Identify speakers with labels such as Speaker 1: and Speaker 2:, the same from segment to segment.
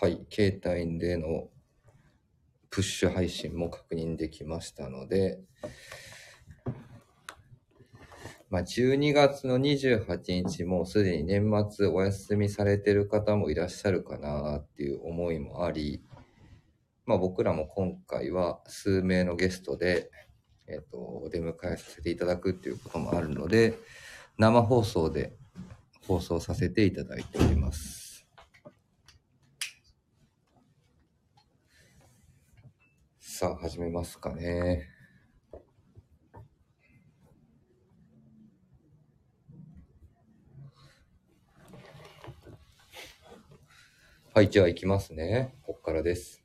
Speaker 1: はい、携帯でのプッシュ配信も確認できましたので、まあ、12月の28日、もうすでに年末お休みされてる方もいらっしゃるかなっていう思いもあり、まあ、僕らも今回は数名のゲストで、えっとお出迎えさせていただくっていうこともあるので、生放送で放送させていただいております。さあ、始めますかね。はい、じゃあ行きますね。こっからです。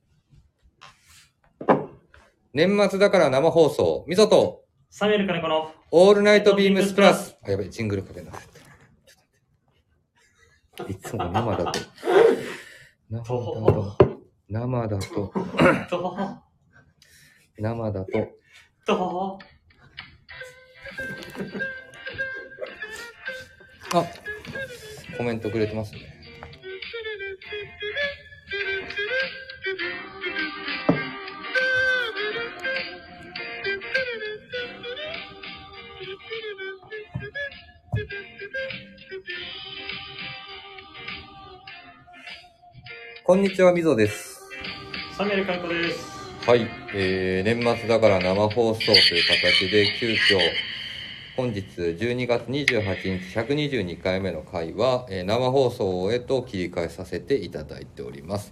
Speaker 1: 年末だから生放送、みそと
Speaker 2: サミュエル金子の
Speaker 1: オールナイトビームスプラス。あ、やべえ、ジングルかけなかった。いつも生だと。生だと。生だと。
Speaker 2: ど
Speaker 1: 生だと。
Speaker 2: ど
Speaker 1: あ、コメントくれてますね。こんにちは、みぞです。
Speaker 2: サミュエル金子です。
Speaker 1: はい、えー、年末だから生放送という形で急遽本日12月28日122回目の回は、えー生放送へと切り替えさせていただいております、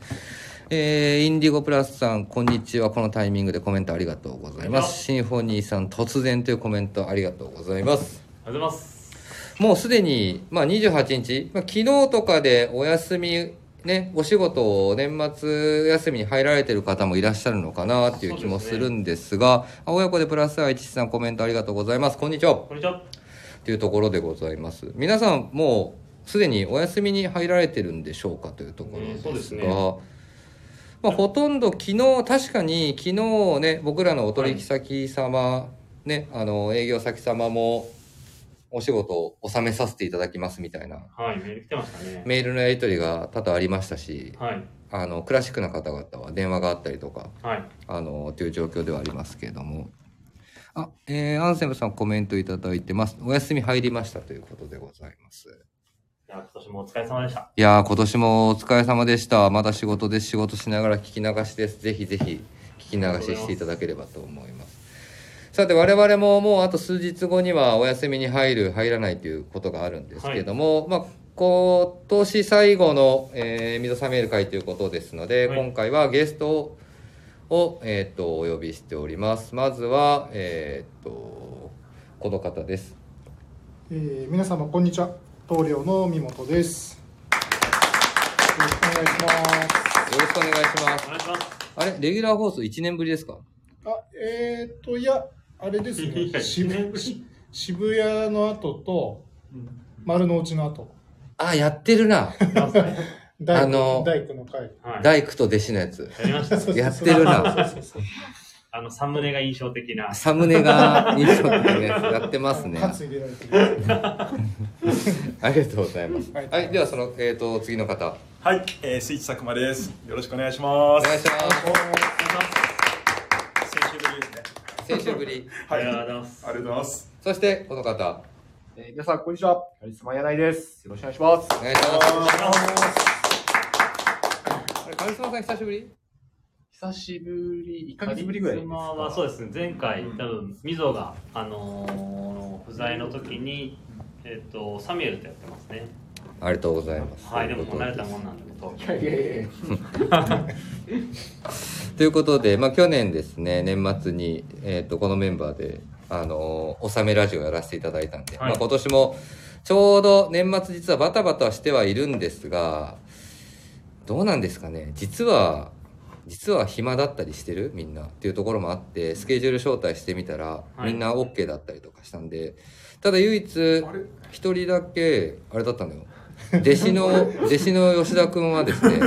Speaker 1: えーインディゴプラスさんこんにちはこのタイミングでコメントありがとうございますシンフォニーさん突然というコメントありがとうございます
Speaker 2: ありがとうございます。
Speaker 1: もうすでに、まあ、28日、まあ、昨日とかでお休み、ね、お仕事を年末休みに入られてる方もいらっしゃるのかなっていう気もするんですが、あ親子でプラス愛知さんコメントありがとうございます。こんにちは。
Speaker 2: こんにちは。
Speaker 1: というところでございます。皆さんもうすでにお休みに入られてるんでしょうかというところです
Speaker 2: ねそう
Speaker 1: が、
Speaker 2: ですね
Speaker 1: まあ、ほとんど昨日確かに昨日ね僕らのお取引先様、ねあの営業先様もお仕事を納めさせていただきますみたいな
Speaker 2: はい、メール来てましたね。
Speaker 1: メールのやり取りが多々ありましたし
Speaker 2: はい、
Speaker 1: あのクラシックな方々は電話があったりとか
Speaker 2: はい。
Speaker 1: あのという状況ではありますけれども。あ、えーアンセムさんコメントいただいてます。お休み入りましたということでございます。
Speaker 2: いや、今年もお疲れ様でした。
Speaker 1: いやー、今年もお疲れ様でした。まだ仕事です。仕事しながら聞き流しです。ぜひぜひ聞き流ししていただければと思います。さて、我々ももうあと数日後にはお休みに入る、入らないということがあるんですけれども、まあ、今年最後の、えー、水サミュエル会ということですので、
Speaker 2: はい
Speaker 1: 今回はゲストをを、えー、とお呼びしております。まずは、えー、とこの方です。
Speaker 3: えー、皆様こんにちは棟梁の三本です
Speaker 1: よ
Speaker 3: よろしくお願いします
Speaker 1: ろしくお願いします
Speaker 2: お。願いします。
Speaker 1: あれ、レギュラー放送1年ぶりですか
Speaker 3: あえっ、ー、といやあれ です
Speaker 2: いや
Speaker 3: ね渋
Speaker 2: いや
Speaker 3: し渋谷の後と丸の内の後
Speaker 1: あ、やってるな。
Speaker 3: 大
Speaker 1: あの
Speaker 3: 工大工の会
Speaker 2: はい。や
Speaker 1: 大工と弟子のやつ。
Speaker 2: りました。
Speaker 1: やってるな
Speaker 3: そうそうそう
Speaker 2: あの、サムネが印象的な。
Speaker 1: サムネが印象的なやつやってますね。
Speaker 3: カツ入れられてるやつ
Speaker 1: ありがとうございます。
Speaker 3: はい
Speaker 1: はい、ではその、えっ、と、次の方。
Speaker 4: はい、えー、スイッチ佐久間です。よろしくお願いしま
Speaker 1: お
Speaker 4: す。
Speaker 1: 願いしま
Speaker 4: 先週ぶりですね。
Speaker 1: す。先週ぶり。
Speaker 2: あ
Speaker 4: は
Speaker 2: りが
Speaker 4: い、
Speaker 2: とう
Speaker 4: あ
Speaker 2: ご
Speaker 4: り
Speaker 2: ざいます。
Speaker 4: がとうございます。
Speaker 1: そして、この方。
Speaker 5: えー皆さん、こんにちは。カリスマ柳井です。よろしくお願いします。
Speaker 1: お願いします。あれ、カリスマさん久しぶり
Speaker 5: 久しぶり、1ヶ
Speaker 2: カ
Speaker 5: 月ぶりぐらいですか。
Speaker 2: はそうですね、前回、多分、みぞが、あのー不在の時に、えっ、と、サミュエルとやってますね。
Speaker 1: ありがとうございます。
Speaker 2: はい、でも、
Speaker 1: ということ
Speaker 2: 慣れたもんなんだけど。
Speaker 5: いやいやいや
Speaker 1: ということで、まあ、去年ですね、年末に、えっ、と、このメンバーで、あのー、納めラジオやらせていただいたんで、
Speaker 2: はい
Speaker 1: まあ、今年も、ちょうど年末実はバタバタしてはいるんですが、どうなんですかね実は、実は暇だったりしてるみんなっていうところもあって、スケジュール招待してみたら、
Speaker 2: はい
Speaker 1: みんな OK だったりとかしたんで、ただ唯一、
Speaker 4: あれ
Speaker 1: 一人だけ、あれだったのよ。弟子の、弟子の吉田くんはですね、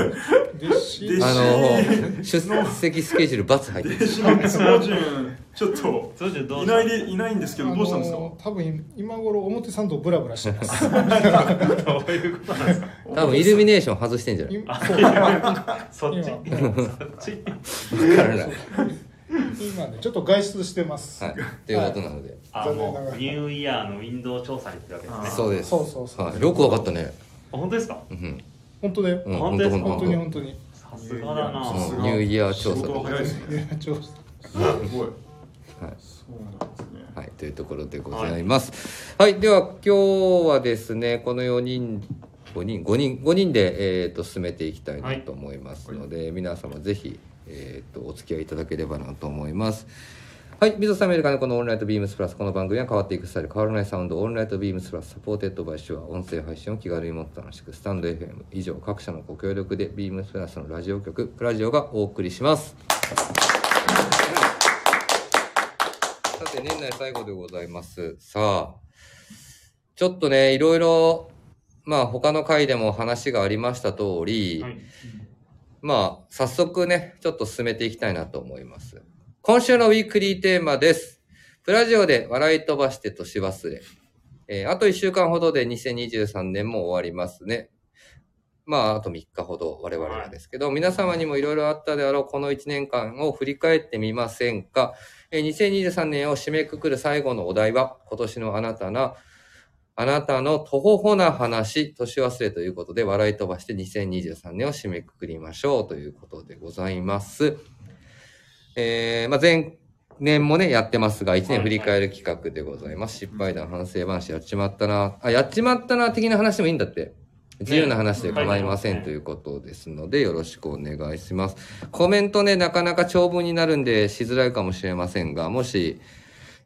Speaker 3: 弟子
Speaker 4: 弟子
Speaker 1: あの、出席スケジュールバツ入ってる。
Speaker 4: 弟子の草潤、ちょっと、
Speaker 2: それじゃどう
Speaker 4: い
Speaker 2: し
Speaker 4: ないで、いないんですけど、どうしたんですか
Speaker 3: あの多分今頃表参道ブラブラしてま す
Speaker 2: どういうことなんですか
Speaker 1: 多分イルミネーション外してんじゃない
Speaker 3: 今そう 今
Speaker 2: そっちそっち
Speaker 1: わからない。
Speaker 3: 今ねちょっと外出してます、
Speaker 1: はい。ということなので。
Speaker 2: あもうニューイヤーのウィンドウ調査に行ってるわけですね
Speaker 4: あ
Speaker 1: そうです。
Speaker 3: そうそうそう
Speaker 1: はい。よくわかったね。
Speaker 2: あ本当ですか
Speaker 1: うん。
Speaker 3: 本当だよ、
Speaker 1: うん、
Speaker 2: 本
Speaker 1: 本
Speaker 2: 当で
Speaker 1: 当
Speaker 2: すか
Speaker 3: 本当に本
Speaker 1: 本
Speaker 3: 当に
Speaker 2: さすがだな
Speaker 1: 当。そのニューイヤー調
Speaker 4: 仕
Speaker 1: 査
Speaker 4: 事が早いですね。
Speaker 3: いやちょっと
Speaker 4: すごい。そうなんですね。
Speaker 1: はい、というところでございます。はい、では今日はですね、この4人、5人、5人、5人で、えー、と進めていきたいなと思いますので、皆様ぜひ、えー、とお付き合いいただければなと思います。はい、水溜りカネコのオンライトビームスプラス、この番組は変わっていくスタイル、変わらないサウンド、オンライトビームスプラス、サポーテッドバイシュア、音声配信を気軽にもっと楽しく、スタンド FM 以上、各社のご協力で、ビームスプラスのラジオ局、プラジオがお送りします。さて、年内最後でございます。さあ、ちょっとね、いろいろ、まあ、他の回でも話がありました通り、
Speaker 2: はい
Speaker 1: まあ、早速ね、ちょっと進めていきたいなと思います。今週のウィークリーテーマです。プラジオで笑い飛ばして年忘れ。えーあと1週間ほどで2023年も終わりますね。まあ、あと3日ほど我々はですけど、皆様にもいろいろあったであろうこの1年間を振り返ってみませんか。えー2023年を締めくくる最後のお題は、今年のあなたな、あなたのとほほな話、年忘れということで、笑い飛ばして2023年を締めくくりましょうということでございます。えー、まあ、前年もね、やってますが、1年振り返る企画でございます。失敗談、反省話、やっちまったな、あ、やっちまったな、的な話でもいいんだって。自由な話で構いませんということですので、よろしくお願いします。コメントね、なかなか長文になるんで、しづらいかもしれませんが、もし、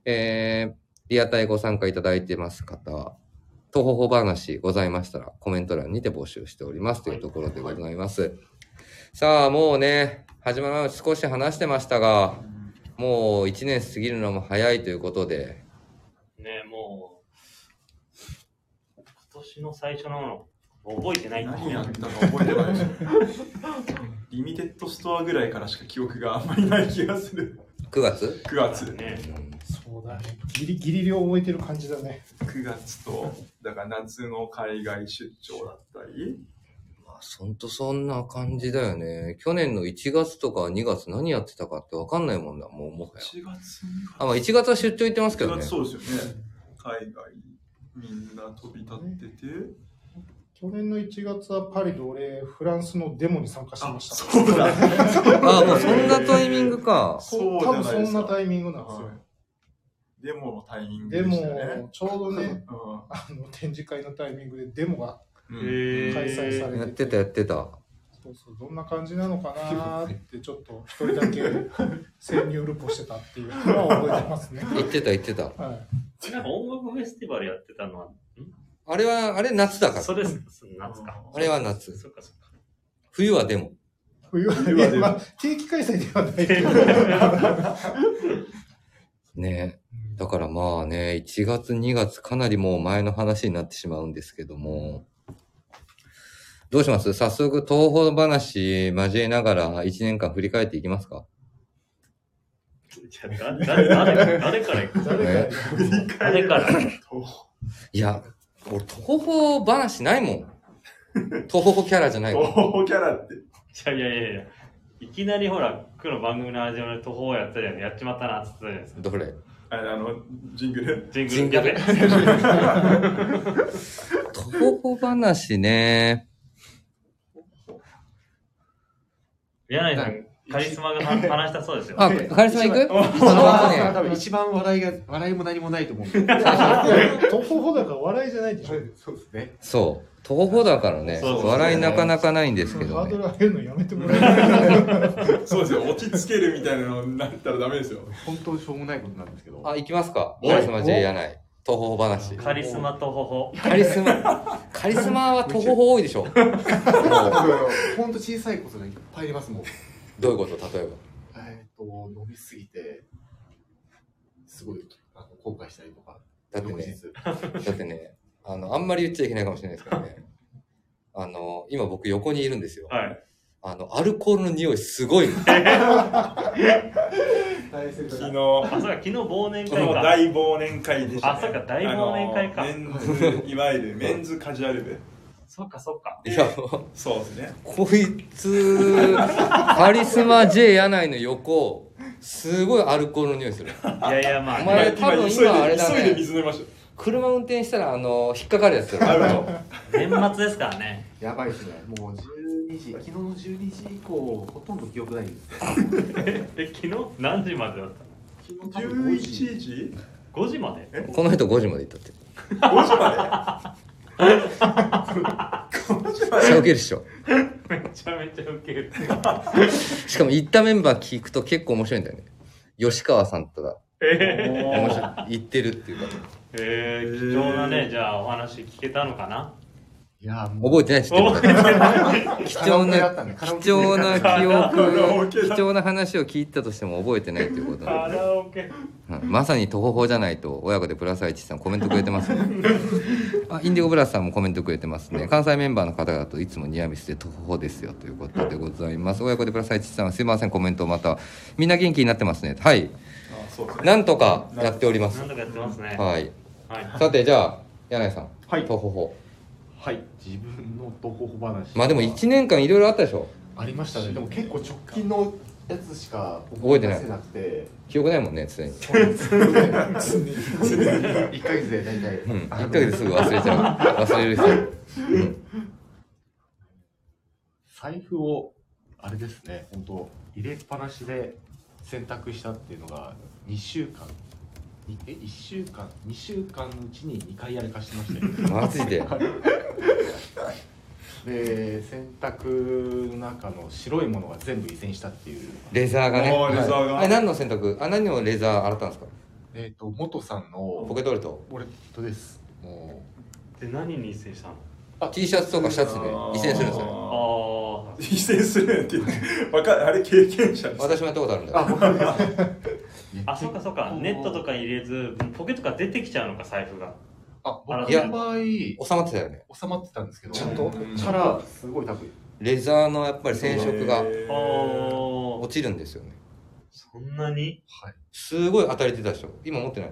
Speaker 1: えー、リアタイご参加いただいてます方、とほほ話ございましたら、コメント欄にて募集しておりますというところでございます。さあ、もうね、始まる前に少し話してましたが、もう1年過ぎるのも早いということで、
Speaker 2: ねもう今年の最初のの覚えてないんだ
Speaker 4: 何やったか覚えてないですね。リミテッドストアぐらいからしか記憶があんまりない気がする。
Speaker 1: 9月
Speaker 4: 9月。
Speaker 2: ね
Speaker 3: そうだねギリギリ量覚えてる感じだね
Speaker 4: 9月と、だから夏の海外出張だったり、
Speaker 1: まあ、ほんとそんな感じだよね。去年の1月とか2月何やってたかってわかんないもんだ、もうもはや。
Speaker 4: 1月
Speaker 1: あ、まあ1月は出張行ってますけ
Speaker 4: 1
Speaker 1: どね
Speaker 4: 月。そうですよね。海外、みんな飛び立ってて。
Speaker 3: 去年の1月はパリで俺フランスのデモに参加してました
Speaker 4: そうだ。
Speaker 1: あ、もうそんなタイミングか。
Speaker 4: そうじ
Speaker 3: 多
Speaker 4: ゃ
Speaker 3: 分
Speaker 4: な
Speaker 3: そ
Speaker 4: いです
Speaker 3: ん
Speaker 4: か
Speaker 3: なタイミングなんですよ、
Speaker 4: はいデモのタイミング
Speaker 3: で
Speaker 4: で
Speaker 3: も、
Speaker 4: したね。
Speaker 3: ちょうどね、あ
Speaker 4: うん
Speaker 3: の展示会のタイミングでデモが
Speaker 4: うん
Speaker 2: へー
Speaker 3: 開催され
Speaker 1: やって
Speaker 3: て
Speaker 1: た
Speaker 3: て、
Speaker 1: やってた。
Speaker 3: そうそうどんな感じなのかなーって、ちょっと一人だけ潜入ルポしてたっていうのは覚えて ますね。
Speaker 1: 言ってた言ってた。
Speaker 3: は
Speaker 2: なんか音楽フェスティバルやってたのは
Speaker 1: あれは、あれ夏だから。
Speaker 2: それです夏か
Speaker 1: あれは夏。
Speaker 2: そっかそっか
Speaker 1: 冬はでも。
Speaker 3: い、冬は
Speaker 4: 冬はデ
Speaker 3: い
Speaker 4: モ
Speaker 3: やまあ、定期開催ではない けど、
Speaker 1: ねだからまあね、1月2月かなりもう前の話になってしまうんですけども、どうします早速、東方話交えながら1年間振り返っていきますか
Speaker 2: じゃあだ誰誰誰から行く
Speaker 3: 誰か
Speaker 1: ね
Speaker 2: 誰から
Speaker 1: いや、俺、東方話ないもん。東方キャラじゃないから。
Speaker 4: おーキャラって。
Speaker 2: いやいやいやいやいきなりほら区の番組の始まり途方やったじゃんやっちまったなっつったじゃないですか
Speaker 1: どれ
Speaker 4: ああの、ジングル。
Speaker 2: ジング
Speaker 1: ジン
Speaker 2: ル
Speaker 1: グル
Speaker 2: やべ
Speaker 1: 東方話ね。
Speaker 2: 柳井さんカリスマが話したそうですよ
Speaker 1: あ、カリスマ行 く
Speaker 5: 一番
Speaker 1: あのね
Speaker 5: 多分一番笑いが、笑いも何もないと思うんで。
Speaker 3: トホホだから笑いじゃないでしょ。
Speaker 5: そうですね。
Speaker 1: そう。東方だからね。
Speaker 2: そうそうそう
Speaker 1: 笑いなかなかないんですけ
Speaker 3: ハ
Speaker 1: ど
Speaker 3: ー
Speaker 1: ね。
Speaker 3: ドル上げるのやめてもらえない
Speaker 4: そうですよ。落ち着けるみたいなのになったらダメですよ。
Speaker 5: 本当しょうもないことなんですけど。
Speaker 1: あ、行きますか。
Speaker 4: おい
Speaker 1: カリスマ J やない。東方話。
Speaker 2: カリスマとほほ。
Speaker 1: カリスマ、カリスマは徒歩法多いでしょ。もう
Speaker 5: 本当小さいことがいっぱいありますもん。
Speaker 1: どういうこと例え
Speaker 5: えっと、飲みすぎて、すごいあの後悔したりとか。
Speaker 1: ば。だって
Speaker 5: 翌
Speaker 1: ね、
Speaker 5: 日
Speaker 1: だってね、あの、あんまり言っちゃいけないかもしれないですけどね。今僕横にいるんですよ。
Speaker 4: はい。
Speaker 1: あの、アルコールの匂いすごいの。
Speaker 3: 大正解
Speaker 4: 昨日、
Speaker 3: だ
Speaker 4: こ
Speaker 2: あそうか昨日忘年会
Speaker 4: の
Speaker 2: か
Speaker 4: 大忘年会でした、ね。
Speaker 2: あそっか大忘年会か
Speaker 4: あのメンズ、いわゆるメンズカジュアル部。
Speaker 2: そっかそっか
Speaker 1: いや、もう
Speaker 4: そうですね。
Speaker 1: こいつ、カリスマ J 柳井の横、すごいアルコールの匂いする。
Speaker 2: いやいやまあ、
Speaker 1: お前
Speaker 2: ね、
Speaker 1: 多分今あれだね
Speaker 4: 急いで水飲みまし
Speaker 1: 車運転したら、あの、引っかかるやつだ
Speaker 4: た。
Speaker 1: ろ
Speaker 4: なるほど。
Speaker 2: 年末ですからね
Speaker 5: やばいですね。もう12時、昨日の12時以降、ほとんど記憶ないです。
Speaker 2: え昨日何時までだったの
Speaker 5: 昨日
Speaker 4: 11時
Speaker 2: 5時まで
Speaker 1: この人5時まで行ったって。
Speaker 4: ?5 時ま
Speaker 1: そうけるっしょ。
Speaker 2: めちゃめちゃウケる
Speaker 1: しかも行ったメンバー聞くと結構面白いんだよね。吉川さんとか、
Speaker 2: え
Speaker 4: で
Speaker 1: 面白い行ってるっていうか、
Speaker 2: ー、えー貴重なねじゃあお話聞けたのかない
Speaker 5: や、も
Speaker 1: 覚
Speaker 5: う
Speaker 1: えてないっつってんだから貴重
Speaker 5: カラオケだ
Speaker 1: な
Speaker 5: ったね。
Speaker 1: 貴重な記憶、
Speaker 4: ケだ
Speaker 1: 貴重な話を聞いたとしても覚えてないということ
Speaker 2: カ
Speaker 1: なんで
Speaker 2: ラオケ
Speaker 1: はいまさに途方法じゃないと親子でプラスイチさんコメントくれてますねあインディゴブラスさんもコメントくれてますね関西メンバーの方々といつもニアミスで途方法ですよということでございます親子でプラスイチさんすいませんコメントまたみんな元気になってますねはい
Speaker 4: あそうですね。
Speaker 1: なんとかやっております
Speaker 2: 何度かやってますねは
Speaker 1: はい
Speaker 2: い、
Speaker 1: さてじゃあ柳井さん、
Speaker 5: はい
Speaker 1: 途方法
Speaker 5: はい、自分のどこほ話。
Speaker 1: まあでも1年間いろいろあったでしょ
Speaker 5: ありましたね。でも結構直近のやつしか
Speaker 1: 覚えてない
Speaker 5: 出せなくて。
Speaker 1: 記憶ないもんね常に
Speaker 5: 一ヶ月で大体。
Speaker 1: うん1ヶ月すぐ忘れちゃう忘れる人
Speaker 5: 財布をあれですね本当入れっぱなしで洗濯したっていうのが2週間にえ1週間2週間のうちに2回やりかしてました よ
Speaker 1: マジで
Speaker 5: で洗濯の中の白いものが全部移転したっていう
Speaker 1: レザーがね
Speaker 4: あーレザーが
Speaker 1: はいあれ何の洗濯あ何をレザー洗ったんですか
Speaker 5: えっ、と元さんの
Speaker 1: ポケットウォレット
Speaker 5: 俺とですも
Speaker 2: で何に移したの
Speaker 1: T シャツとかシャツで移転するんですよ
Speaker 4: よ。
Speaker 2: あ
Speaker 4: 移転するって言って、わかあれ経験者です。
Speaker 1: 私もやったことあるんだよ
Speaker 5: う
Speaker 2: ああそっかそっかネットとかに入れずポケットから出てきちゃうのか財布が
Speaker 5: あ僕
Speaker 2: いや
Speaker 5: の場合
Speaker 1: 収
Speaker 5: 収
Speaker 1: まってたよね
Speaker 5: まってたんですけど
Speaker 3: ちゃんと
Speaker 5: たらすごい多分
Speaker 1: レザーのやっぱり染色が
Speaker 4: へー
Speaker 2: あー
Speaker 1: 落ちるんですよね
Speaker 2: そんなに
Speaker 5: はい
Speaker 1: すごい当たり出たでしょ今持ってない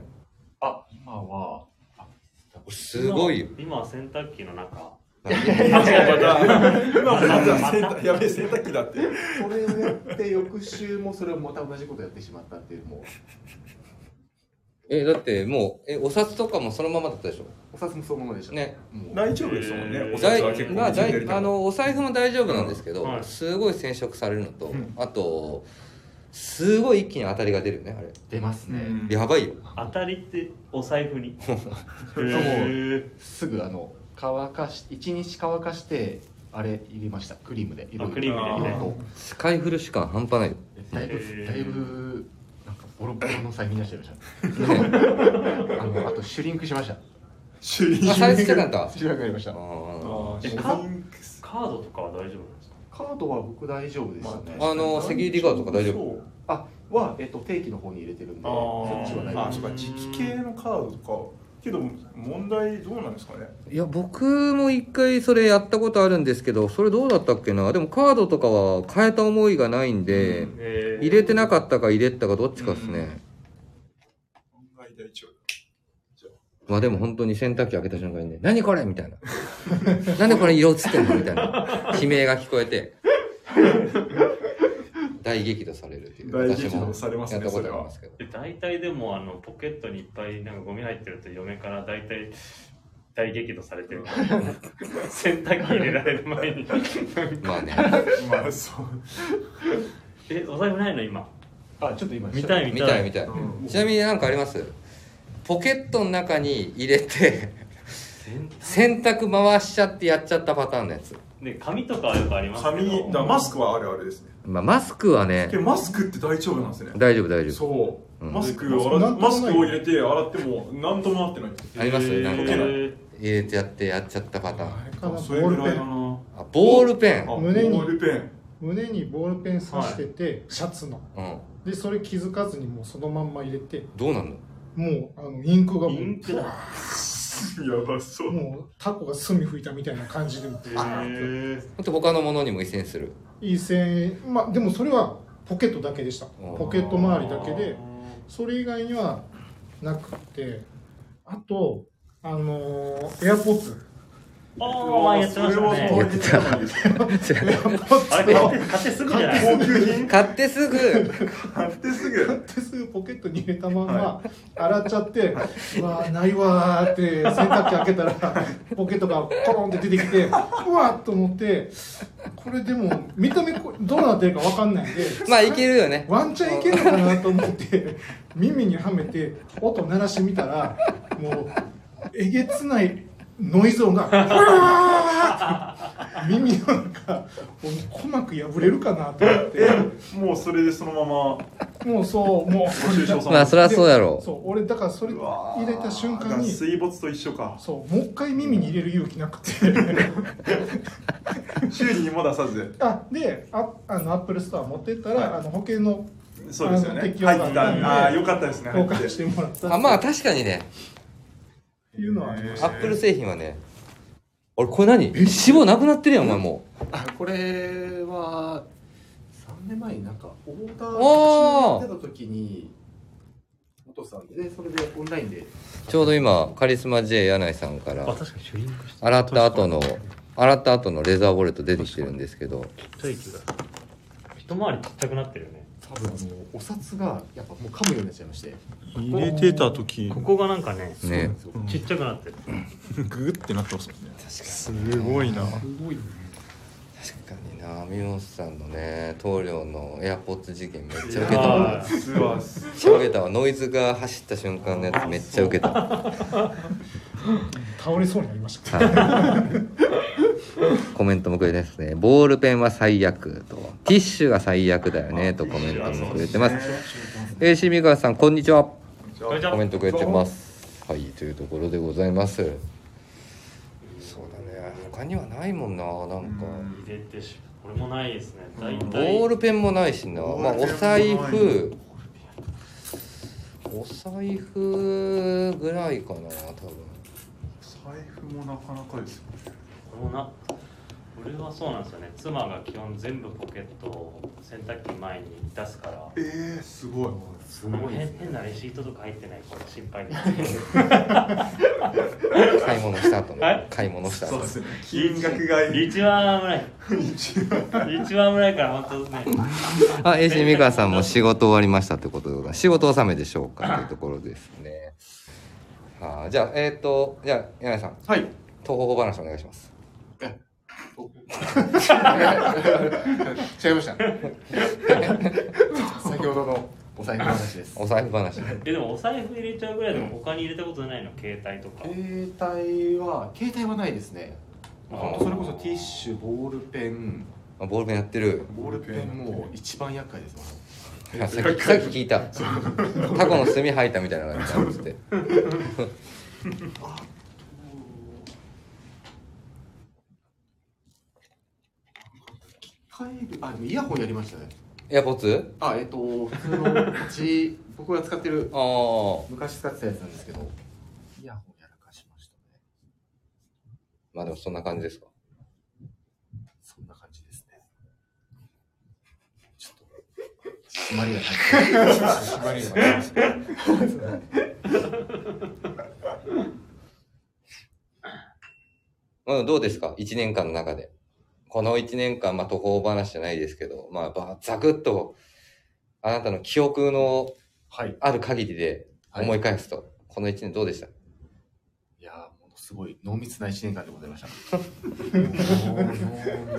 Speaker 5: あ今はあ
Speaker 1: すごいよ
Speaker 2: 今は洗濯機の中
Speaker 1: なんか
Speaker 4: 今もまた洗 濯やべえ洗濯機だって。
Speaker 5: それをやって翌週もそれをまた同じことやってしまったっていうもう
Speaker 1: えだってもうえお札とかもそのままだったでしょ
Speaker 5: お札もそのままでした
Speaker 1: ね
Speaker 5: もう
Speaker 4: 大丈夫ですもんね。お
Speaker 1: だ
Speaker 4: 札
Speaker 1: い
Speaker 4: は結構
Speaker 1: まあだ
Speaker 4: 縮んでる
Speaker 1: い
Speaker 4: けど
Speaker 1: あのお財布も大丈夫なんですけど、
Speaker 2: うんはい
Speaker 1: すごい染色されるのと、
Speaker 4: うん
Speaker 1: あとすごい一気に当たりが出るよねあれ
Speaker 5: 出ますね、
Speaker 4: うん
Speaker 1: やばいよ
Speaker 2: 当たりってお財 布にへー
Speaker 5: すぐあの乾かし一日乾かしてあれ入れましたクリームで
Speaker 2: あクリームで
Speaker 4: ね
Speaker 5: 色々と
Speaker 1: 使い古し感半端ないよ
Speaker 5: だい
Speaker 2: へ
Speaker 5: ぶ
Speaker 2: ー
Speaker 5: だいぶなんかボロボロの財布になっちゃいましたあのあとシュリンクしました
Speaker 4: シュリン
Speaker 1: あサイズ違 かった
Speaker 5: シュリンクやりまし
Speaker 1: あ
Speaker 5: た
Speaker 1: ー
Speaker 4: あー
Speaker 2: え
Speaker 4: シュリンクス
Speaker 2: カードとかは大丈夫なんですか
Speaker 5: カードは僕大丈夫でしたね
Speaker 1: あのセキュリティガードとか大丈夫
Speaker 4: そう
Speaker 5: あは、えっと、定期の方に入れてるんで
Speaker 2: あ
Speaker 5: そ
Speaker 2: ー
Speaker 5: っちは大丈
Speaker 4: あ
Speaker 5: 夫
Speaker 4: そうか時期系のカードとかけど問題どうなんですかね
Speaker 1: いや僕も一回それやったことあるんですけどそれどうだったっけなでもカードとかは変えた思いがないんで、
Speaker 4: うん
Speaker 2: へー
Speaker 1: 入れてなかったか入れてたかどっちかですね、
Speaker 4: 問題大丈夫
Speaker 1: まあでも本当に洗濯機開けた瞬間にね「何これ!」みたいな 「なんでこれ色映ってんの?」みたいな悲鳴が聞こえ て大激怒されるっていう
Speaker 4: 大激怒されますね
Speaker 1: 私もやったことありますけど
Speaker 2: で大体でもあのポケットにいっぱいなんかゴミ入ってると嫁から大体大激怒されてる 洗濯機入れられる前に
Speaker 1: まあね
Speaker 4: まあそう
Speaker 2: えお財布ないの今
Speaker 5: あちょっと今
Speaker 2: 見たい
Speaker 1: み
Speaker 2: 見
Speaker 1: た
Speaker 2: た
Speaker 1: い
Speaker 2: い
Speaker 1: みたい、
Speaker 4: うん
Speaker 1: ちなみになんかありますポケットの中に入れて
Speaker 2: 洗
Speaker 1: 洗濯回しちゃってやっちゃったパターンのやつ、
Speaker 2: で紙とかはよくありますけ
Speaker 4: 髪だから
Speaker 2: ど
Speaker 4: マスクはあるあるですね
Speaker 1: まあ、マスクはね
Speaker 4: けどマスクって大丈夫なんですね
Speaker 1: 大丈夫大丈夫
Speaker 4: そう
Speaker 1: うん
Speaker 4: マスクを
Speaker 3: マスクなんともない
Speaker 4: 洗っマスクを入れて洗っても何ともなってない
Speaker 1: ありますよなんか
Speaker 2: へー
Speaker 1: 入れてやってやっちゃったパターン
Speaker 4: あれ
Speaker 3: ただ
Speaker 4: かそれぐらいだな
Speaker 1: あボールペン
Speaker 4: あ
Speaker 3: 胸に
Speaker 4: ボールペン
Speaker 3: 胸にボールペン刺してて、シャツの
Speaker 1: うん
Speaker 3: でそれ気づかずにもうそのまんま入れて
Speaker 1: どうなんの
Speaker 3: もうあのインクがも
Speaker 2: イ
Speaker 3: う
Speaker 2: ンクだ
Speaker 4: やばそう。
Speaker 3: もうタコが墨吹いたみたいな感じでも
Speaker 2: へー
Speaker 1: ほんと他のものにも移遷す る
Speaker 3: いい線まあでもそれはポケットだけでした
Speaker 1: ー
Speaker 3: ポケット周りだけでそれ以外にはなくてあとあのーエアポッツ
Speaker 2: ああ、やってました
Speaker 1: それ
Speaker 2: ね。
Speaker 1: は
Speaker 4: それはそう言って
Speaker 2: あれ、買って買ってすぐじゃない
Speaker 4: た。高級品
Speaker 1: 買ってす ぐ
Speaker 4: 買ってすぐ。
Speaker 3: 手数ポケットに入れたまんま洗っちゃって、うわーないわーって洗濯機開けたらポケットがコロンって出てきてうわーっと思ってこれでも見た目こどうなってるかわかんないんで
Speaker 1: まあいけるよね
Speaker 3: ワンチャンいけるのかなと思って耳にはめて音鳴らしてみたらもうえげつないノイズ音が「うわーって耳の中もう鼓膜破れるかなと思って
Speaker 4: え、もうそれでそのまま
Speaker 3: もうそうもう
Speaker 4: ご愁傷様。
Speaker 1: まあそりゃそうやろ
Speaker 3: そう俺だからそれ
Speaker 4: うわ
Speaker 3: 入
Speaker 4: ー
Speaker 3: れた瞬間に
Speaker 4: 水没と一緒か。
Speaker 3: そうもう一回耳に入れる勇気なくて
Speaker 4: 修理にも出さず。
Speaker 3: あでああのアップルストア持ってったら、
Speaker 4: はい
Speaker 3: あの保険の
Speaker 4: そうですよね。
Speaker 3: あの
Speaker 4: 入っ
Speaker 3: 適用が
Speaker 4: てた。ああー、よかったですね。入
Speaker 3: 交
Speaker 4: って
Speaker 3: 換してもらった
Speaker 1: あまあ
Speaker 3: っ
Speaker 1: 確かにね
Speaker 3: ていうのはありまし
Speaker 4: へ
Speaker 3: た
Speaker 4: ー
Speaker 1: アップル製品はね俺これ何脂肪なくなってるやんお前もう
Speaker 5: これは3年前になんかオーダー
Speaker 1: おー
Speaker 5: 出た時に元さんでねそれでオンラインで
Speaker 1: ちょうど今カリスマ J 柳井さんから
Speaker 2: 確かにシュリンクして
Speaker 1: 洗った後の洗った後のレザーボルト出てきてるんですけど
Speaker 2: ちっちゃい気がする一回りちっちゃくなってるよね。
Speaker 5: 多分あのお札がやっぱもう噛むようになっちゃいまして
Speaker 4: 入れてた時
Speaker 2: ここがなんかね、
Speaker 5: そうなん
Speaker 1: ね
Speaker 5: ですよ
Speaker 4: うん
Speaker 2: ちっちゃくなってる。
Speaker 4: ググってなってますもんねすごいな
Speaker 5: すごいね
Speaker 1: 確かになミモスさんのね棟梁のエアポッツ事件めっちゃウケたわ
Speaker 2: あ
Speaker 4: あーすわす
Speaker 1: めっちゃウケたわノイズが走った瞬間のやつめっちゃウケたは
Speaker 3: 倒れそうになりました
Speaker 1: いコメントもくれてますねボールペンは最悪とティッシュが最悪だよねとコメントもくれてますえー、シミカワさんこんにちは
Speaker 2: これじゃ
Speaker 1: コメントくれてますはいというところでございますそうだね他にはないもんななんか
Speaker 2: 入れてし、これもないですね。大体。
Speaker 1: ボールペンもないしな、
Speaker 4: ボ
Speaker 1: まあ、
Speaker 4: ールペン
Speaker 1: お
Speaker 4: もない
Speaker 1: 財布お財布ぐらいかな多分
Speaker 4: 財布もなかなかですよ
Speaker 2: これもな。俺はそうなんですよね。妻が基本全部ポケットを洗濯機前に出すから。
Speaker 4: えー、すごい
Speaker 5: す
Speaker 2: この
Speaker 5: ごいで
Speaker 2: 変
Speaker 5: すね
Speaker 2: 変なレシートとか入ってないから心配です。
Speaker 1: 買い物した後
Speaker 2: は
Speaker 1: ね
Speaker 2: い
Speaker 1: 買い物した
Speaker 4: そ
Speaker 1: 後
Speaker 4: うですね金額がいい
Speaker 2: 一番危ない。一番危ないから本当ね。
Speaker 1: あ AC 美川さんも仕事終わりましたってことでございます仕事納めでしょうかというところですねはあじゃあえっ、とじゃあ柳井さん
Speaker 4: はい
Speaker 1: 東方話お願いします
Speaker 5: 違いました 先ほどのお財布の話です
Speaker 1: お財布話
Speaker 2: えでもお財布入れちゃうぐらいでも他に入れたことないの携帯とか。
Speaker 5: 携帯は携帯はないですね
Speaker 1: あー
Speaker 5: ほんとそれこそティッシュボールペン
Speaker 1: あボールペンやってる
Speaker 5: ボールペンも一番厄介ですもん
Speaker 1: あさっきさっき聞いたタコの墨吐いたみたいな感じだって
Speaker 5: 帰るあでもイヤホンやりましたね
Speaker 1: エアポッツ
Speaker 5: あえっ、と普通のうち 僕が使ってる
Speaker 1: ああ
Speaker 5: 昔使ってたやつなんですけどイヤホンやらかしましたね
Speaker 1: まあでもそんな感じですか。
Speaker 5: そんな感じですねちょっと締まりがない締まりがない
Speaker 1: まあどうですか ?1 年間の中で。この1年間、まあ途方話じゃないですけど、まあばざくっと、あなたの記憶の
Speaker 5: はい
Speaker 1: ある限りで
Speaker 5: はい
Speaker 1: 思い返すと、この1年どうでした
Speaker 5: いやーものすごい濃密な1年間でございました もう濃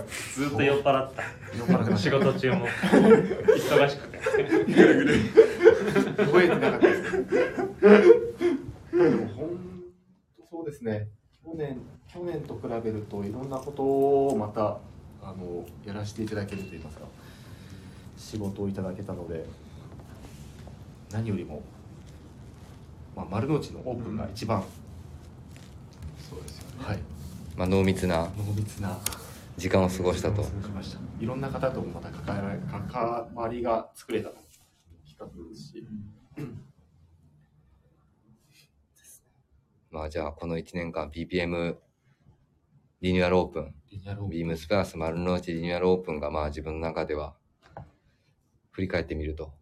Speaker 5: 密
Speaker 2: ずっと酔っ払って
Speaker 5: 酔っ払
Speaker 2: た。
Speaker 5: ってました
Speaker 2: 仕事中も忙しくて。
Speaker 5: 覚えてなかったですね。でも本当そうですね。去年去年と比べるといろんなことをまたあのやらせていただけると言いますか、仕事をいただけたので何よりもまあ丸の内のオープンが一番、
Speaker 4: そうですよね
Speaker 5: はい
Speaker 1: まあ濃密な
Speaker 5: 濃密な
Speaker 1: 時間を過ごしたと
Speaker 5: 過。ごしました。いろんな方ともまた関わり関わりが作れたのも一つですし。
Speaker 1: まあじゃあこの1年間 BPM リニューアルオープン、
Speaker 5: リニューアルオープン
Speaker 1: ビームスプラス丸の内リニューアルオープンがまあ自分の中では振り返ってみると。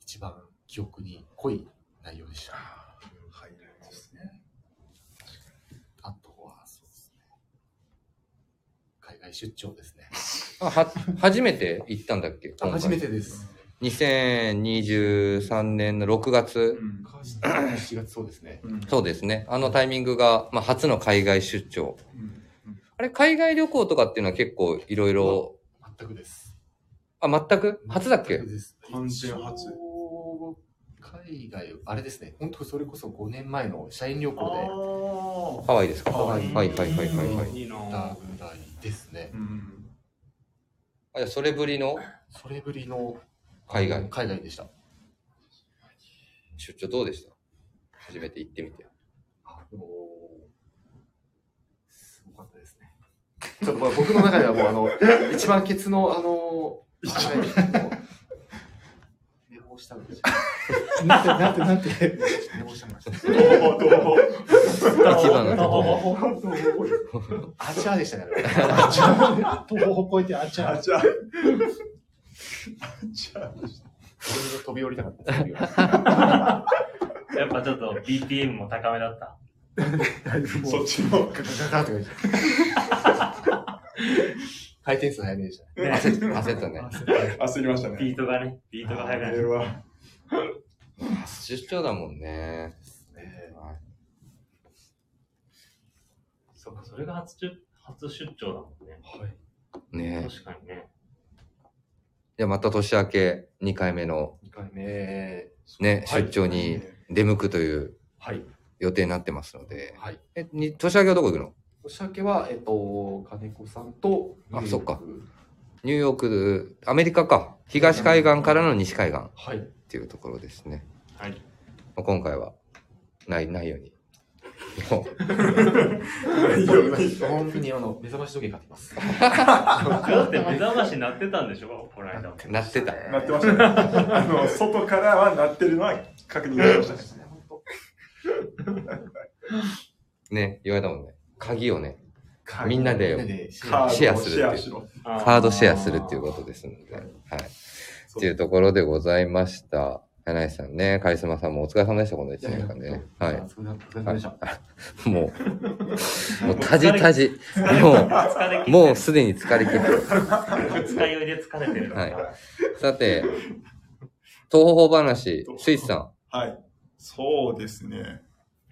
Speaker 5: 一番記憶に濃い内容でした。
Speaker 4: ハイライトですね。
Speaker 5: あとは、そうですね。海外出張ですね。
Speaker 1: あは、初めて行ったんだっけ
Speaker 5: あ
Speaker 1: 今回
Speaker 5: 初めてです。
Speaker 1: 2023年の6月、
Speaker 4: ん
Speaker 5: 7月そうですね。
Speaker 4: うん
Speaker 1: そうですね。あのタイミングが、まあ、初の海外出張。
Speaker 4: うん
Speaker 1: あれ、海外旅行とかっていうのは結構いろいろ、
Speaker 5: 全くです。
Speaker 1: あ、全く初だっけ
Speaker 5: 全くです
Speaker 4: 完全初
Speaker 5: 一応海外、あれですね。本当それこそ5年前の社員旅
Speaker 4: あ
Speaker 5: 行
Speaker 1: ハワイですか
Speaker 5: ハワイ
Speaker 1: はいはいはいはいはい。
Speaker 2: いいな
Speaker 5: で行ったぐらいですね
Speaker 4: ー。うん
Speaker 1: あ、じゃあそれぶりの
Speaker 5: それぶりの
Speaker 1: 海外
Speaker 5: 海外でした。
Speaker 1: 出張どうでした初めて行ってみて。
Speaker 5: あのーすごかったですね。ちょっとまあ僕の中ではもうあの、一番ケツのあのー、寝坊したんですよ。
Speaker 3: なんてなんてなんて
Speaker 5: 寝坊したんですよ。
Speaker 1: 一番のと
Speaker 3: ほ
Speaker 1: こ
Speaker 3: ほほ
Speaker 5: あちゃーでしたね。あれ
Speaker 3: あちゃとほほこえてあちゃ
Speaker 4: あじゃあ。じゃあ。
Speaker 5: 飛び降りたかったです。
Speaker 2: やっぱちょっと BPM も高めだった。
Speaker 4: そっちの。
Speaker 5: ガガガガって感じ。回転数早めでしたね。
Speaker 2: ね、
Speaker 1: 焦った ね。
Speaker 4: 焦りましたね。
Speaker 2: ビートがね、ビートが速か
Speaker 4: あ
Speaker 2: っ
Speaker 4: れは。
Speaker 1: 初出張だもんね。はい
Speaker 2: た。そうか、それが初出初出張だもんね。
Speaker 1: ねえ。
Speaker 2: 確かにね。
Speaker 1: じゃあまた年明け2回目の
Speaker 5: 2回目。
Speaker 1: ね、
Speaker 5: はい
Speaker 1: 出張に出向くという
Speaker 5: はい。
Speaker 1: 予定になってますので。
Speaker 5: はい。
Speaker 1: え、に年明けはどこ行くの
Speaker 5: 年明けは、えっと、金子さんと、
Speaker 1: あそっか。ニューヨーク、アメリカか。東海岸からの西海岸っ
Speaker 5: はい。
Speaker 1: ていうところですね。
Speaker 2: はい。
Speaker 1: まあ今回は、ない、ないように。もう
Speaker 5: 本当にあの、目覚まし時計買ってきます。
Speaker 2: だって目覚まし鳴ってたんでしょこの間も。
Speaker 1: なってた。
Speaker 4: なってましたね。あの、外からはなってるのは確認できましたね。
Speaker 1: ね、言われたもんね。鍵をね、
Speaker 4: カ
Speaker 1: みんな
Speaker 5: みんな
Speaker 1: で
Speaker 5: で、
Speaker 4: カードを
Speaker 1: シェアするっていう
Speaker 4: シェアしろ。
Speaker 2: あ
Speaker 1: カードシェアするっていうことですので。はい。っていうところでございました。柳井さんね、カリスマさんもお疲れ様でした、この1年間でね。は
Speaker 5: お
Speaker 1: い。
Speaker 5: 疲れ様でした。
Speaker 1: もう、もうタジタジ。も
Speaker 2: 疲れ
Speaker 1: う、
Speaker 2: 切
Speaker 1: もうすでに疲れ切ってる。
Speaker 2: 二日酔いで疲れてるのかな。
Speaker 1: はさて、東方話、スイスさん。
Speaker 4: はい。そうですね。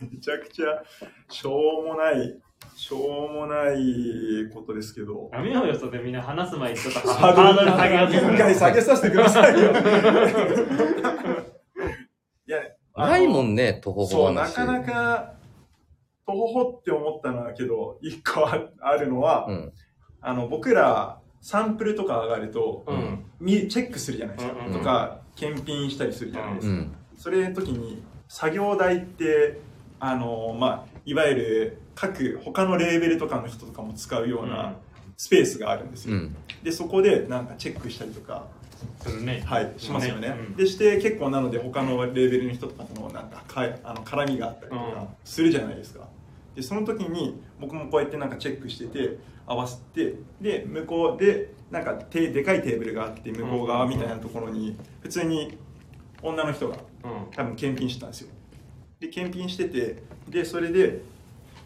Speaker 4: めちゃくちゃ、しょうもない、しょうもないことですけど。
Speaker 2: ダメよ、よそでみんな話す前にちょっとハ
Speaker 4: ハード
Speaker 2: ー
Speaker 4: ル
Speaker 2: ドル
Speaker 4: 下
Speaker 2: 下
Speaker 4: げ
Speaker 2: げ
Speaker 4: よ
Speaker 2: よ
Speaker 4: う
Speaker 2: う
Speaker 4: と
Speaker 2: と
Speaker 4: す
Speaker 2: す
Speaker 4: る
Speaker 2: る
Speaker 4: 一回下げさせてくださ いよ。いや、あの
Speaker 1: ないもんね、東方
Speaker 4: そう、な
Speaker 1: 話。
Speaker 4: かなか、とほほって思ったんだけど、一個ああるのは、
Speaker 1: うん。
Speaker 4: あの、僕ら、サンプルとか上がると、
Speaker 2: うん。うん
Speaker 4: みチェックするじゃないですか。
Speaker 2: うんうん
Speaker 4: とか、検品したりするじゃないですか。
Speaker 1: うん。
Speaker 4: それの時に作業台ってあのまあいわゆる各他のレーベルとかの人とかも使うようなスペースがあるんです
Speaker 1: う
Speaker 4: よ、
Speaker 1: ん。
Speaker 4: でそこでなんかチェックしたりとか、
Speaker 2: するね。
Speaker 4: はい、しますよね
Speaker 2: ねうん
Speaker 4: でして結構なので他のレーベルの人とかとのなんかかいあの絡みがあったりと
Speaker 2: うん
Speaker 4: かするじゃないですかでその時に僕もこうやってなんかチェックしてて合わせてで向こうでなんか手でかいテーブルがあって向こう側みたいなところに普通に女の人が
Speaker 2: うん。
Speaker 4: 多分検品してたんですよで検品しててでそれで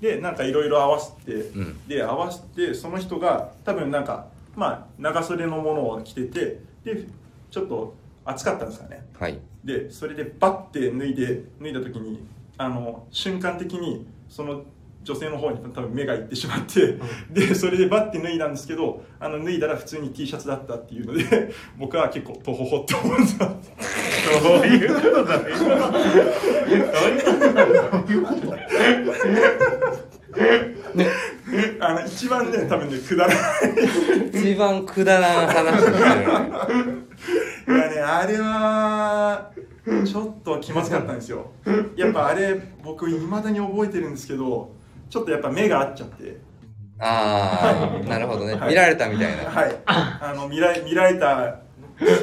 Speaker 4: でなんかいろいろ合わせて、
Speaker 1: うん。
Speaker 4: で合わせてその人が多分なんかまあ長袖のものを着ててでちょっと暑かったんですかね
Speaker 1: はい。
Speaker 4: でそれでバッて脱いで脱いだ時にあの瞬間的にその女性の方に多分目がいってしまって、でそれでバッて脱いだんですけどあの脱いだら普通に T シャツだったっていうので 僕は結構とほほって思ったんです
Speaker 2: どういうことだね。
Speaker 4: あの一番ね多分ねくだらない
Speaker 1: 一番くだらん話ですよね。
Speaker 4: いやねあれはちょっと気まずかったんですよやっぱあれ僕いまだに覚えてるんですけどちょっとやっぱ目が合っちゃって
Speaker 1: ああ、なるほどね。見られたみたいな。
Speaker 4: はいあの見ら見られた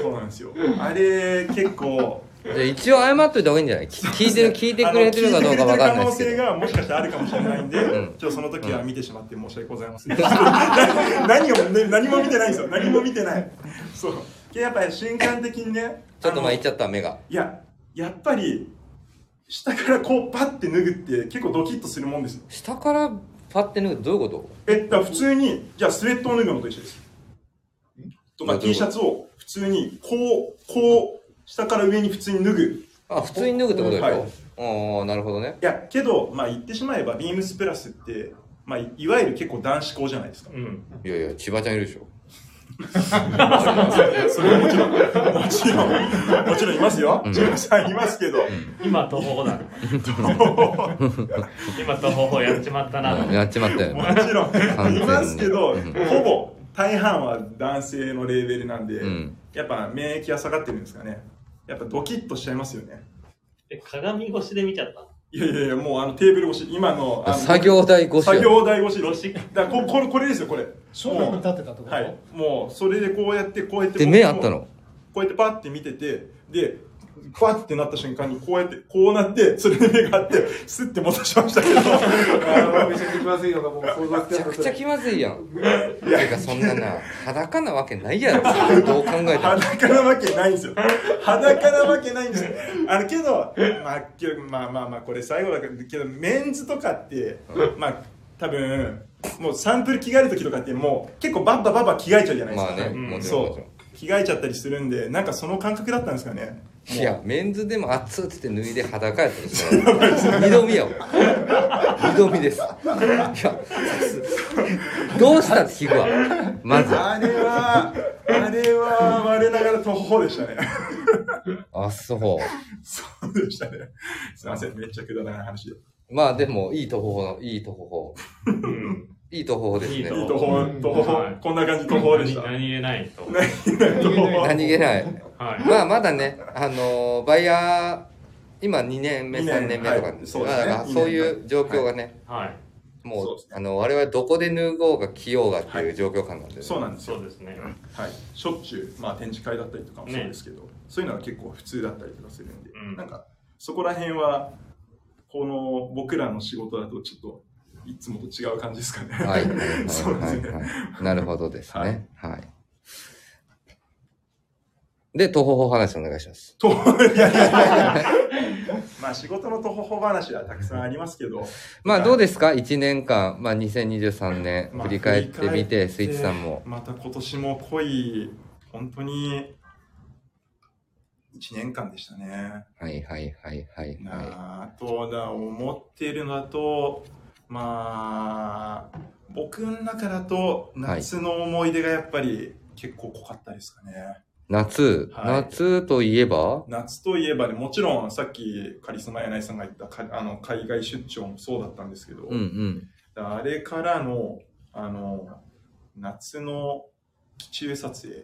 Speaker 4: そうなんですよあれ結構
Speaker 1: じゃあ一応謝っといた方がいいんじゃないき聞いてる、聞いてくれてるかどうかわかんないですけど。
Speaker 4: あの聞いてくれてる可能性がもしかしたらあるかもしれないんで、
Speaker 1: うん
Speaker 4: ちょっとその時は見てしまって申し訳ございません。何を、ね何も見てないんですよ。何も見てない。そう。でやっぱり瞬間的にね、
Speaker 1: ちょっと前行っ
Speaker 4: あの
Speaker 1: ちゃった、目が。
Speaker 4: いや、やっぱり、下からこうパッて脱ぐって結構ドキッとするもんですよ。
Speaker 1: 下からパッて脱ぐどういうこと
Speaker 4: え、だから普通に、じゃあスウェットを脱ぐのと一緒です。と
Speaker 1: ど
Speaker 4: か
Speaker 1: ういう
Speaker 4: T
Speaker 1: こ
Speaker 4: シャツを普通に、こう、こう、下から上に普通に脱ぐ。
Speaker 1: あ、普通に脱ぐってことでし
Speaker 4: はい
Speaker 1: ょああ、なるほどね。
Speaker 4: いや、けど、まあ言ってしまえば、ビームスプラスって、まあ、いわゆる結構男子校じゃないですか。
Speaker 2: うん。
Speaker 1: いやいや、千葉ちゃんいるでしょ。
Speaker 4: それはもちろん、もちろん、もちろんいますよ
Speaker 1: う。ん
Speaker 4: ジムさんいますけど。
Speaker 2: 今、東方だ。今、東方やっちまったな。
Speaker 1: うんやっちまったよ
Speaker 4: も
Speaker 1: ね。
Speaker 4: ちろ
Speaker 1: 完全
Speaker 4: ん、
Speaker 1: に
Speaker 4: いますけど、
Speaker 1: うん
Speaker 4: ほぼ大半は男性のレーベルなんで、
Speaker 1: うん。
Speaker 4: やっぱ免疫が下がってるんですかね。やっぱドキッとしちゃいますよね。
Speaker 2: え鏡越しで見ちゃった。
Speaker 4: いやいやいや、もうあのテーブル越し、今の、あの
Speaker 1: 作業台越し
Speaker 4: 作
Speaker 1: よ。
Speaker 4: 業台越し
Speaker 2: ロ
Speaker 4: です。
Speaker 2: シ
Speaker 4: だからここれ、これですよ、これ。
Speaker 3: 正面に立ってたってこと、
Speaker 4: はい。もう、それでこうやって、こうやって。
Speaker 1: で、目あったの
Speaker 4: こうやってパッて見てて、で、パッてなった瞬間にこうやって、こうなって、それで目があって、スッて戻しましたけど、
Speaker 3: あーめちゃくちゃ気まずいのがもう想像つ
Speaker 1: めちゃ
Speaker 3: かなかっ
Speaker 1: く
Speaker 3: た
Speaker 1: ちゃ気まずいやん。てか、そんなな、裸なわけないやろ。どう考えても。
Speaker 4: 裸なわけないんですよ。裸なわけないんですよ。あの、けど、まあ、けどまあまあまあ、これ最後だけど、けどメンズとかって、まあ、多分、もうサンプル着替える時とかってもう結構バッババッバ着替えちゃうじゃないです
Speaker 1: ま
Speaker 4: か。
Speaker 1: あね、
Speaker 2: ん
Speaker 1: もちろんも
Speaker 4: そ
Speaker 1: ち
Speaker 4: う
Speaker 1: ろ。
Speaker 4: 着替えちゃったりするんで、なんかその感覚だったんですかね。
Speaker 1: ん。いや、メンズでも熱っつって脱いで裸やったでしょ。二度見やわ。二度見です。いや、どうしたって聞くわ。まず。
Speaker 4: あれは、あれは、我ながら途方でしたね。
Speaker 1: あ、そう。
Speaker 4: そうでしたね。すいません、めっちゃくだらない話で。
Speaker 1: まあでも、いいと方法の、いいと方法。
Speaker 2: うん。
Speaker 1: いいと方法です
Speaker 2: いい
Speaker 1: ね
Speaker 2: と。
Speaker 4: い
Speaker 2: 方
Speaker 4: いとほ
Speaker 3: うん
Speaker 4: とほ
Speaker 2: はい
Speaker 4: こんな感じとほで
Speaker 2: 何
Speaker 4: した。
Speaker 2: 何気ないと。
Speaker 4: とほ
Speaker 3: 何
Speaker 1: 何気ない。
Speaker 2: はい。
Speaker 1: まあまだね、あのーバイヤー、今2年目、
Speaker 4: 二年
Speaker 1: 3年目とか、
Speaker 4: はいそうで
Speaker 1: ますあ
Speaker 4: ね
Speaker 1: だからそういう状況がね、
Speaker 2: はい。
Speaker 1: も
Speaker 4: そううですね
Speaker 1: あの我々どこで脱ごうが着ようがっていう状況感なんで、ね
Speaker 4: そうなんです
Speaker 2: そう
Speaker 4: よ。
Speaker 2: ですね。
Speaker 4: はい。しょっちゅう、まあ展示会だったりとかもそうですけど、そういうのは結構普通だったりとかするんで、
Speaker 2: うん
Speaker 4: なんか、そこら辺は、この僕らの仕事だとちょっと、いつもと違う感じですかね。
Speaker 1: はいはいはい
Speaker 4: そうですね
Speaker 1: はいはいなるほどですねはい、で東方法話お願いします
Speaker 4: と、い やいやいやいや。まあ仕事のとほほ話はたくさんありますけど、
Speaker 1: まあどうですか1年間、まあ、2023年
Speaker 4: まあ
Speaker 1: 振り返ってみて、スイ
Speaker 4: 振り返っ
Speaker 1: ッ
Speaker 4: て
Speaker 1: チさんも
Speaker 4: また今年も濃い、本当に、1年間でしたね。
Speaker 1: はいはいはいはい
Speaker 4: な
Speaker 1: は
Speaker 4: ああとだ、思ってるのだと、まあ、僕の中だと、夏の思い出がやっぱり結構濃かったですか
Speaker 1: い
Speaker 4: ね。
Speaker 1: 夏、
Speaker 4: はい
Speaker 1: 夏といえば
Speaker 4: 夏といえばね、もちろんさっきカリスマ柳井さんが言ったかあの海外出張もそうだったんですけど、
Speaker 1: うんうん
Speaker 4: あれからの、あの、夏の気中撮影。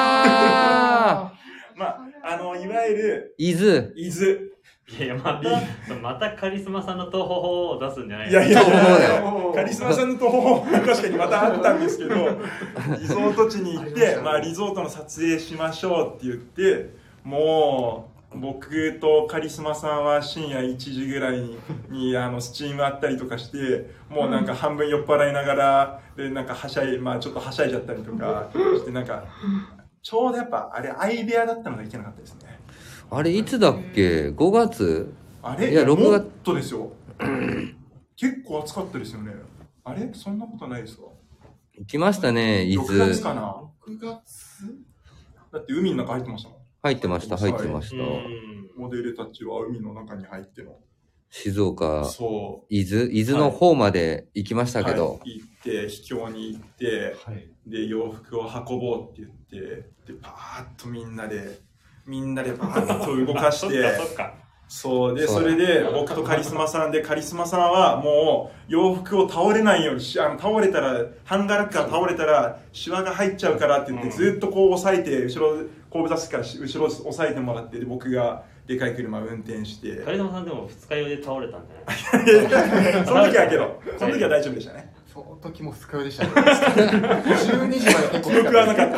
Speaker 1: ああ
Speaker 4: まあ、あの、いわゆる、
Speaker 1: 伊豆
Speaker 4: 伊豆。
Speaker 2: いやいや、また、またカリスマさんの東方を出すんじゃない
Speaker 4: いやい
Speaker 1: そう思う
Speaker 4: やい
Speaker 1: だ
Speaker 4: や
Speaker 1: よ、
Speaker 4: カリスマさんのと 確かにまたあったんですけど、リゾート地に行って、まあリゾートの撮影しましょうって言って、もう、僕とカリスマさんは深夜1時ぐらいに あのスチームあったりとかしてもうなんか半分酔っ払いながらでなんかはしゃいまあちょっとはしゃいじゃったりとかしてなんかちょうどやっぱあれ相部屋だったのがいけなかったですね
Speaker 1: あれいつだっけ5月
Speaker 4: あれ
Speaker 1: いや録画
Speaker 4: もっとですよ結構暑かったですよねあれそんなことないですか
Speaker 1: 行きましたね伊
Speaker 4: 6
Speaker 1: 豆
Speaker 4: 月かな
Speaker 3: 6月
Speaker 4: だって海の中入ってましたも
Speaker 1: 入ってました入ってま
Speaker 2: う
Speaker 1: した
Speaker 2: ん。
Speaker 4: んモデルたちは海の中に入っての
Speaker 1: 静岡
Speaker 4: そ
Speaker 1: 伊豆伊豆の方まで行きまし
Speaker 4: う
Speaker 1: たけど、
Speaker 4: はい行って秘境に行って
Speaker 5: はい。
Speaker 4: で洋服を運ぼうって言ってでパーッとみんなでみんなでパーッと動か し
Speaker 2: そっかそ
Speaker 4: て
Speaker 2: っか。
Speaker 4: そうで
Speaker 1: そう
Speaker 4: そ
Speaker 1: だ
Speaker 4: れで僕とカリスマさんでカリスマさんはもう洋服を倒れないようにしあの倒れたらハンガーラックが倒れたらシワが入っちゃうからって言って、
Speaker 2: うん
Speaker 4: ずっとこう押さえて後ろ後部座席からし後ろ押さえてもらってで僕がでかい車を運転して
Speaker 2: カリスマさんでも二日酔いで倒れたんじゃない
Speaker 4: その時はけど、その時は大丈夫でしたね。
Speaker 5: その時も二日酔いでしたね。12時まで結構
Speaker 4: 記憶はなかった。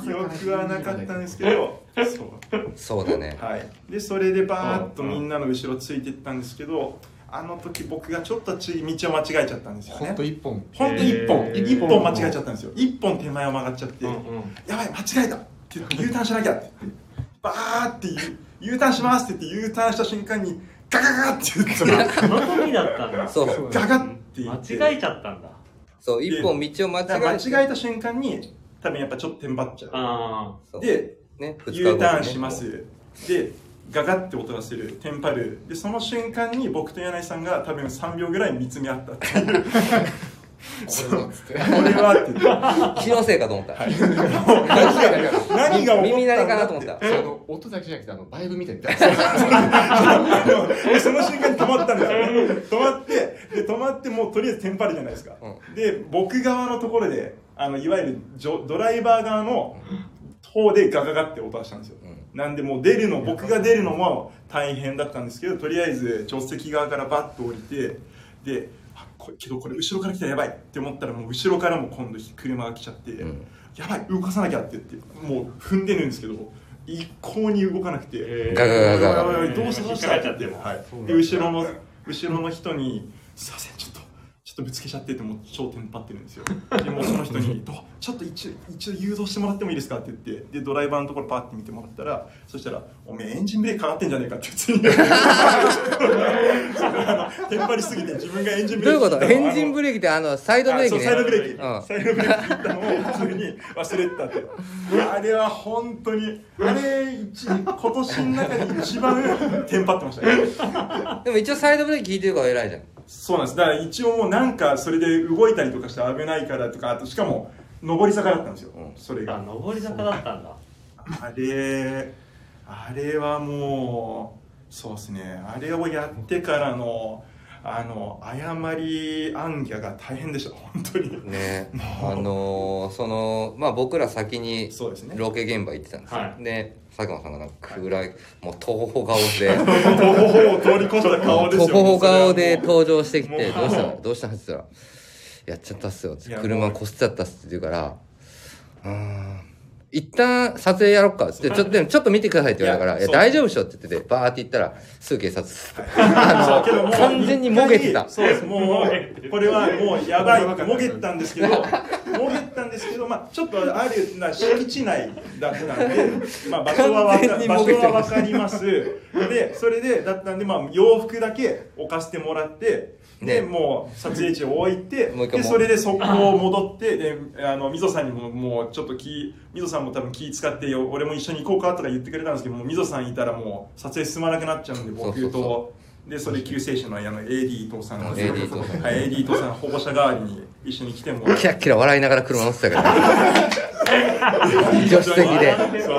Speaker 4: 記憶はなかったんですけどそう
Speaker 1: そうだね。
Speaker 4: はい、でそれでバーッとみんなの後ろついてったんですけどあの時僕がちょっとち道を間違えちゃったんですよ
Speaker 5: 本
Speaker 4: ね
Speaker 5: 当一本。
Speaker 4: ほんと1本
Speaker 2: へー
Speaker 4: 1本間違えちゃったんですよ1本手前を曲がっちゃって、
Speaker 5: うんう
Speaker 4: や
Speaker 5: ん。
Speaker 4: ばい間違えたって言って U ターンしなきゃって言ってバーって言う U ターンしますって言って U ターンした瞬間にガガガって言ったら
Speaker 2: その時だったんだ。
Speaker 1: そう
Speaker 3: そう
Speaker 4: ガガって言って
Speaker 2: 間違えちゃったんだ。
Speaker 1: そう一本道を間違
Speaker 4: だから
Speaker 1: えて
Speaker 4: 間違えた瞬間に多分やっぱちょっとテンパっちゃう
Speaker 2: あ
Speaker 1: そう
Speaker 4: で
Speaker 1: ね二日後
Speaker 4: U
Speaker 1: に
Speaker 4: タ
Speaker 1: ね
Speaker 4: ーンしますでガガって音がするテンパるでその瞬間に僕と柳井さんが多分3秒ぐらい見つめ合ったっていうそう
Speaker 5: つって。
Speaker 4: 俺は って言って
Speaker 1: 気のせいかと思った。
Speaker 4: 何が起こったんだって
Speaker 1: 耳鳴りかなと思った。
Speaker 5: あの音だけじゃなくてあのバイブみたいな。
Speaker 4: でその瞬間に止まったんですよね止まってで止まってもうとりあえずテンパるじゃないですか、
Speaker 1: う
Speaker 4: で僕側のところであのいわゆるジョドライバー側の方でガガガって音がしたんですよ、
Speaker 1: う
Speaker 4: なんでもう出るの僕が出るのも大変だったんですけどとりあえず助手席側からバッと降りてであこれけどこれ後ろから来たらやばいって思ったらもう後ろからも今度車が来ちゃって、
Speaker 1: ん
Speaker 4: やばい動かさなきゃって言ってもう踏んでるんですけど一向に動かなくて、
Speaker 2: あ。へー
Speaker 1: ガガガガガ
Speaker 4: おいおいおいどうしたどうした
Speaker 2: 引っかかっちゃっても
Speaker 4: はい、で後ろの後ろの人に「すいませんちょっとちょっとぶつけちゃって」ってもう超テンパってるんですよでもうその人にど「ちょっと一応一応誘導してもらってもいいですか?」って言ってでドライバーのところパーって見てもらったらそしたら「おめえエンジンブレーキかかってんじゃねえか」って普通にあのテンパりすぎて自分がエンジンブ
Speaker 1: どうい
Speaker 4: レ
Speaker 1: う
Speaker 4: ーキ
Speaker 1: ことエンジンブ
Speaker 4: レ
Speaker 1: レーキっ
Speaker 4: ーキ
Speaker 1: てあのサイドブレーキね
Speaker 4: サイドブレーキ、
Speaker 1: うん
Speaker 4: サイドブレーキ切ったのを普通に忘れてたってあれは本当にあれ一今年の中で一番テンパってましたね
Speaker 1: でも一応サイドブレーキ聞いてるから偉いじゃん
Speaker 4: そうなんですだから一応もうなんかそれで動いたりとかして危ないからとかあとしかも上り坂だったんですよ、
Speaker 1: うん
Speaker 4: それ
Speaker 2: あ
Speaker 4: が
Speaker 2: 上り坂だったんだ。
Speaker 4: あれあれはもうそうですねあれをやってからのあの誤り暗脚が大変でした本当に
Speaker 1: ねあのーそのまあ僕ら先に
Speaker 4: そうですね
Speaker 1: ロケ現場行ってたんですよ、
Speaker 2: は
Speaker 1: で佐久間さんがなんか暗い、もう徒歩顔 で
Speaker 4: 徒歩を通り越した顔です
Speaker 1: 徒
Speaker 4: よ
Speaker 1: 歩顔で登場してき
Speaker 4: も
Speaker 1: て
Speaker 4: う
Speaker 1: 「どうしたのどうしたの?」って言ったら「やっちゃったっすよ」って
Speaker 4: いや
Speaker 1: 車こすっちゃったっすって言うから「うーん一旦撮影やろっか」っつって「ちょっとでもちょっと見てください」って言われたから「い
Speaker 4: い
Speaker 1: や
Speaker 4: や
Speaker 1: 大丈夫っしょ」って言っててバーって行ったらすぐ警察
Speaker 4: そうけども う
Speaker 1: 完全にもげてた
Speaker 4: そうですもうこれはもうやばいもげたんで すけどもげたんですけどまあちょっとあるな敷地内 だったんで、まあ、場所はわか
Speaker 1: 完全に
Speaker 4: 場
Speaker 1: もげて
Speaker 4: 所
Speaker 1: ました
Speaker 4: はわかりますでそれでだったんでまあ洋服だけ置かせてもらって
Speaker 1: ね
Speaker 4: で、もう撮影地を置いて
Speaker 1: もう一回
Speaker 4: で
Speaker 1: もう
Speaker 4: それで速攻戻ってであの溝さんにももうちょっと気溝さんも多分気使ってよ俺も一緒に行こうかとか言ってくれたんですけどもう溝さんいたらもう撮影進まなくなっちゃうんで僕と。
Speaker 1: そうそうそう
Speaker 4: でそれ救世主のあの AD 伊藤さんが
Speaker 1: うん AD 伊藤さん
Speaker 4: はい AD 伊藤さん保護者代わりに一緒に来てもらって
Speaker 1: キラッキラ笑いながら車乗ってたか ら助手席で
Speaker 4: そ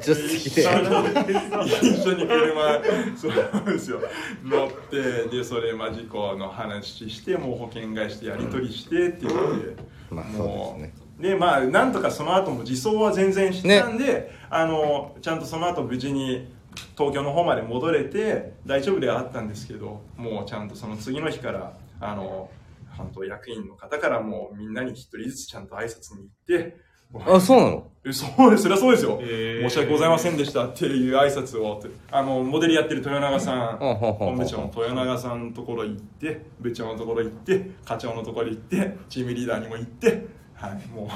Speaker 4: う
Speaker 1: 助手席で
Speaker 4: 一緒に一緒に車そうなんですよ乗ってでそれま事故の話してもう保険会社でやり取りしてって言って。
Speaker 1: まあそうです
Speaker 4: も
Speaker 1: ね
Speaker 4: うでまあなんとかその後も自走は全然してたんで、あのちゃんとその後無事に東京の方まで戻れて大丈夫ではあったんですけどもうちゃんとその次の日からあの本当役員の方からもうみんなに一人ずつちゃんと挨拶に行って
Speaker 1: あ そうなの
Speaker 4: えそうですそりゃそうですよ、
Speaker 2: へー
Speaker 4: 申し訳ございませんでしたっていう挨拶をってあのモデルやってる豊永さん
Speaker 1: うんうんうんうん
Speaker 4: 本部長の豊永さんのところ行って部長のところ行って課長のところ行ってチームリーダーにも行ってはいもう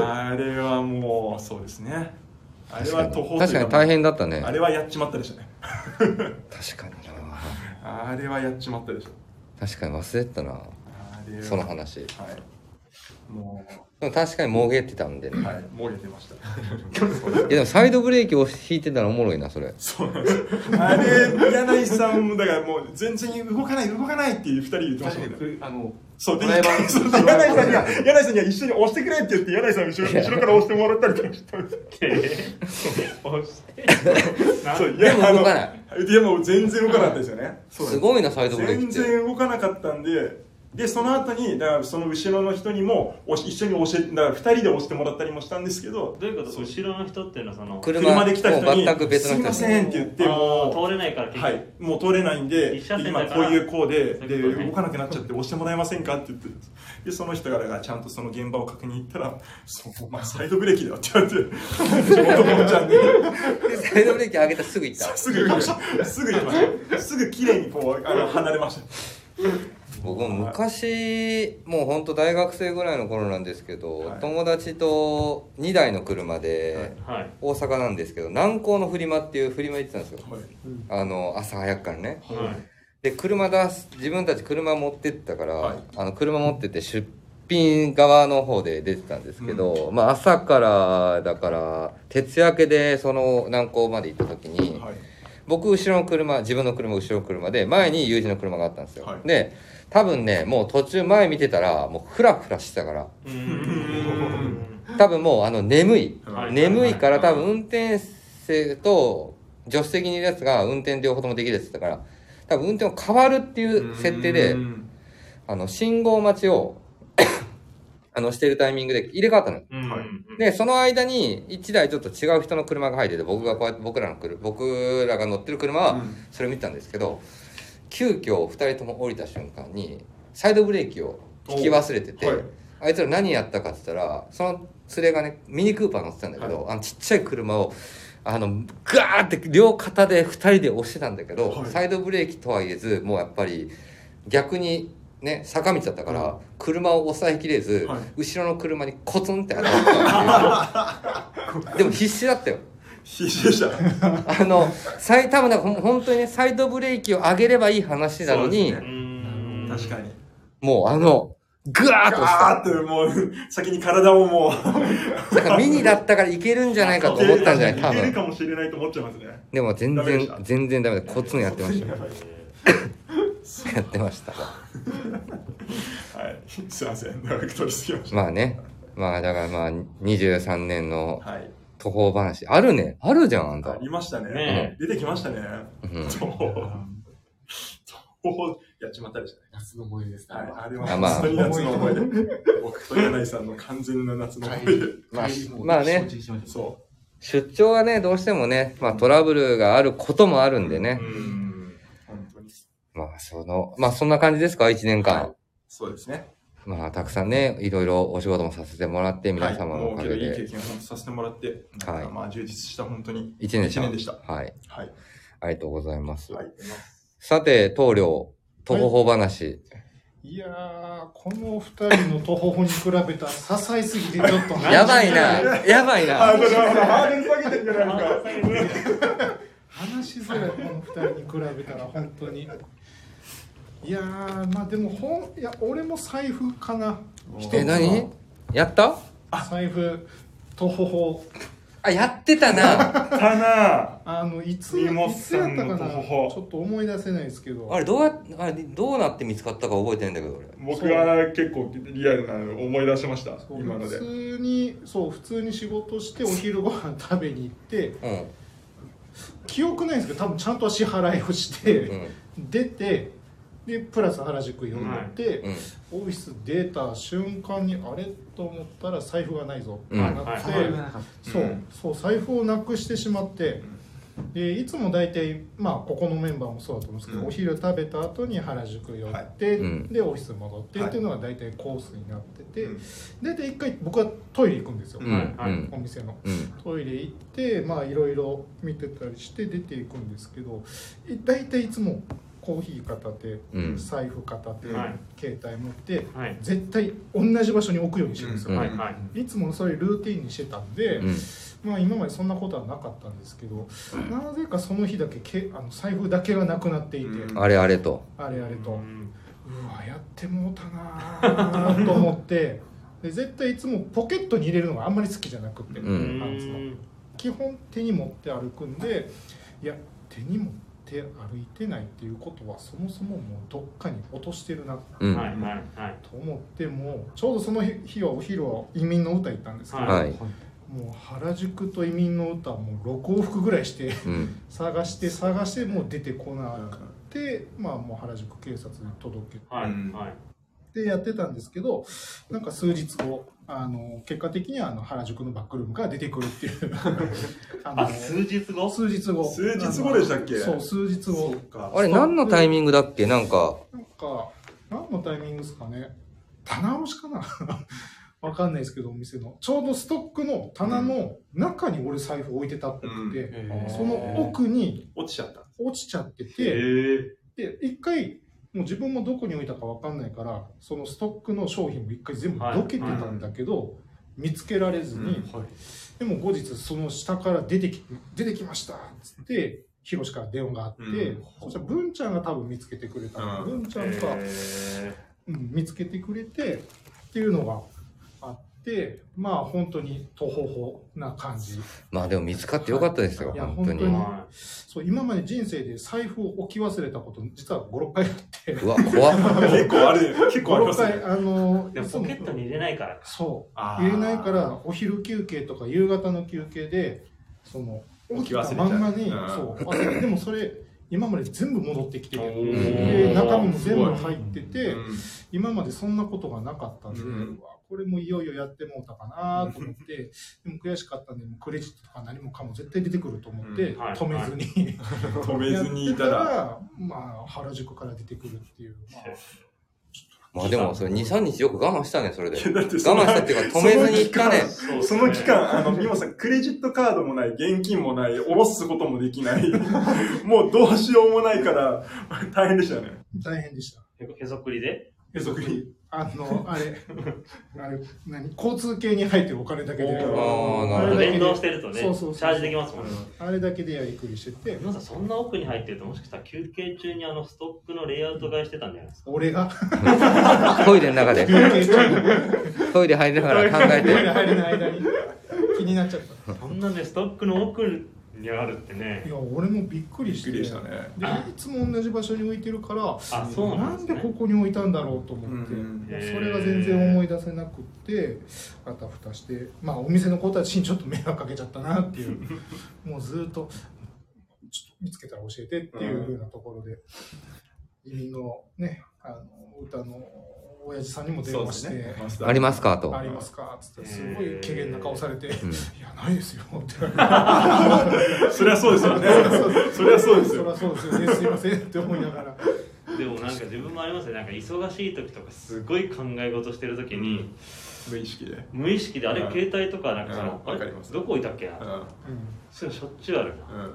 Speaker 4: あれはもうそうですねあれ
Speaker 1: 確
Speaker 4: は
Speaker 1: か
Speaker 4: 途
Speaker 1: に
Speaker 4: 方という
Speaker 1: 確かに大変だったね
Speaker 4: あれはやっちまったでしたね
Speaker 1: 確かにな
Speaker 4: あれはやっちまったでした
Speaker 1: 確かに忘れてたな
Speaker 4: あれは
Speaker 1: その話で
Speaker 4: はいも
Speaker 1: も確かにもげてたんでね、
Speaker 4: う
Speaker 1: い、
Speaker 4: はいもうげてました
Speaker 1: やでもサイドブレーキを引いてたらおもろいなそれ
Speaker 4: そうなんですよあれ柳井さんもだからもう全然動かない動かないっていう2人言ってましたもんね
Speaker 5: あの
Speaker 4: そうで
Speaker 5: ドライバ ー
Speaker 4: そうで柳井さんには柳井さんには一緒に押してくれって言って柳井さん後ろ後ろから押してもらったりとかしてたんです
Speaker 2: へー押して。なん
Speaker 4: そう
Speaker 1: でも動か
Speaker 4: いやあのいやもう全然動かなかったですよね
Speaker 1: すごいなサイドブレーキ
Speaker 4: 全
Speaker 1: って
Speaker 4: 然動かなかったんででその後にだからその後ろの人にもおし一緒に押してだから2人で押してもらったりもしたんですけど
Speaker 2: どういうこと後ろの人っていうのはその
Speaker 1: 車
Speaker 4: 車で来た人
Speaker 1: もう
Speaker 4: に
Speaker 1: 全く
Speaker 4: 「
Speaker 1: 別
Speaker 4: す
Speaker 1: の
Speaker 4: い
Speaker 1: 人に
Speaker 4: ません」って言って
Speaker 2: あー
Speaker 4: もう
Speaker 2: 通れないから結局、
Speaker 4: はい、もう通れないんで
Speaker 2: 一車線だ
Speaker 4: 今
Speaker 2: から
Speaker 4: こういうこうで
Speaker 2: そう
Speaker 4: で
Speaker 2: いうことね
Speaker 4: 動かなくなっちゃって押してもらえませんかって言ってでその人からがちゃんとその現場を確認行ったら「そうお前サイドブレーキだよ」って言われてちょっともうちゃんで
Speaker 1: でサイドブレーキ上げたらす ぐ行った
Speaker 4: すぐ行きましたすぐ行きましたすぐ綺麗にこうあの離れました
Speaker 1: 僕も昔もう本当大学生ぐらいの頃なんですけど、
Speaker 4: はい
Speaker 1: 友達と2台の車で
Speaker 2: はい
Speaker 1: 大阪なんですけど南港のフリマっていうフリマ行ってたんですよ
Speaker 4: はい
Speaker 1: あの朝早くからね
Speaker 2: はい
Speaker 1: で車出す自分たち車持ってったから、
Speaker 4: はい
Speaker 1: あの車持ってって出品側の方で出てたんですけど、まあ朝からだから徹夜明けでその南港まで行った時に、
Speaker 4: はい
Speaker 1: 僕後ろの車自分の車後ろの車で前に友人の車があったんですよ、
Speaker 4: はい
Speaker 1: で多分ねもう途中前見てたらもうフラフラしてたから
Speaker 2: うーん
Speaker 4: ん
Speaker 1: 多分もうあの眠い
Speaker 2: はい
Speaker 1: 眠いから多分運転手と助手席にいるやつが運転両方ともできるやつだから多分運転を変わるっていう設定で
Speaker 4: うん
Speaker 1: あの信号待ちを あのしてるタイミングで入れ替わったの
Speaker 2: うん
Speaker 4: はい
Speaker 1: でその間に1台ちょっと違う人の車が入ってて僕がこうやって僕らの車僕らが乗ってる車
Speaker 4: う
Speaker 1: は
Speaker 4: ん
Speaker 1: それを見てたんですけど急遽2人とも降りた瞬間にサイドブレーキを引き忘れてて、
Speaker 4: おはい
Speaker 1: あいつら何やったかって言ったらその連れがねミニクーパー乗ってたんだけど、あのちっちゃい車をあのガーって両肩で2人で押してたんだけど、
Speaker 4: はい
Speaker 1: サイドブレーキとは言えずもうやっぱり逆に。ね、坂道だったから、車を抑えきれず、
Speaker 4: はい
Speaker 1: 後ろの車にコツンって当たったっていう でも必死だったよ
Speaker 4: 必死でした
Speaker 1: あの最多分なんかほん本当にねサイドブレーキを上げればいい話なのに
Speaker 4: そうです
Speaker 2: う
Speaker 4: ね
Speaker 2: ん
Speaker 4: 確かに
Speaker 1: もうあのグワーッと押
Speaker 4: ガーッともう先に体をもう
Speaker 1: しただからミニだったからいけるんじゃないかと思ったんじゃない多
Speaker 4: いける
Speaker 1: 分
Speaker 4: かもしれないと思っちゃいますね
Speaker 1: でも全
Speaker 4: ダメでし
Speaker 1: 然
Speaker 4: た
Speaker 1: 全然ダメだコツンやってましたよ
Speaker 4: はい
Speaker 1: やってました
Speaker 4: はいすいません長く取りすぎました
Speaker 1: まあねまあだからまあ23年の
Speaker 4: はい
Speaker 1: 途方話あるねあるじゃんあん
Speaker 4: あ
Speaker 1: た
Speaker 4: りましたね
Speaker 2: ね
Speaker 4: 出てきましたね
Speaker 1: うん
Speaker 4: そうそうやっちまったりして
Speaker 5: 夏の思い出ですね。
Speaker 4: はい、あれ
Speaker 1: あ
Speaker 4: は
Speaker 1: まあ
Speaker 4: 本当に夏の思い出。 僕と柳井さんの完全な夏の思い出。
Speaker 1: まあ
Speaker 5: 帰りも
Speaker 1: まあね
Speaker 5: 承知しました
Speaker 4: そ
Speaker 1: 出張はねどうしてもねまあトラブルがあることもあるんでね
Speaker 4: う。うん。本当に。
Speaker 1: まあそのまあそんな感じですか1年間
Speaker 4: そうですね。
Speaker 1: まあ、たくさんね、いろいろお仕事もさせてもらって、皆様の
Speaker 4: も
Speaker 1: お
Speaker 4: う
Speaker 1: か
Speaker 4: け
Speaker 1: げ
Speaker 4: どいい経
Speaker 1: で、
Speaker 4: 験を本当させてもらって、
Speaker 1: はい
Speaker 4: なんかまあ充実した本当に。
Speaker 1: 1年でした。
Speaker 4: 一年でした
Speaker 1: はい。
Speaker 4: はい。
Speaker 1: ありがとうございます。
Speaker 4: はい。
Speaker 1: さて、棟梁、徒歩法話。
Speaker 3: いやーこの二人の徒歩に比べたら些細すぎてちょっと
Speaker 1: やばいな、やばいな
Speaker 4: あ、こ。れ はハードル下げてんじゃないのか。
Speaker 3: 話しづらいこの二人に比べたら本当にいやーまあでもほんいや俺も財布かな一つは
Speaker 1: え、何やった
Speaker 3: 財布徒歩法
Speaker 1: あ、やってたな。
Speaker 4: たな
Speaker 3: あのいつ
Speaker 4: 荷物
Speaker 3: いつやったかな
Speaker 4: さんの徒
Speaker 3: ち
Speaker 4: 歩法
Speaker 3: ょっと思い出せないですけど
Speaker 1: あれ、どうや、あれ、どうなって見つかったか覚えてんだけど、俺。
Speaker 4: 僕は結構リアルなの思い出しました。
Speaker 3: そう
Speaker 4: 今ので。
Speaker 3: 普通にそう普通に仕事してお昼ご飯食べに行って
Speaker 1: うん。
Speaker 3: 記憶ないんですけど多分ちゃんと支払いをして、
Speaker 1: うん。
Speaker 3: 出てでプラス原宿寄って、
Speaker 1: うん。
Speaker 3: オフィス出た瞬間にあれと思ったら財布がないぞって
Speaker 1: うん
Speaker 3: なって、
Speaker 5: 財布がなかっ
Speaker 3: そう
Speaker 4: うん
Speaker 3: そう財布をなくしてしまってでいつも大体まあここのメンバーもそうだと思うんですけど、
Speaker 4: うん
Speaker 3: お昼食べた後に原宿寄って、
Speaker 1: うん
Speaker 3: でオフィス戻って
Speaker 4: はい
Speaker 3: っていうのが大体コースになってて、
Speaker 4: うん
Speaker 3: 大体一回僕はトイレ行くんですよ、
Speaker 1: うん。うん
Speaker 3: お。店の。
Speaker 1: うん。
Speaker 3: トイレ行ってまあいろいろ見てたりして出ていくんですけどい大体いつもコーヒー片手、
Speaker 1: うん
Speaker 3: 財布片手、
Speaker 2: はい
Speaker 3: 携帯持って
Speaker 2: はい
Speaker 3: 絶対同じ場所に置くようにしてるんですよ、
Speaker 1: うん
Speaker 2: はいはい
Speaker 3: いつもそういうルーティンにしてたんで、
Speaker 1: うん。
Speaker 3: まあ今までそんなことはなかったんですけど、なぜかその日だけけあの財布だけがなくなっていて、
Speaker 4: うん
Speaker 1: あれあれと。
Speaker 3: あれあれと、
Speaker 2: う
Speaker 3: うんわやってもうたなーと思ってで絶対いつもポケットに入れるのがあんまり好きじゃなくて、
Speaker 1: う
Speaker 2: うん
Speaker 3: パンツの。
Speaker 2: ん
Speaker 3: 基本手に持って歩くんでいや手に持って歩いてないっていうことはそもそももうどっかに落としてるな
Speaker 1: うん。
Speaker 2: はい
Speaker 1: は。
Speaker 2: はいはい
Speaker 3: と思ってもうちょうどその日日はお昼は移民の歌行ったんですけど、
Speaker 2: はい
Speaker 3: もう原宿と移民の歌はもう6往復ぐらいして
Speaker 1: うん。
Speaker 3: 探して探してもう出てこなくてまあもう原宿警察に届け
Speaker 2: はいはい
Speaker 3: でやってたんですけど、なんか数日後、あの、結果的にはあの原宿のバックルームから出てくるって いう。あの
Speaker 2: あ、数日後
Speaker 3: 数日後。
Speaker 4: 数日後でしたっけ
Speaker 3: そう、数日後。
Speaker 4: か
Speaker 1: あれ、何のタイミングだっけなんか、
Speaker 3: なんか、何のタイミングですかね。棚押しかな わかんないですけど、お店の。ちょうどストックの棚の中に俺財布置いてたっぽくて、
Speaker 5: えー
Speaker 3: その奥に
Speaker 4: 落ちちゃった。
Speaker 3: 落ちちゃってて、
Speaker 2: えー、
Speaker 3: で一回もう自分もどこに置いたか分かんないからそのストックの商品も一回全部どけてたんだけど、見つけられずに、
Speaker 4: うん
Speaker 5: はい
Speaker 3: でも後日その下から出てき出てきましたっつってヒロシから電話があって、
Speaker 4: うん
Speaker 3: そしたら文ちゃんが多分見つけてくれたの、
Speaker 4: う
Speaker 3: 文ちゃんが、うん、見つけてくれてっていうのがあってまあ本当に途方法な感じ
Speaker 1: まあでも見つかってよかったですよ、
Speaker 3: いや
Speaker 1: 本当に。
Speaker 3: 本
Speaker 2: は
Speaker 3: そう今まで人生で財布を置き忘れたこと実は56回あって
Speaker 1: うわ、怖っ。
Speaker 4: 結構ある、結構ありま
Speaker 3: 56
Speaker 4: すね
Speaker 3: 回。あの
Speaker 2: い、でもポケットに入れないからか。
Speaker 3: そう
Speaker 4: あー
Speaker 3: 入れないからお昼休憩とか夕方の休憩でその
Speaker 4: 置き忘れちゃう
Speaker 3: まんまに、
Speaker 4: うん
Speaker 3: そう忘れでもそれ今まで全部戻ってきてて
Speaker 1: ー
Speaker 3: で中身も
Speaker 4: す
Speaker 3: 全
Speaker 4: ご
Speaker 3: 部
Speaker 4: い
Speaker 3: 入ってて、
Speaker 4: うん
Speaker 3: 今までそんなことがなかったんで、
Speaker 4: うん
Speaker 3: うわこれもいよいよやってもうたかなと思ってでも悔しかったんでもうクレジットとか何もかも絶対出てくると思って、
Speaker 2: うんはい
Speaker 3: 止めずに、
Speaker 4: 止めずにいたら、
Speaker 3: やってたらまあ原宿から出てくるっていう、まあ
Speaker 1: まあでも、それ2、3日よく我慢したね、それで。
Speaker 4: いや
Speaker 1: 我
Speaker 4: だって
Speaker 1: 慢
Speaker 4: その
Speaker 1: したっていうか、止めずに行ったね。
Speaker 2: そう
Speaker 4: その期間、あの、美穂さん、クレジットカードもない、現金もない、下ろすこともでき ない、もうどうしようもないから、大変でしたね。
Speaker 3: 大変でした。
Speaker 2: へそくりで。
Speaker 4: へそくり。
Speaker 3: あの、あれ、あれ、何交通系に入ってるお金だけで、
Speaker 1: あ
Speaker 4: お
Speaker 1: ー、なるほど。
Speaker 2: 連動してるとね、チ
Speaker 3: そ
Speaker 2: ャ
Speaker 3: うそうそう
Speaker 2: ージできますもんね。
Speaker 3: あれだけでやりくりしてて、
Speaker 2: 皆さん、そんな奥に入ってると、もしかしたら休憩中にあのストックのレイアウト買いしてたんじゃないですか。
Speaker 3: 俺が、
Speaker 1: トイレの中で、トイレ入りながら考え
Speaker 3: トイレ
Speaker 1: て。
Speaker 3: 入れない間に気になっちゃった。
Speaker 2: そんなね、ストックの奥にあるってね
Speaker 3: い。や、俺もびっく
Speaker 4: び
Speaker 3: り
Speaker 4: っ
Speaker 3: して、
Speaker 4: くりでしたね。
Speaker 3: でいつも同じ場所に置いてるから、
Speaker 2: あ、そうな
Speaker 3: なん
Speaker 2: です
Speaker 3: んで
Speaker 2: ね
Speaker 3: こ。こに置いたんだろうと思って、
Speaker 4: うん
Speaker 3: もうそれが全然思い出せなくって、あたふたして、まあ、お店の子たちにちょっと迷惑かけちゃったなって いう、もうずっと、ちょっと見つけたら教えてっていうふうなところで、移民のね、あの歌の親父さんにも電話して、
Speaker 1: ありますかと。
Speaker 3: ありますかつって、すごい軽減な顔されて、
Speaker 1: うん
Speaker 3: いや、ないですよ って言われて。
Speaker 4: そりゃそうですよね。そりゃそうです
Speaker 3: そり
Speaker 4: よ。
Speaker 3: ゃそうですよね、すいませんって思いながら。
Speaker 2: でもなんか自分もありますね。なんか忙しい時とか、すごい考え事してる時に、
Speaker 4: 無意識で。
Speaker 2: 無意識で、あれ
Speaker 4: うん
Speaker 2: 携帯とかなんかその、
Speaker 4: うん
Speaker 2: あれ
Speaker 4: わかります
Speaker 2: どこ置いたっけな
Speaker 4: う。ん
Speaker 3: うん
Speaker 2: そういうのしょっちゅうあるな。
Speaker 4: うん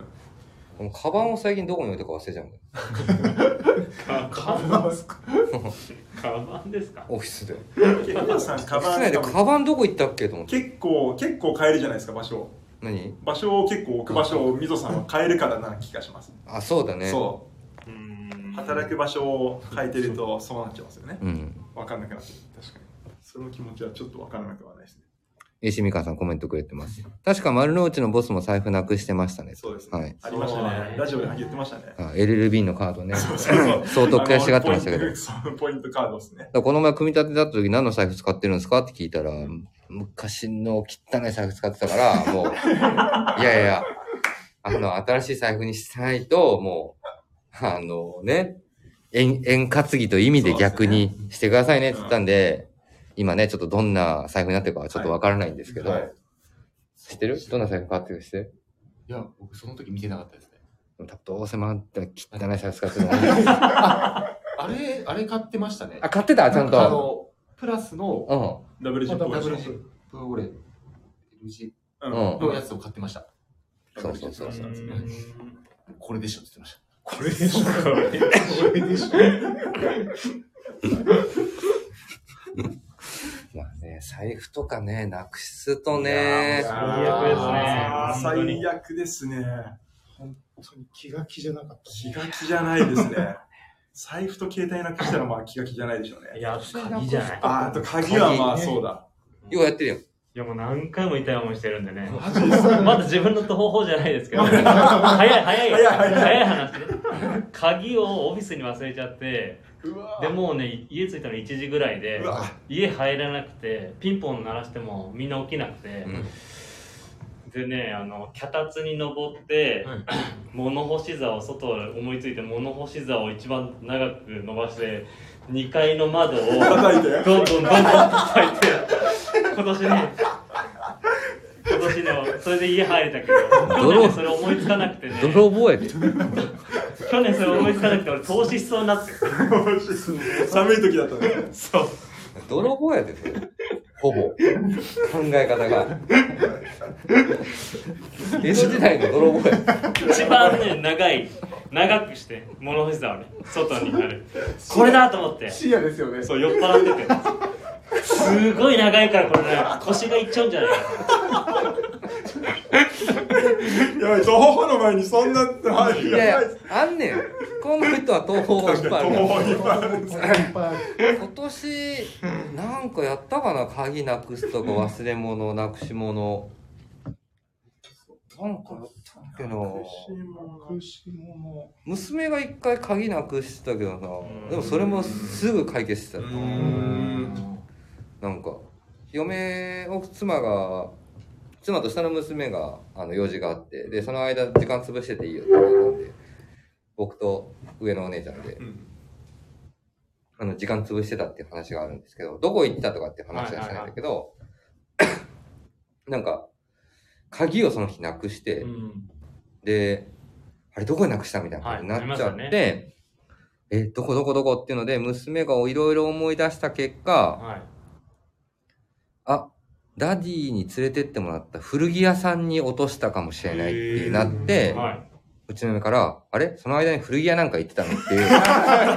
Speaker 1: もうカバンを最近どこに置いたか忘れちゃうんだよ。
Speaker 2: か、か、カバンですか
Speaker 1: オフィスで。
Speaker 4: 結構さん、カ
Speaker 1: 室
Speaker 4: バ
Speaker 1: 内
Speaker 4: ン
Speaker 1: でカバンどこ行ったっけと思って。
Speaker 4: 結構、結構変えるじゃないですか、場所を。
Speaker 1: 何
Speaker 4: 場所を結構置く場所を、みぞさんは変えるからな気がします。
Speaker 1: あ、そうだね。
Speaker 4: そうう。
Speaker 2: ん
Speaker 4: 働く場所を変えてると、そうなっちゃいますよね。
Speaker 1: うん。
Speaker 4: わかんなくなっちゃう。確かに。その気持ちはちょっとわからなくはないですね。
Speaker 1: 石美川さんコメントくれてます。確か丸の内のボスも財布なくしてましたね。
Speaker 4: そうですね。
Speaker 1: はい。
Speaker 4: ありました
Speaker 2: そう
Speaker 4: ね
Speaker 2: ね。
Speaker 4: ラジオで言ってましたね。
Speaker 1: あ LLB のカードね。
Speaker 4: そうそう
Speaker 1: 相当悔しがってましたけど
Speaker 4: あ。のポイントそうポイントカードですね
Speaker 1: だ。からこの前組み立てだった時何の財布使ってるんですかって聞いたら、昔の汚い財布使ってたから、もう、いやいや、あの、新しい財布にしないと、もう、あのね、円、円担ぎという意味で逆にしてくださいねって言ったんで、今ね、ちょっとどんな財布になってるかはちょっとわからないんですけど、
Speaker 4: はい
Speaker 1: 知ってるどんな財布買ってるか知ってる
Speaker 5: いや僕その時見てなかったですね
Speaker 1: 多分どうせ回ったら汚い財布使ってるの
Speaker 5: あれあれ買ってましたね
Speaker 1: あ、買ってたちゃん
Speaker 5: あ
Speaker 1: と。
Speaker 5: のプラスの
Speaker 1: うん。
Speaker 4: ダブルジップ
Speaker 3: また
Speaker 4: を
Speaker 5: ダブル
Speaker 4: ジ
Speaker 5: ジ
Speaker 4: ッ
Speaker 5: ッ
Speaker 4: プ。
Speaker 5: プーゴレ LG
Speaker 4: うん
Speaker 1: うん
Speaker 5: のやつを買ってました
Speaker 4: ダブルジップ
Speaker 1: そうそうそう
Speaker 4: そううん
Speaker 5: これでしょって言ってました
Speaker 3: これでしょ。これでしょ。
Speaker 1: まあね、財布とかね、なくすと
Speaker 2: い
Speaker 1: ね、
Speaker 2: や
Speaker 4: あー
Speaker 2: 最悪ですね
Speaker 4: 最悪ですね。
Speaker 3: 本当に気が気じゃなかった。
Speaker 4: 気が気じゃないですね。財布と携帯なくしたらまあ気が気じゃないでしょう
Speaker 2: い
Speaker 4: ね。
Speaker 2: や、鍵じゃない。
Speaker 4: あーあと鍵はまあ
Speaker 3: 鍵ね
Speaker 4: そうだ。
Speaker 1: ようやってるよ。
Speaker 2: いやもう何回も痛い思いしてるんでね。まだ自分の途方法じゃないですけ ど。早い 早いよ
Speaker 4: 早い早い
Speaker 2: 早い話ね。鍵をオフィスに忘れちゃって、
Speaker 4: うわ
Speaker 2: でもうね、家着いたの1時ぐらいで
Speaker 4: うわ、
Speaker 2: 家入らなくて、ピンポン鳴らしてもみんな起きなくて、
Speaker 1: うん
Speaker 2: でね、あの、脚立に登って、
Speaker 5: はい
Speaker 2: 物干し竿、外を思いついて物干し竿を一番長く伸ばして、 2階の窓をどんどん
Speaker 4: 叩いて
Speaker 2: どんどん叩いて今年ね今年のそれで家入れたけど去年それ思いつかなくてね
Speaker 1: 泥棒やで。
Speaker 2: 去年それ思いつかなくて俺投資しそうになって
Speaker 4: 寒い時だったね
Speaker 2: そう
Speaker 1: 泥棒やで、それ。ほぼ。考え方が。江戸時代の泥棒や。
Speaker 2: 一番ね長い長くして物干し竿をね外にあるこれだと思って
Speaker 6: 深夜ですよね
Speaker 2: そう酔っ払っててすごい長いからこれね腰がいっちゃうんじゃないかな
Speaker 4: やばい徒歩の前にそんなはいいや
Speaker 1: や
Speaker 4: ば
Speaker 1: い
Speaker 4: い
Speaker 1: や、あんねん。この人は東方がいっぱいあるから。
Speaker 4: 徒歩いっぱいある
Speaker 1: 今年なんかやったかな鍵なくすとか忘れ物なくし物なんかやったっけな
Speaker 3: 隠し物
Speaker 1: 娘が一回鍵なくしてたけど
Speaker 4: ん
Speaker 1: なでもそれもすぐ解決してた
Speaker 4: う
Speaker 1: な
Speaker 4: ー
Speaker 1: なんか嫁を妻が妻と下の娘があの用事があってでその間時間潰してていいよって言われたんで僕と上のお姉ちゃんで
Speaker 4: ん
Speaker 1: あの時間潰してたっていう話があるんですけどどこ行ったとかっていう話はしないんだけど なんか鍵をその日なくして
Speaker 4: うん
Speaker 1: であれどこになくしたみたいなことになっちゃっ
Speaker 2: はいありますよ
Speaker 1: てえどこどこどこっていうので娘がいろいろ思い出した結果
Speaker 2: はい
Speaker 1: あダディに連れてってもらった古着屋さんに落としたかもしれないってなって、
Speaker 2: は
Speaker 1: うちの嫁から、あれその間に古着屋なんか行ってたのっていう。
Speaker 2: いあ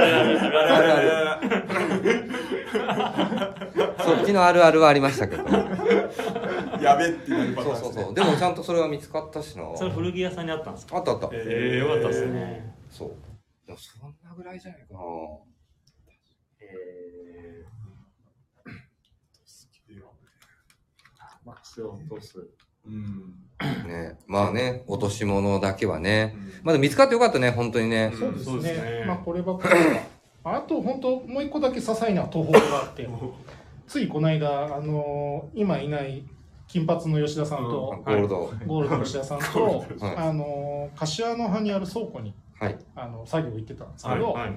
Speaker 2: るあるあるある
Speaker 1: あるそっちのあるあるはありましたけど。そ
Speaker 4: やべっていうパターン
Speaker 1: う
Speaker 4: です
Speaker 1: そう
Speaker 4: ね
Speaker 1: そう。でもちゃんとそれは見つかったしな。あっ
Speaker 2: それ古着屋さんにあったんですか
Speaker 1: たあった。
Speaker 2: ええよかったですね
Speaker 1: そう。でもそんなぐらいじゃないかな。
Speaker 2: え
Speaker 6: マックスを落とす
Speaker 4: うん
Speaker 1: ね、まあね、落とし物だけはね。
Speaker 4: うん
Speaker 1: まだ見つかってよかったね、本当にね。
Speaker 3: そうです
Speaker 2: そう
Speaker 3: ね
Speaker 2: ですね
Speaker 3: まあこればっかりはあと本当もう一個だけ些細な途方があ ってついこの間あのー今いない金髪の吉田さん
Speaker 1: ゴ
Speaker 3: と、
Speaker 1: ールド。
Speaker 3: ゴールドの吉田さん と、
Speaker 1: はい
Speaker 3: あのー柏の葉にある倉庫に
Speaker 1: はい。
Speaker 3: あの作業行ってたんです
Speaker 2: ー
Speaker 3: けど、
Speaker 2: はいはい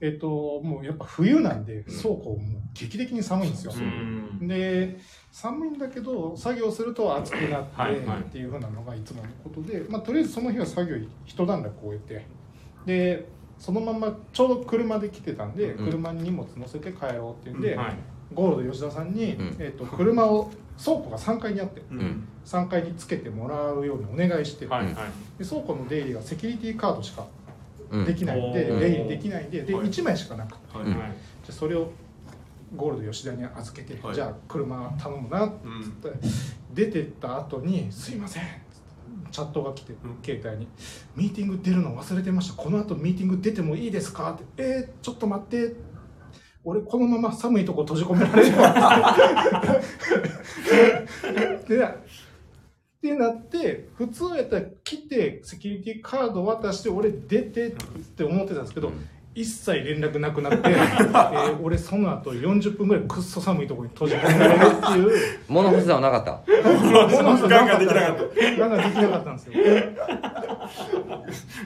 Speaker 3: えっともうやっぱ冬なんで倉庫もう劇的に寒いんですよ、
Speaker 2: うん
Speaker 3: で寒いんだけど作業すると暑くなって
Speaker 2: はいはい
Speaker 3: っていうふうなのがいつものことで、まあ、とりあえずその日は作業一段落終えてでそのままちょうど車で来てたんで、
Speaker 1: うん
Speaker 3: 車に荷物乗せて帰ろうっていうんで、
Speaker 2: はい
Speaker 3: ゴールド吉田さんに、
Speaker 1: うん
Speaker 3: えっと車を倉庫が3階にあって
Speaker 4: うん
Speaker 3: 3階につけてもらうようにお願いして、
Speaker 2: はいはい
Speaker 3: で倉庫の出入りがセキュリティカードしか
Speaker 1: うん
Speaker 3: できないんで、
Speaker 2: うん
Speaker 3: 出入りできないんでで
Speaker 4: はい
Speaker 3: 1枚しかなくて
Speaker 4: はい
Speaker 1: うん
Speaker 2: はい
Speaker 3: じゃあそれをゴールド吉田に預けて、
Speaker 4: はい
Speaker 3: じゃあ車頼むなっ
Speaker 4: うん
Speaker 3: つって出てった後に「すいません」つってチャットが来て
Speaker 4: ん
Speaker 3: 携帯に「ミーティング出るの忘れてましたこの後ミーティング出てもいいですか?」って「えー、ちょっと待って」俺このまま寒いとこ閉じ込められるわででってなって普通やったら来てセキュリティカード渡して俺出てって思ってたんですけど、一切連絡なくなって、えー俺その後40分ぐらいくっそ寒いところに閉じ込められるっていう。。
Speaker 1: 物干し竿なかった。
Speaker 4: ガンガンできなかった
Speaker 3: ガンガンできなかったんですよ。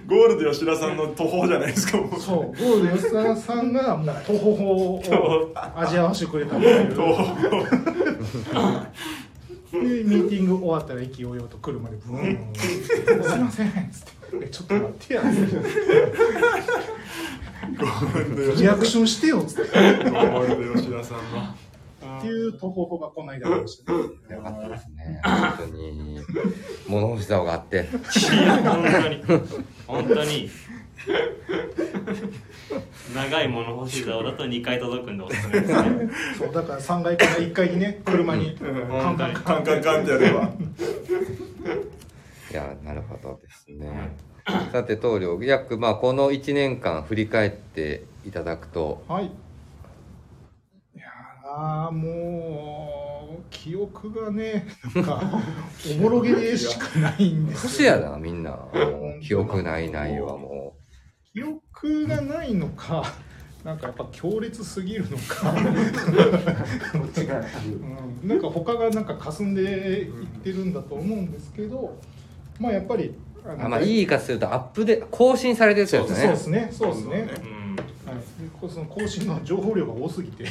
Speaker 4: ゴールド吉田さんの途方じゃないですかもう
Speaker 3: そう、ゴールド吉沢さんがもう徒歩法を味合わせてくれたっていう。
Speaker 4: 途方
Speaker 3: でミーティング終わったら意気揚々と車でブーン。すいませんっつって、えちょっと待ってや。
Speaker 4: ゴールド吉
Speaker 3: リ
Speaker 4: 田
Speaker 3: アクションしてよっつって。
Speaker 4: ゴールド吉田さんの
Speaker 3: っていう徒歩法がこの間ありました。
Speaker 1: よかったですね。本当に。物干し竿があって。
Speaker 2: いや本当に本当に長い物干し竿だと2回届くんでおすすめですね
Speaker 3: そう、だから3階から1階にね、車に。
Speaker 4: カ
Speaker 3: カンカンカン
Speaker 4: ンカンカンってやれば
Speaker 1: いや、なるほどですね。さて、棟梁、約、まあ、この1年間振り返っていただくと、
Speaker 3: はい。いやーもう記憶がね、なんか おぼろげでしかないんですよ。
Speaker 1: 年やな、みんな。もう記憶ないないはも
Speaker 3: 記憶がないのか、なんかやっぱ強烈すぎるのか、
Speaker 6: こっちが
Speaker 3: うんなんか他がなんか霞んでいってるんだと思うんですけど、まあやっぱり
Speaker 1: う。あまあ、いい言い方すると、アップで、更新されてるやつ
Speaker 3: そ
Speaker 1: で
Speaker 3: う
Speaker 1: す
Speaker 3: で
Speaker 1: ね。
Speaker 3: すね、そうですね。
Speaker 2: うん
Speaker 3: はい、そうその講師の情報量が多すぎて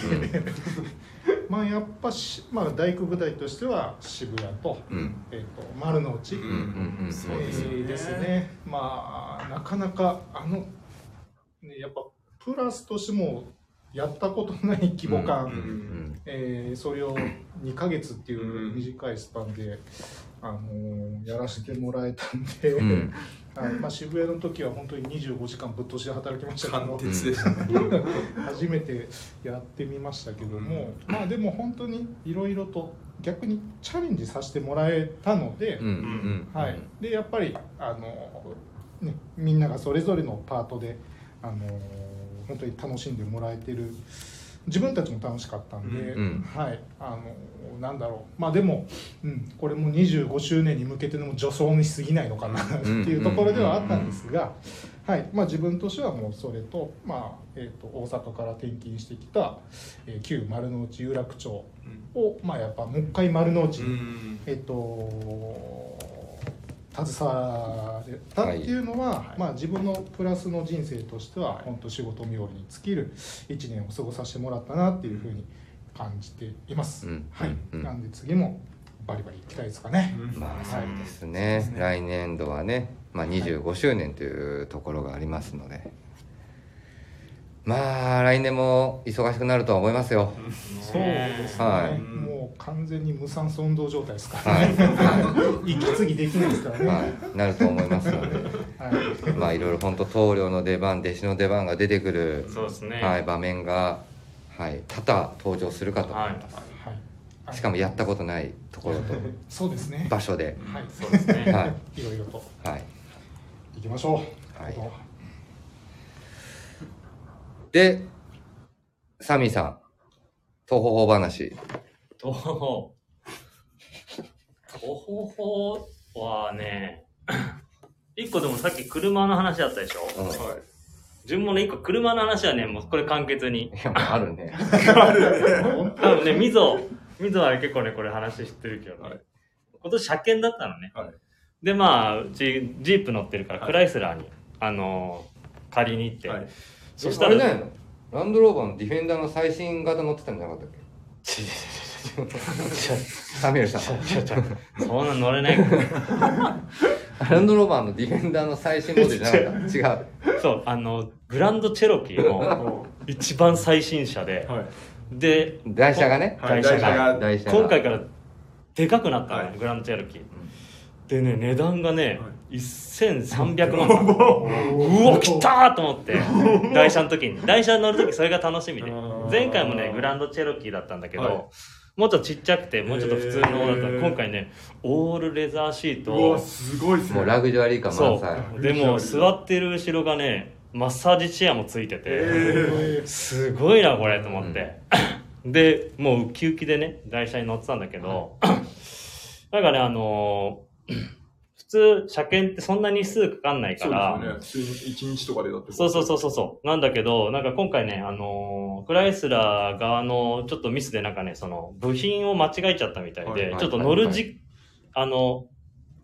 Speaker 3: まあやっぱし、まあ、大工部隊としては渋谷と,、
Speaker 1: うん
Speaker 3: えー、と丸の内、
Speaker 1: うんうんうん
Speaker 3: え
Speaker 6: そうですよね
Speaker 3: ーですねまあなかなかあの、ね、やっぱプラスとしてもやったことない規模感、
Speaker 1: うんうん
Speaker 3: えーそれを2ヶ月っていう
Speaker 6: うん
Speaker 3: 短いスパンで、あのーやらせてもらえたんで、
Speaker 1: うんうん
Speaker 3: はいまあ、渋谷の時は本当に25時間ぶっ通しで働きましたけど
Speaker 4: 貫徹でしたね、
Speaker 3: 初めてやってみましたけども、まあでも本当にいろいろと逆にチャレンジさせてもらえたので、
Speaker 1: うんうんうん
Speaker 3: はい、でやっぱりあの、ね、みんながそれぞれのパートであの本当に楽しんでもらえてる自分たちも楽しかったんで、
Speaker 1: うんうん
Speaker 3: はい、あのなんだろうまあでも、うん、これも25周年に向けての助走に過ぎないのかなっていうところではあったんですが。はいまあ、自分としてはもうそれと,、まあえー、と大阪から転勤してきた、えー旧丸の内有楽町を、まあ、やっぱもう一回丸の内に
Speaker 6: うん
Speaker 3: えっと、携われたっていうのは、まあ、自分のプラスの人生としては、本当仕事冥利に尽きる一年を過ごさせてもらったなっていうふうに感じています、
Speaker 1: うん
Speaker 3: はい、
Speaker 1: うん
Speaker 3: なんで次もバリバリいきたいですかね、
Speaker 1: まあそうですね来年度はね、まあ、25周年というところがありますのでまあ来年も忙しくなるとは思いますよ
Speaker 3: そうですね、
Speaker 1: はい
Speaker 3: もう完全に無酸素運動状態ですから
Speaker 1: はい、
Speaker 3: ね、
Speaker 1: は
Speaker 3: 息継ぎできないですから
Speaker 1: い
Speaker 3: ね、はい
Speaker 1: はい、なると思いますのでまあいろいろ本当棟梁の出番弟子の出番が出てくる、
Speaker 2: そうですね。
Speaker 1: はい、場面が、はい、多々登場するかと思います、
Speaker 3: はい、
Speaker 1: しかもやったことないところ と
Speaker 3: そうですね
Speaker 1: 場所で、
Speaker 3: はい
Speaker 2: そうです
Speaker 1: はい
Speaker 2: ね。
Speaker 3: いろいろと
Speaker 1: はい、
Speaker 3: いきましょう
Speaker 1: はい
Speaker 3: どうぞ
Speaker 1: でサミーさん東方法話
Speaker 2: とほほはね、一個でもさっき車の話あったでしょ
Speaker 1: うん
Speaker 2: 順番の一個車の話はね、もうこれ簡潔に。
Speaker 1: いやもうあるね
Speaker 2: 多分ね、みぞ、みぞは結構ね、これ話してるけどね。
Speaker 4: はい
Speaker 2: 今年車検だったのね。
Speaker 4: はい
Speaker 2: で、まあ、うち、ジープ乗ってるから、
Speaker 4: はい
Speaker 2: クライスラーに、あのー借りに行って。
Speaker 4: はい
Speaker 2: そし
Speaker 1: あ
Speaker 2: た
Speaker 1: れ
Speaker 2: ら、
Speaker 1: なんやのランドローバーのディフェンダーの最新型乗ってたんじゃなかったっけサミュエルさん
Speaker 2: そんな乗れ ないから。
Speaker 1: ランドローバーのディフェンダーの最新モデルじゃな かった違う
Speaker 2: そう、あの、グランドチェロキーの一番最新車で、
Speaker 4: はい
Speaker 2: で、
Speaker 1: 台車がね
Speaker 4: はい
Speaker 2: 台車
Speaker 4: 台
Speaker 2: が
Speaker 4: 車
Speaker 1: 台車が
Speaker 2: 今回からでかくなったの、
Speaker 4: はい
Speaker 2: グランドチェロキー。でね、値段がね、1300万うわ、来たーと思って、台車の時に。台車乗る時それが楽しみで。前回もね、グランドチェロキーだったんだけど、
Speaker 4: はい
Speaker 2: もうちょっとちっちゃくて、もうちょっと普通のだった
Speaker 4: へ
Speaker 2: ら、
Speaker 4: ー
Speaker 2: 今回ね、オールレザーシート
Speaker 4: う
Speaker 2: を
Speaker 4: わすごいですね
Speaker 1: もうラグジュアリー感満
Speaker 2: そ
Speaker 1: 載
Speaker 2: う。でも、座ってる後ろがね、マッサージチェアもついてて、
Speaker 4: え
Speaker 2: すごいな、これ、と思って。で、もうウキウキでね、台車に乗ってたんだけ ど、なんかね、あのー普通、車検ってそんなに数かかんないか
Speaker 4: そう
Speaker 2: ら、
Speaker 4: ですよね普通に1日とかでだって
Speaker 2: そうそう
Speaker 4: う
Speaker 2: そうそうそう。なんだけど、なんか今回ね、あのークライスラー側のちょっとミスでなんかね、その部品を間違えちゃったみたいで、
Speaker 4: はい
Speaker 1: はい
Speaker 2: ちょっと乗る
Speaker 1: は
Speaker 2: じ、あの、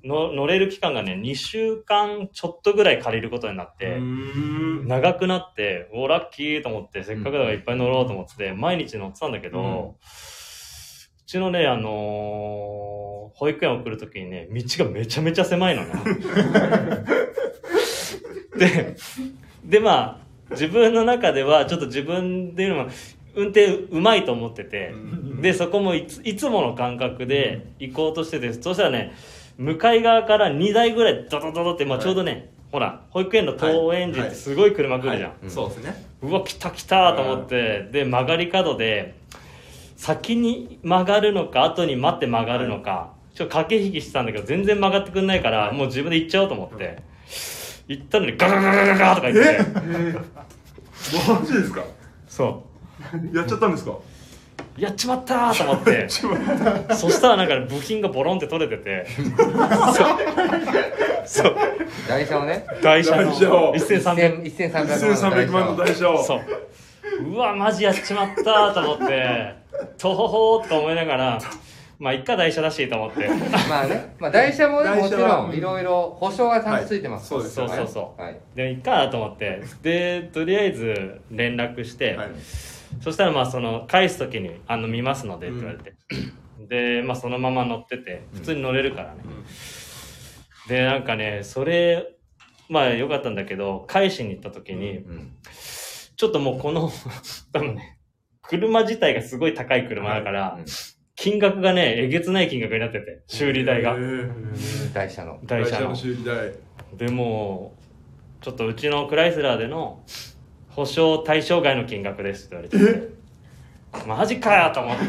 Speaker 2: の乗れる期間がね、2週間ちょっとぐらい借りることになっ
Speaker 4: う
Speaker 2: て、
Speaker 4: ーん
Speaker 2: 長くなって、おラッキーと思って、せっかくだからいっぱい乗ろうと思って、毎日乗ってたんだけど、う
Speaker 4: うん
Speaker 2: ちのね、あのー保育園送るときにね、道がめちゃめちゃ狭い のね。で、で、まあ、自分の中では、ちょっと自分でいうのも、運転うまいと思ってて、で、そこもいついつもの感覚で行こうとしてて、そしたらね、向かい側から2台ぐらいドドドドって、まあ、
Speaker 4: はい
Speaker 2: ちょうどね、ほら、保育園の登園児ってすごい車来るじゃん。
Speaker 1: うん
Speaker 6: そうですね。
Speaker 2: うわ、来た来たと思って、で、曲がり角で、先に曲がるのか、後に待って曲がるのか、ちょっと駆け引きしてたんだけど、全然曲がってくんないから、もう自分で行っちゃおうと思って、行ったのにガガガガガガとか言って、
Speaker 4: マジですか
Speaker 2: そう。
Speaker 4: やっちゃったんですか
Speaker 2: やっちまったーと思ってそしたらなんか部品がボロンって取れててそうそう
Speaker 1: 台車をね
Speaker 2: 台車の
Speaker 4: 台車を
Speaker 2: 1300
Speaker 1: 1300
Speaker 4: 1300万の台車を
Speaker 2: そううわマジやっちまったーと思ってとほほーとか思いながらまあ一回台車だしと思って
Speaker 1: まあね、まあ台車もね、も
Speaker 4: 台
Speaker 1: ち
Speaker 4: 車は
Speaker 1: ろんいろいろ保証がちゃんとついてますから、。
Speaker 4: はいそう
Speaker 2: ですよねそうそうそう
Speaker 1: はい。
Speaker 2: でもいっかなと思ってでとりあえず連絡して、
Speaker 4: はい
Speaker 2: そしたらまあその返す時に「あの見ますので」って言われて、でまあそのまま乗ってて普通に乗れるからね、でなんかねそれまあよかったんだけど返しに行った時
Speaker 1: う
Speaker 2: に、
Speaker 1: ん。
Speaker 2: ちょっともうこの 多分ね車自体がすごい高い車だから、
Speaker 1: うん
Speaker 2: 金額がねえげつない金額になってて修理代が、
Speaker 4: えー
Speaker 1: 台車の。
Speaker 2: 台車
Speaker 4: 台車
Speaker 2: の
Speaker 4: の修理代
Speaker 2: でもちょっとうちのクライスラーでの保証対象外の金額ですって言われちゃってマジかよと思って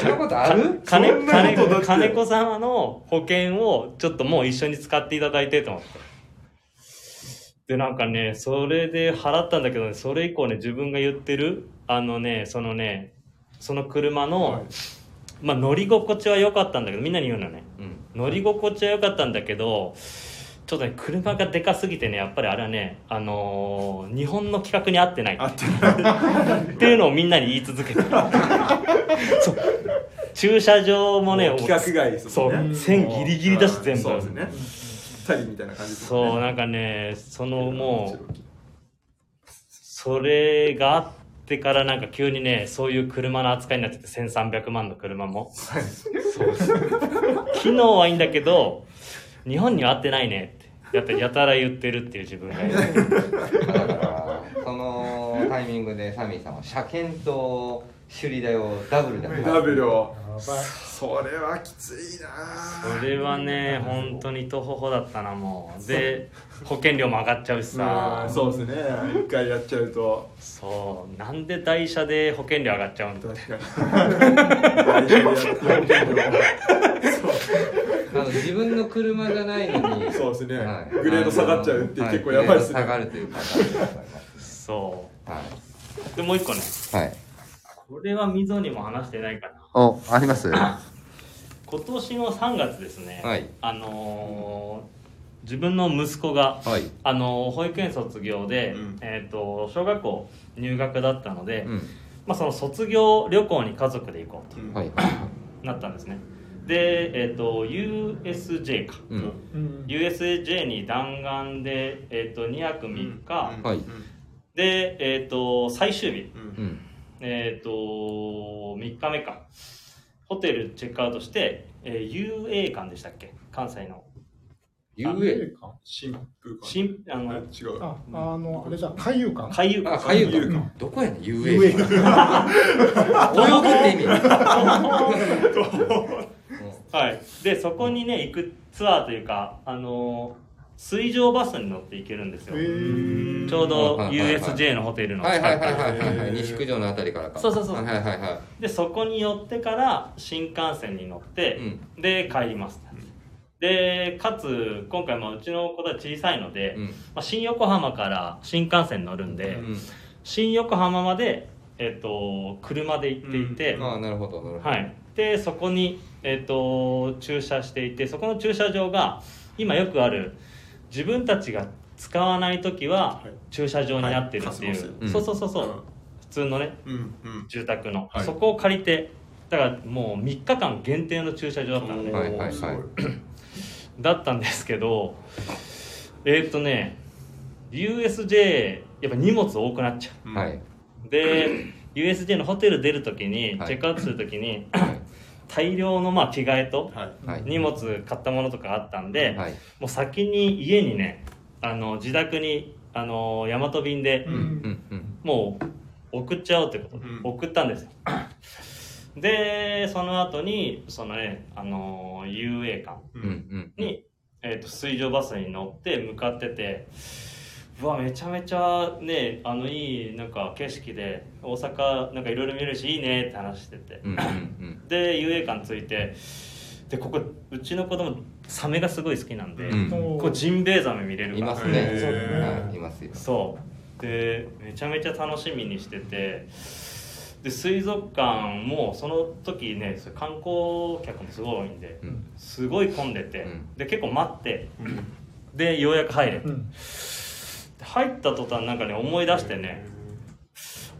Speaker 1: そんなことある
Speaker 2: 金
Speaker 4: そんなことだ
Speaker 2: 金
Speaker 4: って
Speaker 2: 金子様の保険をちょっともう一緒に使っていただいてと思ってでなんかねそれで払ったんだけどねそれ以降ね自分が言ってるあのねそのねその車の、
Speaker 4: はい
Speaker 2: まあ乗り心地は良かったんだけどみんなに言うのね
Speaker 1: うん。
Speaker 2: 乗り心地は良かったんだけどちょっとね車がでかすぎてねやっぱりあれはね、あのー日本の企画に合ってない
Speaker 4: 合ってない
Speaker 2: っていうのをみんなに言い続 けてるそう駐車場もね
Speaker 4: 規格外です
Speaker 2: そ
Speaker 4: も
Speaker 2: うん
Speaker 4: ね
Speaker 2: 線ギリギリだし全部
Speaker 4: そうですね二人みたいな感じです
Speaker 2: そうなんかねそのもうそれがあってからなんか急にねそういう車の扱いになってて1300万の車もそう機能はいいんだけど日本には合ってないねってやっぱやたら言ってるっていう自分がいる
Speaker 1: だから、そのタイミングでサミーさんは車検と修理代をダブルで払う。
Speaker 4: ダブルを
Speaker 3: ばい
Speaker 4: それはきついな
Speaker 2: それはね本当にとほほだったなもうで保険料も上がっちゃうし
Speaker 4: さ
Speaker 2: さ
Speaker 4: あそうですね一回やっちゃうと
Speaker 2: そうなんで台車で保険料上がっちゃうんだ
Speaker 4: 確かに大丈夫やってる
Speaker 1: あの自分の車じゃないのに。
Speaker 4: そうですね
Speaker 1: はい
Speaker 4: グレード下がっちゃうって
Speaker 1: は
Speaker 4: 結構やばいっすね
Speaker 1: グレード下がるというパターンでございます
Speaker 2: そ
Speaker 1: は
Speaker 2: うでもう一個ね
Speaker 1: い。はい。
Speaker 2: これは溝にも話してないかな
Speaker 1: お、ありますは
Speaker 2: 今年の3月ですね、
Speaker 1: はい
Speaker 2: あのー自分の息子が、
Speaker 1: い。
Speaker 2: あのー保育園卒業で、
Speaker 4: うん
Speaker 2: えー、と小学校入学だったので、
Speaker 1: うん。
Speaker 2: まあ、その卒業旅行に家族で行こうと
Speaker 1: はい。
Speaker 2: なったんですねで、えー、と USJ か、
Speaker 1: うん。
Speaker 3: うん、
Speaker 2: USJ に弾丸で、えー、と2泊3日、
Speaker 1: んはい
Speaker 2: で、えー、と最終日、
Speaker 1: うん。
Speaker 2: えっ、と、3日目か。ホテルチェックアウトして、えー UA 館でしたっけ関西の。
Speaker 1: UA。
Speaker 4: 新風か
Speaker 2: 新、あの、
Speaker 4: 違う
Speaker 3: ああのあれじゃん海遊館
Speaker 2: 海遊
Speaker 1: あ、
Speaker 2: 館。
Speaker 1: かゆ
Speaker 4: 海遊
Speaker 1: うか
Speaker 4: 館。
Speaker 1: どこやねん、
Speaker 3: 遊
Speaker 1: UA
Speaker 3: 園
Speaker 1: か。 泳ぐって意味。
Speaker 2: はい。で、そこにね、行くツアーというか、あのー水上バスに乗って行けるんですよ。
Speaker 3: ー
Speaker 2: ちょうど
Speaker 1: はいはいはい
Speaker 2: USJ のホテルの
Speaker 1: はいはいはい
Speaker 2: 近く
Speaker 1: はいはいはい、西九条のあたりからか。
Speaker 2: そうそうそう
Speaker 1: はいはいはいは
Speaker 2: で、そこに寄ってから新幹線に乗って
Speaker 1: い。う、ん。
Speaker 2: で、帰ります。で、かつ、今回、まあ、うちの子たち小さいので、
Speaker 1: うん。
Speaker 2: まあ、新横浜から新幹線乗るんで、新横浜まで、えっと車で行っていて、
Speaker 1: うん。ああ、なるほど、なるほど。。
Speaker 2: はいい、でそこに、えっと駐車していてそこの駐車場が今よくある自分たちが使わない時は
Speaker 4: はい
Speaker 2: 駐車場になってるってい
Speaker 4: はい貸し
Speaker 2: う、
Speaker 4: ます
Speaker 1: よ
Speaker 2: そうそうそうそう、
Speaker 4: うん
Speaker 2: 普通のね
Speaker 4: うんうん
Speaker 2: 住宅の、
Speaker 4: はい
Speaker 2: そこを借りてだからもう3日間限定の駐車場だったので、
Speaker 1: はいはいはい
Speaker 4: すご
Speaker 2: だったんですけどえーっとね USJ やっぱ荷物多くなっちゃう
Speaker 4: うん
Speaker 1: はい。
Speaker 2: で USJ のホテル出るときに
Speaker 1: はい
Speaker 2: チェックアウトするときに
Speaker 1: はい
Speaker 2: 大量のまあ着替えと
Speaker 4: はい
Speaker 1: はい。
Speaker 2: 荷物買ったものとかあったんで、
Speaker 1: はい。
Speaker 2: もう先に家にねあの自宅にあの大和便で
Speaker 3: うん
Speaker 1: うんうん。
Speaker 2: もう送っちゃおうってことで、
Speaker 4: うん
Speaker 2: 送ったんですよでその後にそのねあの UA 館
Speaker 4: う
Speaker 1: うんうん。
Speaker 2: に、えー、と水上バスに乗って向かっててうわめちゃめちゃねあのいいなんか景色で大阪なんかいろいろ見れるしいいねって話してて、
Speaker 1: うんうんうん。
Speaker 2: で遊泳館着いてでここうちの子供サメがすごい好きなんで、
Speaker 1: うん
Speaker 2: ここジンベエザメ見れる
Speaker 1: い
Speaker 2: から
Speaker 1: ますね。はいいますよ。
Speaker 2: そうでめちゃめちゃ楽しみにしててで水族館もその時ねそれ観光客もすごい多いんで、
Speaker 1: うん。
Speaker 2: すごい混んでて、
Speaker 1: うん
Speaker 2: で結構待って、でようやく入れ、
Speaker 3: うん
Speaker 2: 入った途端なんかね思い出して ね、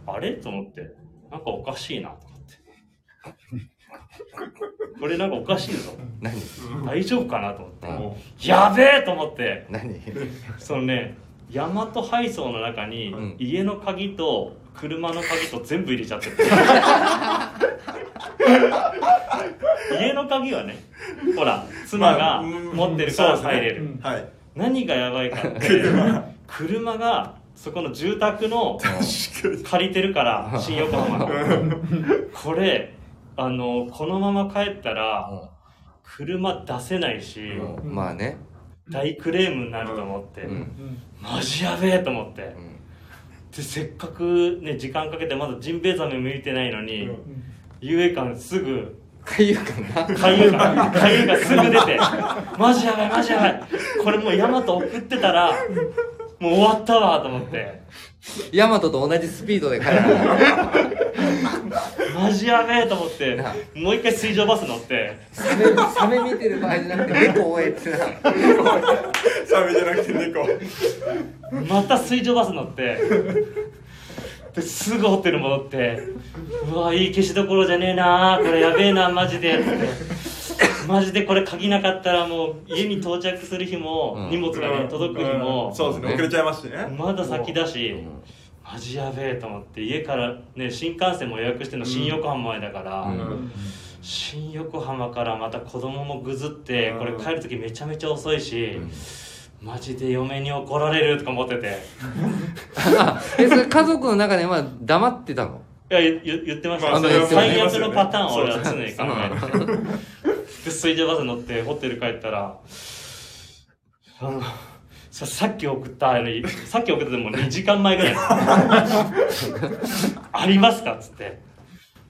Speaker 2: あれと思ってなんかおかしいなと思ってこれなんかおかしいぞ
Speaker 1: 何
Speaker 2: 大丈夫かなと思って
Speaker 1: うん
Speaker 2: やべえと思って
Speaker 1: 何
Speaker 2: そのね大和配送の中に、
Speaker 1: ん
Speaker 2: 家の鍵と車の鍵と全部入れち ゃってて家の鍵はねほら妻
Speaker 4: ま
Speaker 2: が
Speaker 4: あうん
Speaker 2: 持ってるから
Speaker 4: そうですね
Speaker 2: 入れる、
Speaker 3: うん
Speaker 4: はい
Speaker 2: 何がやばいかって 車がそこの住宅の借りてるから新横浜のこれあのこのまま帰ったら車出せないし
Speaker 1: うんうんまあね
Speaker 2: 大クレームになると思って、
Speaker 1: うん
Speaker 3: うん
Speaker 2: マジやべえと思って
Speaker 1: うん
Speaker 2: でせっかくね時間かけてまだジンベエザメ向いてないのに、
Speaker 4: うん
Speaker 2: 遊泳館すぐ
Speaker 1: かゆくな
Speaker 2: 海遊が、海遊がすぐ 出て、マジやばい、マジやばい。これもうヤマト送ってたら、もう終わったわと思って、
Speaker 1: ヤマトと同じスピードで帰らない
Speaker 2: マジやべえと思って
Speaker 1: なあ、
Speaker 2: もう一回水上バス乗って、
Speaker 1: サメサメ見てる場合じゃなくて猫追えってな
Speaker 4: サメじゃなくて猫
Speaker 2: また水上バス乗って、ですぐホテル戻って、うわ、いい消しどころじゃねえなこれやべえなマジで。マジでこれ鍵なかったらもう家に到着する日
Speaker 1: う
Speaker 2: も
Speaker 1: ん
Speaker 2: 荷物がね届く日
Speaker 4: う
Speaker 2: も
Speaker 4: んそうですね遅れちゃいますしね
Speaker 2: まだ先だし、マジやべえと思って家から、ね、新幹線も予約してんの新横浜前だから、
Speaker 1: うん
Speaker 2: 新横浜からまた子供もぐずって、
Speaker 4: うん
Speaker 2: これ帰る時めちゃめちゃ遅いし、
Speaker 1: ん
Speaker 2: マジで嫁に怒られるとか思ってて
Speaker 1: えそれ家族の中でまあ黙ってたの
Speaker 2: いや言言言ってました、
Speaker 1: まあ
Speaker 2: それ
Speaker 1: ですよね
Speaker 2: 最悪のパターンを俺は常
Speaker 1: そうで
Speaker 2: に
Speaker 1: す
Speaker 2: 考
Speaker 1: ね
Speaker 2: えて てで水上バス乗ってホテル帰ったらあのささっき送ったあれさっき送ったでも2時間前ぐ らいありますかっつって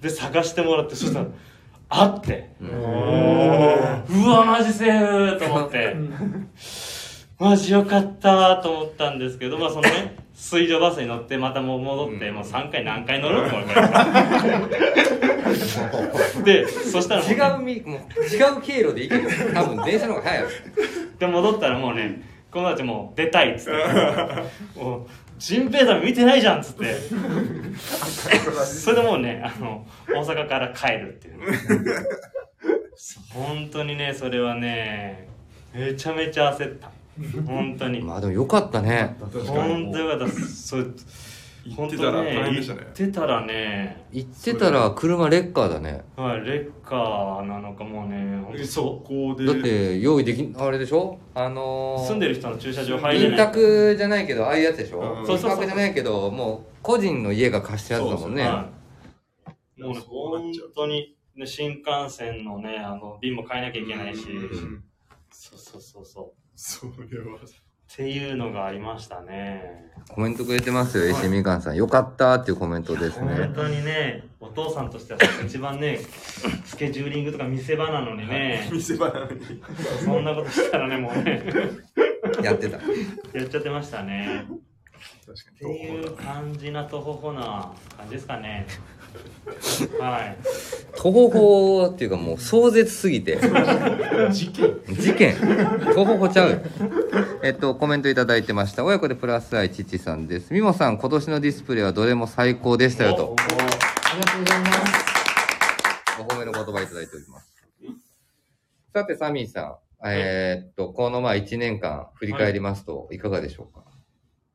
Speaker 2: で探してもらってそしたら「あって」うわマジセーフと思ってマジよかったと思ったんですけどまあそのね水上バスに乗ってまたもう戻って、もう3回何回乗るこれから でそしたらもう
Speaker 1: 違うみもう違う経路で行ける多分電車の方が早い
Speaker 2: で戻ったらもうね友達もう出たいっつ ってもう「ジンペイザメ見てないじゃん」っつってそれでもうねあの大阪から帰るっていう本当にねそれはねめちゃめちゃ焦った本当に
Speaker 1: まあでもよかったね
Speaker 4: 確かに
Speaker 2: 本当よかったそう
Speaker 4: 言
Speaker 2: 本
Speaker 4: ってた
Speaker 2: 当
Speaker 4: ら大
Speaker 2: ね
Speaker 4: 変でした
Speaker 2: 言
Speaker 4: ね
Speaker 2: ってたらね
Speaker 1: 行ってたら車レッカーだね
Speaker 2: はいレッカーなのかもうね本当
Speaker 4: そこで
Speaker 1: だって用意できあれでしょあのー、
Speaker 2: 住んでる人の駐車場入れ
Speaker 1: 臨
Speaker 2: ない
Speaker 1: 宅じゃないけどああいうやつでし
Speaker 4: う
Speaker 1: ょ
Speaker 4: ん
Speaker 1: 臨宅じゃないけどもう個人の家が貸したやつだもんね
Speaker 2: はいもうね
Speaker 4: そうな
Speaker 2: 本
Speaker 4: っちゃう
Speaker 2: 当に、ね、新幹線のねあの便も買えなきゃいけないし
Speaker 4: うん
Speaker 2: そうそうそうそう
Speaker 4: それは
Speaker 2: っていうのがありましたね
Speaker 1: コメントくれてますよ石井みかんさんよかったっていうコメントですね
Speaker 2: 本当にねお父さんとしては一番 ねスケジューリングとか見せ場なのにね
Speaker 4: 見せ場なのに
Speaker 2: そんなことしたらねもうね
Speaker 1: やってた
Speaker 2: やっちゃってましたね。
Speaker 4: 確かに
Speaker 2: っていう感じなとほほな感じですかね。はい。
Speaker 1: 徒歩法っていうかもう壮絶すぎて
Speaker 5: 事件
Speaker 1: 事件徒歩歩ちゃうよえっとコメントいただいてました親子でプラス愛父さんですみもさん今年のディスプレイはどれも最高でしたよと
Speaker 6: ありがとうございます。
Speaker 1: お褒めの言葉いただいております。さて、サミーさん、えーっと、このまあ1年間振り返りますと、いかがでしょうか、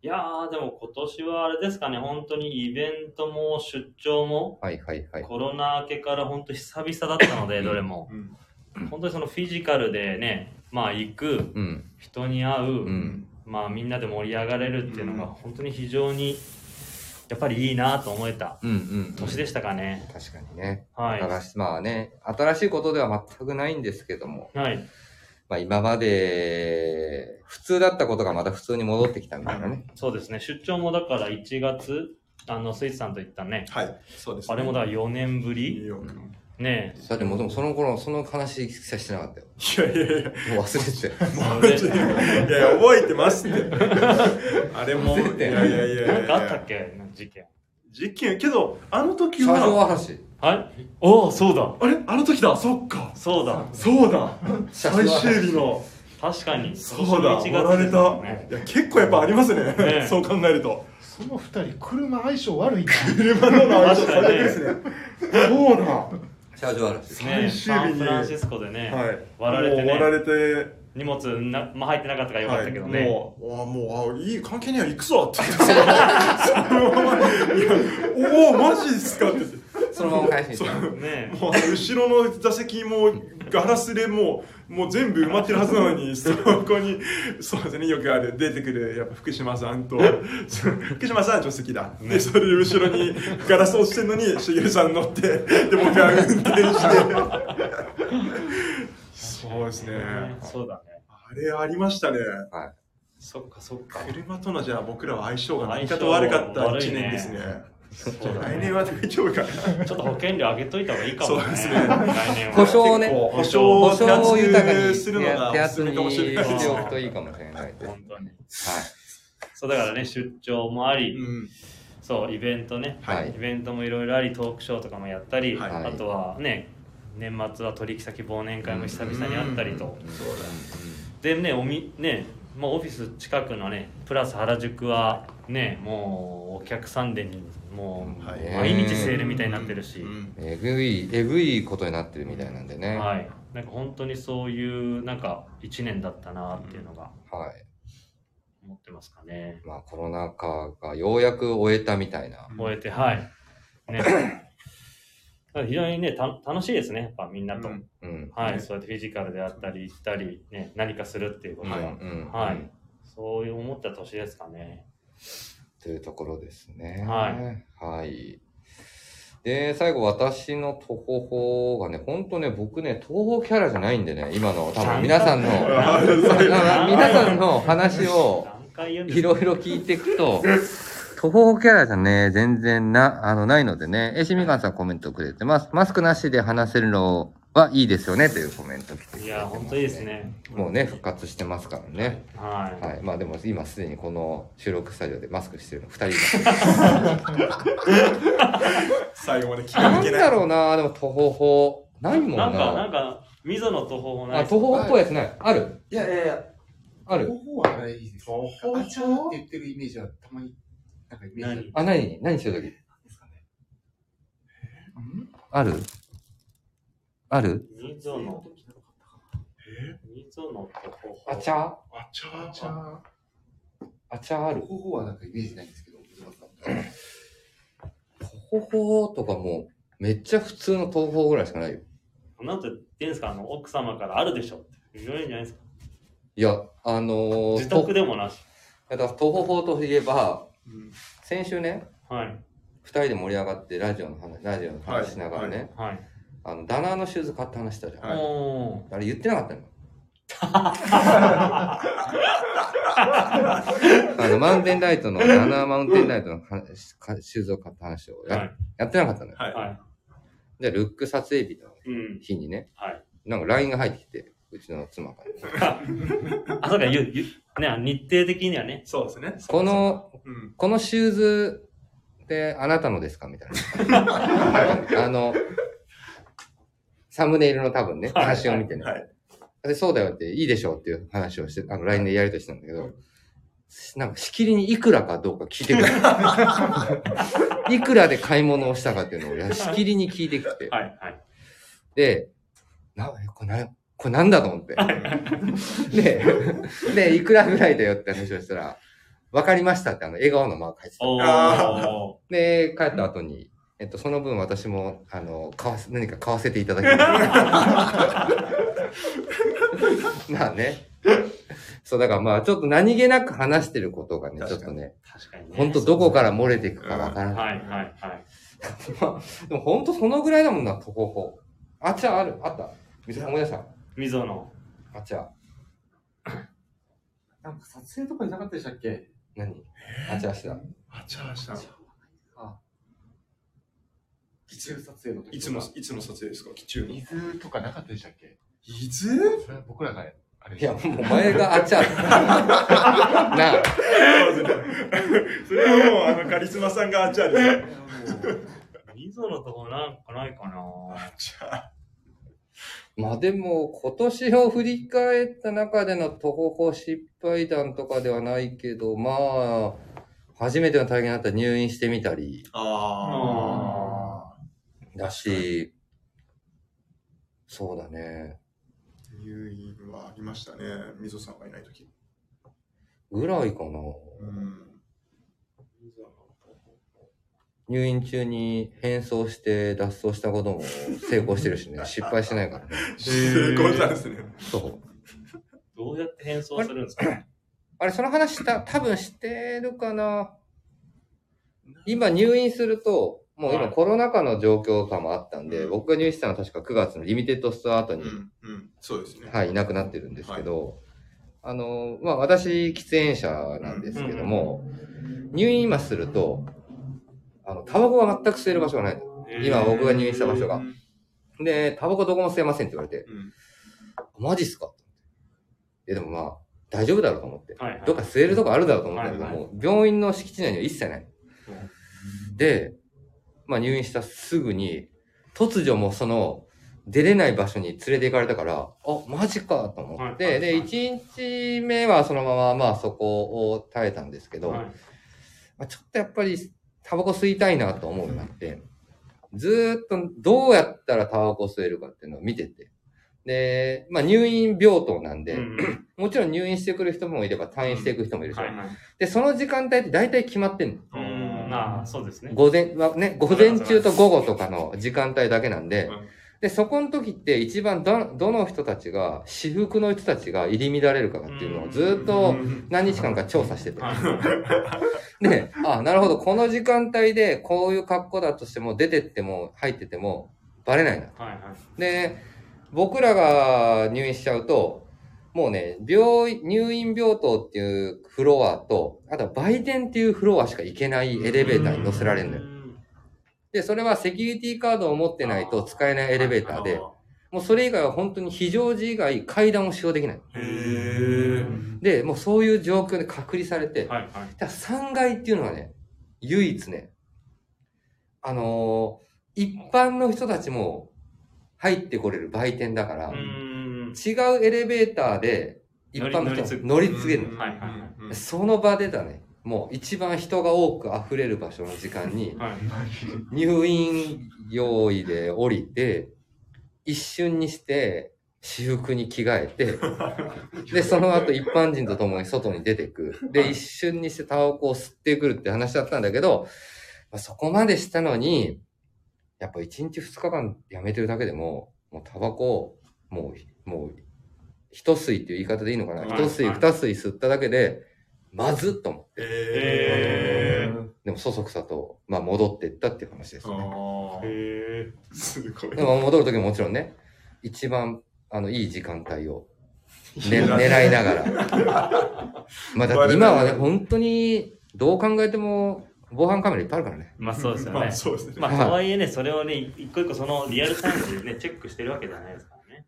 Speaker 2: いやー、でも今年はあれですかね、本当にイベントも出張も、
Speaker 1: はい、はいはいはい
Speaker 2: コロナ明けから本当久々だったので、どれも。
Speaker 4: うん
Speaker 2: 本当にそのフィジカルでね、まあ行く、
Speaker 1: うん、
Speaker 2: 人に会う、
Speaker 1: うん。
Speaker 2: まあみんなで盛り上がれるっていうのが本当に非常に、やっぱりいいなと思えた
Speaker 1: うん、うん。
Speaker 2: 年でしたかね。
Speaker 1: 確かにね。
Speaker 2: はい。
Speaker 1: 新しまあね、新しいことでは全くないんですけども、
Speaker 2: はい。
Speaker 1: まあ今まで、普通だったことがまた普通に戻ってきたみたいなね。
Speaker 2: そうですね、出張もだから1月、あの、スイスさんと行ったね、
Speaker 4: はいそうですね
Speaker 2: あれもだから4年ぶ
Speaker 4: ニュー
Speaker 2: り
Speaker 4: ヨークの
Speaker 2: ねえ
Speaker 1: だってもうでもその頃、その話しかしてなかったよ。
Speaker 4: いやいやいや
Speaker 1: もう 忘れてたよ。
Speaker 2: なの
Speaker 4: マジでい
Speaker 2: で、
Speaker 4: やいや覚えてますってあれもい
Speaker 1: 忘れて
Speaker 4: やいやいやいや
Speaker 2: なんかあったっけなんか事件。
Speaker 4: 事件けどあの時
Speaker 1: 車上
Speaker 4: は
Speaker 1: 嵐。
Speaker 2: はいおお、そうだ
Speaker 4: あれあの時だそっか
Speaker 2: そうだ
Speaker 4: そうだ
Speaker 1: 車
Speaker 4: 最
Speaker 1: 上嵐
Speaker 4: 終日の
Speaker 2: 確かに、
Speaker 4: そうだ
Speaker 2: 今
Speaker 4: 割
Speaker 2: 年の1
Speaker 4: られ
Speaker 2: 月
Speaker 4: た
Speaker 2: ね
Speaker 4: いや結構やっぱありますね
Speaker 2: ね
Speaker 4: そう考えると
Speaker 3: その二人車相性悪いな
Speaker 4: 車の
Speaker 2: 確かにね
Speaker 4: そうだ
Speaker 1: チャージワーラスですね。
Speaker 2: ね
Speaker 4: 最終日に
Speaker 2: サンフランシスコでね、
Speaker 4: はい、
Speaker 2: 割られてね
Speaker 4: もう割られて
Speaker 2: 荷物な、まあ、入ってなかったからよかったけどね、
Speaker 4: はい、もう、あもう、あいい関係ねえよ、行くぞって言って、そのまま、いやおお、マジですかって言って、
Speaker 1: そのまま返しに行った。
Speaker 2: ね
Speaker 4: もう後ろの座席もガラスでもう、もう全部埋まってるはずなのに、そこに、そうですね、よくある、出てくる、やっぱ福島さんと、そ福島さんは助手席だ。で、それで後ろにガラス落ちてるのに、茂さん乗って、で、僕は運転して。そうですね。
Speaker 2: ねそうだね
Speaker 4: あれありましたね。
Speaker 1: はい。
Speaker 2: そっかそっか
Speaker 4: 車とのじゃあ僕らは相性が何かと悪かった1年ですね。
Speaker 2: そうだ
Speaker 4: 来
Speaker 2: ね
Speaker 4: 年は大丈夫かな。
Speaker 2: ちょっと保険料上げといた方がいいかもね
Speaker 4: そうですね
Speaker 2: 来年は
Speaker 1: 故障をね
Speaker 4: 結構保証
Speaker 1: 保
Speaker 4: を
Speaker 1: 証
Speaker 4: 手
Speaker 1: を豊かに
Speaker 4: 厚くするのが
Speaker 1: 手
Speaker 4: おす
Speaker 1: 厚
Speaker 4: すめ
Speaker 1: に
Speaker 4: かもしれないです
Speaker 1: して
Speaker 4: よ。
Speaker 1: おくといいかもしれないです。はい。
Speaker 2: 本当にそうだからね出張もあり、
Speaker 4: うん
Speaker 2: そうイベントね、
Speaker 1: はい
Speaker 2: イベントもいろいろありトークショーとかもやったり、
Speaker 4: はい
Speaker 2: あとはね年末は取引先忘年会も久々にあったりと、でねおみねもうオフィス近くのねプラス原宿はねもうお客さんでにもう
Speaker 4: はい
Speaker 2: 毎日セールみたいになってるし、
Speaker 4: うん
Speaker 1: えぐい、えぐいことになってるみたいなんでね。
Speaker 2: は
Speaker 1: はい。
Speaker 2: いなんか本当にそういうなんか1年だったなっていうのが思ってますかね、
Speaker 1: まあコロナ禍がようやく終えたみたいな。
Speaker 2: 終えてはい ねだから非常にねた楽しいですねやっぱみんなと、
Speaker 4: うん
Speaker 1: うん。
Speaker 2: はい、
Speaker 4: ね
Speaker 2: そうやってフィジカルであったり行ったり、ね、何かするっていうことが、
Speaker 4: は
Speaker 1: う
Speaker 4: い
Speaker 1: んうん。
Speaker 2: はい
Speaker 1: うん
Speaker 2: そういう思った年ですかね。
Speaker 1: というところですね。。
Speaker 2: はい
Speaker 1: はい。で、最後、私のトホホがね、ほんとね、僕ね、東宝キャラじゃないんでね、今の、多分皆さんの、
Speaker 4: あそう
Speaker 1: 皆
Speaker 2: なんだ
Speaker 1: さんの話を、
Speaker 2: 何回言うんです
Speaker 1: い
Speaker 2: か
Speaker 1: ろいろ聞いていくと、徒歩キャラじゃね、全然な、あの、ないのでね、えしみかんさんコメントくれてます。マスクなしで話せるのはいいですよね、というコメント来てくれてます、
Speaker 2: いや、本当にいいです。ね。
Speaker 1: もうね、復活してますからね。
Speaker 2: はい。
Speaker 1: はい。まあでも、今すでにこの収録スタジオでマスクしてるの2人います。
Speaker 4: 最後まで気が
Speaker 1: な
Speaker 4: 抜
Speaker 1: ん
Speaker 4: け
Speaker 1: だ
Speaker 4: ない。
Speaker 1: ろうな、でも、徒歩法。ないもん
Speaker 2: な
Speaker 1: な。
Speaker 2: んか、なんか、溝の途方もない
Speaker 1: あ、。徒歩っぽいやつない。ある。
Speaker 6: いやいやいや、
Speaker 1: ある。
Speaker 6: 方法はないです。
Speaker 4: 徒
Speaker 6: 歩法ちゃんって言ってるイメージはたまに、なんかイメージ
Speaker 2: 何
Speaker 1: あ、何何してるとき
Speaker 6: ですかね。
Speaker 1: あるある
Speaker 2: 溝の、溝の途方
Speaker 1: あちゃ
Speaker 4: あちゃ
Speaker 3: じゃあ
Speaker 1: あちゃある。
Speaker 6: 方法はなんかイメージないんですけど、藤本さん
Speaker 1: 徒歩法とかも、めっちゃ普通の徒歩ぐらいしかないよ。
Speaker 2: なんて言ってんすかあの、奥様からあるでしょって。言われるんじゃないですか。
Speaker 1: いや、あのー、
Speaker 2: 自宅でもなし。
Speaker 1: とだから徒歩法といえば、
Speaker 4: うん
Speaker 1: 先週ね、
Speaker 2: はい。
Speaker 1: 二人で盛り上がってラジオの話、ラジオの話しながらね、
Speaker 4: は
Speaker 2: はい。
Speaker 1: あの、ダナーのシューズ買った話したじゃん。
Speaker 4: はい
Speaker 2: おー。
Speaker 1: あれ言ってなかった のあの、マウンテンライトの、ダナーマウンテンライトの話かシューズを買った話をや,、
Speaker 2: はい
Speaker 1: やってなかったのよ。
Speaker 4: はい。
Speaker 2: は
Speaker 1: で、ルック撮影日の
Speaker 2: い。うん。
Speaker 1: 日にね、
Speaker 2: はい。
Speaker 1: なんか LINE が入ってきて、うちの妻から。
Speaker 2: あ、そうか、ゆ、ゆ、ね、日程的にはね。
Speaker 4: そうですね。
Speaker 1: この、
Speaker 4: うん。
Speaker 1: このシューズってあなたのですかみたいな。あの、サムネイルの多分ね、
Speaker 2: はい
Speaker 1: 写真を見てね。
Speaker 4: はい。
Speaker 1: で、そうだよって、いいでしょうっていう話をして、あの、LINE でやりとりしてたんだけど、なんか、しきりにいくらかどうか聞いてくる。いくらで買い物をしたかっていうのをいや、しきりに聞いてきて。
Speaker 2: はい。はい。
Speaker 1: で、な、えこれな、これなんだと思 って。で、で、いくらぐらいだよって話をしたら、わかりましたって、あの、笑顔のマーク入ってた。
Speaker 2: おー
Speaker 4: あ。
Speaker 1: で、帰った後に、えっと、その分私も、あの、買わせ、何か買わせていた だきます。まあね。そう、だからまあ、ちょっと何気なく話してることがね、ちょっ
Speaker 4: 確かに
Speaker 1: とね、
Speaker 2: 確かにね。
Speaker 1: ほんとどこから漏れていくかわからない。
Speaker 2: はいはいはい。
Speaker 1: まあ、でもほんとそのぐらいだもんな、とここ。あちゃある、あった。みさん思い出した。
Speaker 2: 溝の。
Speaker 1: あちゃ。
Speaker 6: なんか撮影とかじゃなかったでしたっけ
Speaker 1: 何あちゃしてた。
Speaker 4: あちゃした。
Speaker 6: 一部撮影の時
Speaker 4: いつの、いつの撮影ですか基中の。
Speaker 5: 伊豆とかなかったでしたっけ
Speaker 4: 伊豆
Speaker 5: それは僕らがあれ
Speaker 1: い や、もうお前があちゃ。なあ。
Speaker 4: それはもう、あの、カリスマさんがあちゃですよ。
Speaker 2: 溝のとこなんかないかな
Speaker 4: あちゃ
Speaker 1: まあでも、今年を振り返った中での徒歩法失敗談とかではないけど、まあ、初めての体験だったら入院してみたり
Speaker 4: あ
Speaker 2: あ
Speaker 1: だし、そうだね。
Speaker 4: 入院はありましたね溝さんがいない時
Speaker 1: ぐらいかな。
Speaker 4: うん
Speaker 1: 入院中に変装して脱走したことも成功してるしね。失敗してないからね。
Speaker 4: 成功したんですね
Speaker 1: そう。
Speaker 2: どうやって変装するんですか
Speaker 1: あれ、その話した、多分してるかな。今入院すると、もう
Speaker 2: は
Speaker 1: 今
Speaker 2: い
Speaker 1: コロナ禍の状況下もあったんで、
Speaker 4: うん
Speaker 1: 僕が入院したのは確か9月のリミテッドストア後
Speaker 4: う
Speaker 1: に、
Speaker 4: んうんそうですね
Speaker 1: はい、いなくなってるんですけど、あの、まあ、私、喫煙者なんですけども、入院今すると、あの、タバコが全く吸える場所がない。今僕が入院した場所が。で、タバコどこも吸えませんって言われて、
Speaker 4: うん
Speaker 1: マジっすかえ、でもまあ、大丈夫だろうと思って。
Speaker 2: はいはい
Speaker 1: どっか吸えるとこあるだろうと思ったけど、
Speaker 2: はいはい
Speaker 1: もう病院の敷地内には一切ない。で、まあ入院したすぐに、突如もうその、出れない場所に連れて行かれたから、あ、マジかと思って、
Speaker 2: はいはいはい
Speaker 1: で、1日目はそのまま、まあそこを耐えたんですけど、
Speaker 2: はい
Speaker 1: まあ、ちょっとやっぱりタバコ吸いたいなと思うようになって、ずーっとどうやったらタバコ吸えるかっていうのを見てて。で、まあ入院病棟なんで、
Speaker 2: うん
Speaker 1: もちろん入院してくる人もいれば退院していく人もいるし、
Speaker 2: はいはい
Speaker 1: で、その時間帯って大体決まってんの。
Speaker 2: うんまあそうですね
Speaker 1: 午前、はね、午前中と午後とかの時間帯だけなんで
Speaker 4: うん、
Speaker 1: で、そこの時って一番ど、どの人たちが、私服の人たちが入り乱れるかっていうのをずーっと何日間か調査してて。で、あ、なるほど、この時間帯でこういう格好だとしても、出てっても入ってても、バレないな。
Speaker 2: はいはい
Speaker 1: で、僕らが入院しちゃうと、もうね、病院、入院病棟っていうフロアと、あとは売店っていうフロアしか行けないエレベーターに乗せられるのよ。で、それはセキュリティカードを持ってないと使えないエレベーターで、もうそれ以外は本当に非常時以外階段を使用できない。
Speaker 4: へえ
Speaker 1: で、もうそういう状況で隔離されて、
Speaker 2: はいはい
Speaker 1: ただ3階っていうのはね、唯一ね、あのー一般の人たちも入ってこれる売店だから、
Speaker 2: うん
Speaker 1: 違うエレベーターで一般の人が乗
Speaker 2: 乗
Speaker 1: り継げるの。
Speaker 2: はいはいはい
Speaker 1: その場でだね、もう一番人が多く溢れる場所の時間に、
Speaker 2: はい
Speaker 1: 入院用意で降りて、一瞬にして、私服に着替え て、で、その後一般人と共に外に出てく。で、一瞬にしてタバコを吸ってくるって話だったんだけど、まあ、そこまでしたのに、やっぱ1日2日間やめてるだけでも、もうタバコを、もう、もう、一吸いっていう言い方でいいのかな
Speaker 2: はい
Speaker 1: 一吸い、
Speaker 2: はい
Speaker 1: 二吸い吸っただけで、まずっと思って。
Speaker 4: え
Speaker 2: へ
Speaker 1: でも、そそくさと、まあ、戻ってったっていう話ですね。
Speaker 4: あ
Speaker 2: へ
Speaker 4: あすごい
Speaker 1: でも戻るときももちろんね、一番、あの、いい時間帯を、ね、
Speaker 4: いや
Speaker 1: 狙いながら。まあ、だって今はね、本当に、どう考えても、防犯カメラいっぱいあるからね。
Speaker 2: まあそうですよ
Speaker 4: ま
Speaker 2: ね
Speaker 4: あそうですね
Speaker 2: まあとはいえねそれをね一個一個そのリアルタイムでねチェックしてるわけじゃないですからね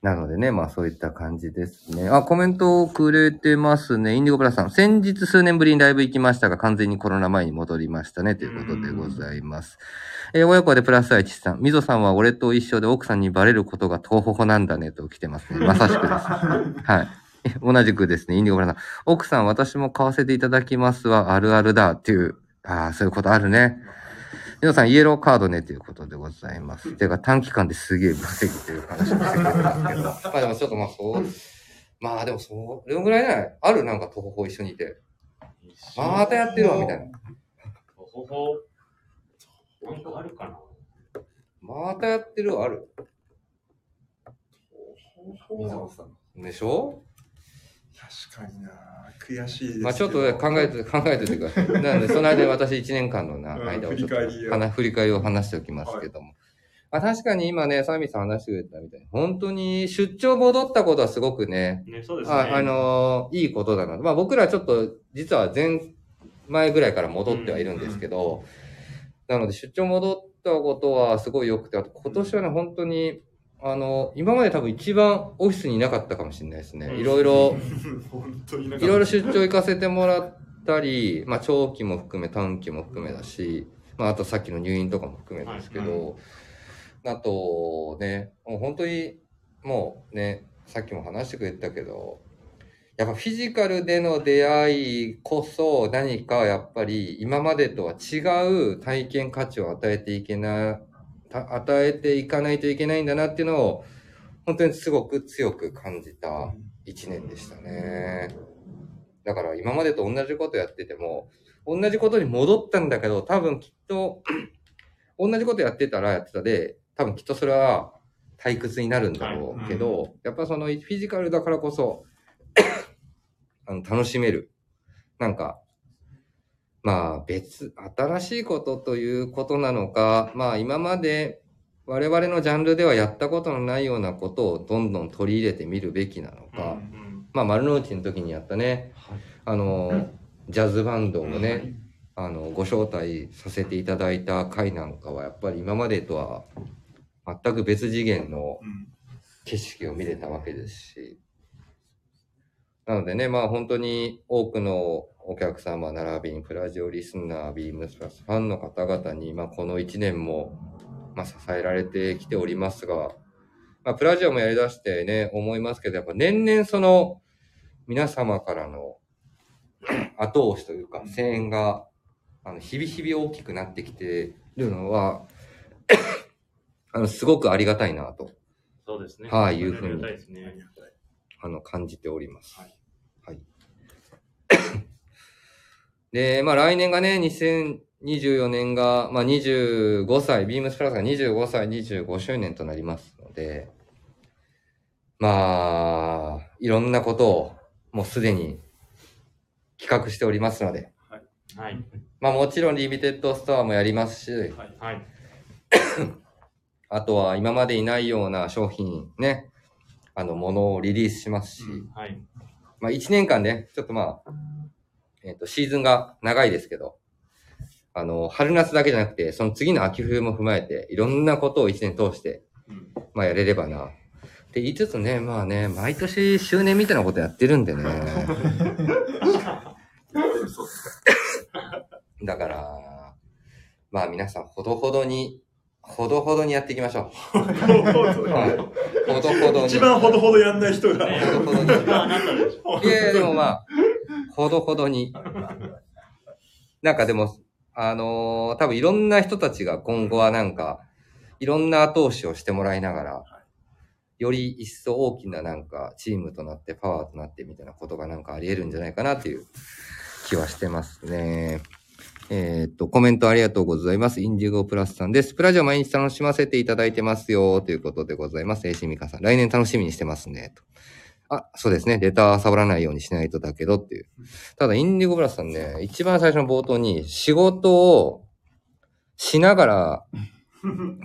Speaker 1: なのでね、まあそういった感じですね。あ、コメントをくれてますね。インディゴブラさん。先日数年ぶりにライブ行きましたが、完全にコロナ前に戻りましたね。ということでございます。えー親子でプラス愛知さん。みぞさんは俺と一緒で奥さんにバレることが東ほなんだねと来てますね。まさしくです。はい。 同じくですね、インディゴブラさん。奥さん、私も買わせていただきますは、あるあるだっていう、ああ、そういうことあるね。皆さん、イエローカードねということでございます。てか、短期間ですげえ稼ぐという話もしてくれてますけど。まあでもちょっとまあそう、まあでもそれぐらいじゃないあるなんか東方一緒にいて。またやってるわ、みたいな。
Speaker 2: ほほほなんかあるかな
Speaker 1: またやってるわ、ある。
Speaker 5: 水野さん
Speaker 1: でしょ
Speaker 4: 確かにな悔しいですけど
Speaker 1: まあちょっとね考えて、考えててください。なので、その間に私1年間のな
Speaker 4: うん
Speaker 1: 間をちょっと
Speaker 4: 振り返りを
Speaker 1: はな振り返りを話しておきますけども。まあ確かに今ね、サミさん話してくれたみたいに、本当に出張戻ったことはすごくね、
Speaker 2: ねそうですね
Speaker 1: ああのーいいことだな。まあ僕らちょっと、実は前、前ぐらいから戻ってはいるんですけど、なので出張戻ったことはすごい良くて、あと今年はね、本当に、あの、今まで多分一番オフィスにいなかったかもしれないですね。
Speaker 2: うん
Speaker 1: いろいろ、
Speaker 4: 本当になん
Speaker 1: いろいろ出張行かせてもらったり、まあ長期も含め短期も含めだし、まああとさっきの入院とかも含めですけど、あとね、もう本当にもうね、さっきも話してくれたけど、やっぱフィジカルでの出会いこそ何かやっぱり今までとは違う体験価値を与えていけなた与えていかないといけないんだなっていうのを、本当にすごく強く感じた一年でしたね。だから今までと同じことやってても、同じことに戻ったんだけど、多分きっと、同じことやってたらやってたで、多分きっとそれは退屈になるんだろうけど、やっぱそのフィジカルだからこそ、 あの楽しめる。なんか、まあ別、新しいことということなのか、まあ今まで我々のジャンルではやったことのないようなことをどんどん取り入れてみるべきなのか、まあ丸の内の時にやったね、あの、ジャズバンドをね、あの、ご招待させていただいた回なんかは、やっぱり今までとは全く別次元の景色を見れたわけですし、なのでね、まあ本当に多くのお客様、並びにプラジオリスナー、ビームスプラスファンの方々に、まあこの1年も、まあ支えられてきておりますが、まあプラジオもやりだしてね、思いますけど、やっぱ年々その皆様からの 後押しというか、声援が、あの、日々日々大きくなってきてるのは、 あの、すごくありがたいなと、
Speaker 2: そうですね。
Speaker 1: はいいうふうに
Speaker 2: ありがたいですね。
Speaker 1: あの、感じております。はい。 で、まあ来年がね、2024年が、まあ25歳、ビームスプラスが25歳、25周年となりますので、まあ、いろんなことをもうすでに企画しておりますので、
Speaker 2: はい。
Speaker 1: まあもちろんリミテッドストアもやりますし、
Speaker 2: はい。
Speaker 1: あとは今までいないような商品ね、あの、ものをリリースしますし、
Speaker 2: はい。
Speaker 1: まあ一年間ね、ちょっとまあ、えっ、と、シーズンが長いですけど、あの、春夏だけじゃなくて、その次の秋冬も踏まえて、いろんなことを一年通して、まあやれればな。って言いつつね、まあね、毎年周年みたいなことやってるんでね。 だから、まあ皆さん、ほどほどに、ほどほどにやっていきましょう。はいほどほどに。
Speaker 4: 一番ほどほどやんない人が。
Speaker 1: ほどほどに。
Speaker 2: まあ、あなたでしょ。
Speaker 1: いやいや、でもまあ、ほどほどに。なんかでも、あのー多分いろんな人たちが今後はなんか、いろんな後押しをしてもらいながら、より一層大きななんか、チームとなって、パワーとなってみたいなことがなんかあり得るんじゃないかなっていう気はしてますね。えーっと、コメントありがとうございます。インディゴプラスさんです。プラジオ毎日楽しませていただいてますよ、ということでございます。えーしみかさん。来年楽しみにしてますね、と。あ、そうですね。レター触らないようにしないとだけどっていう。ただ、インディゴブラスさんね、一番最初の冒頭に、仕事をしながら、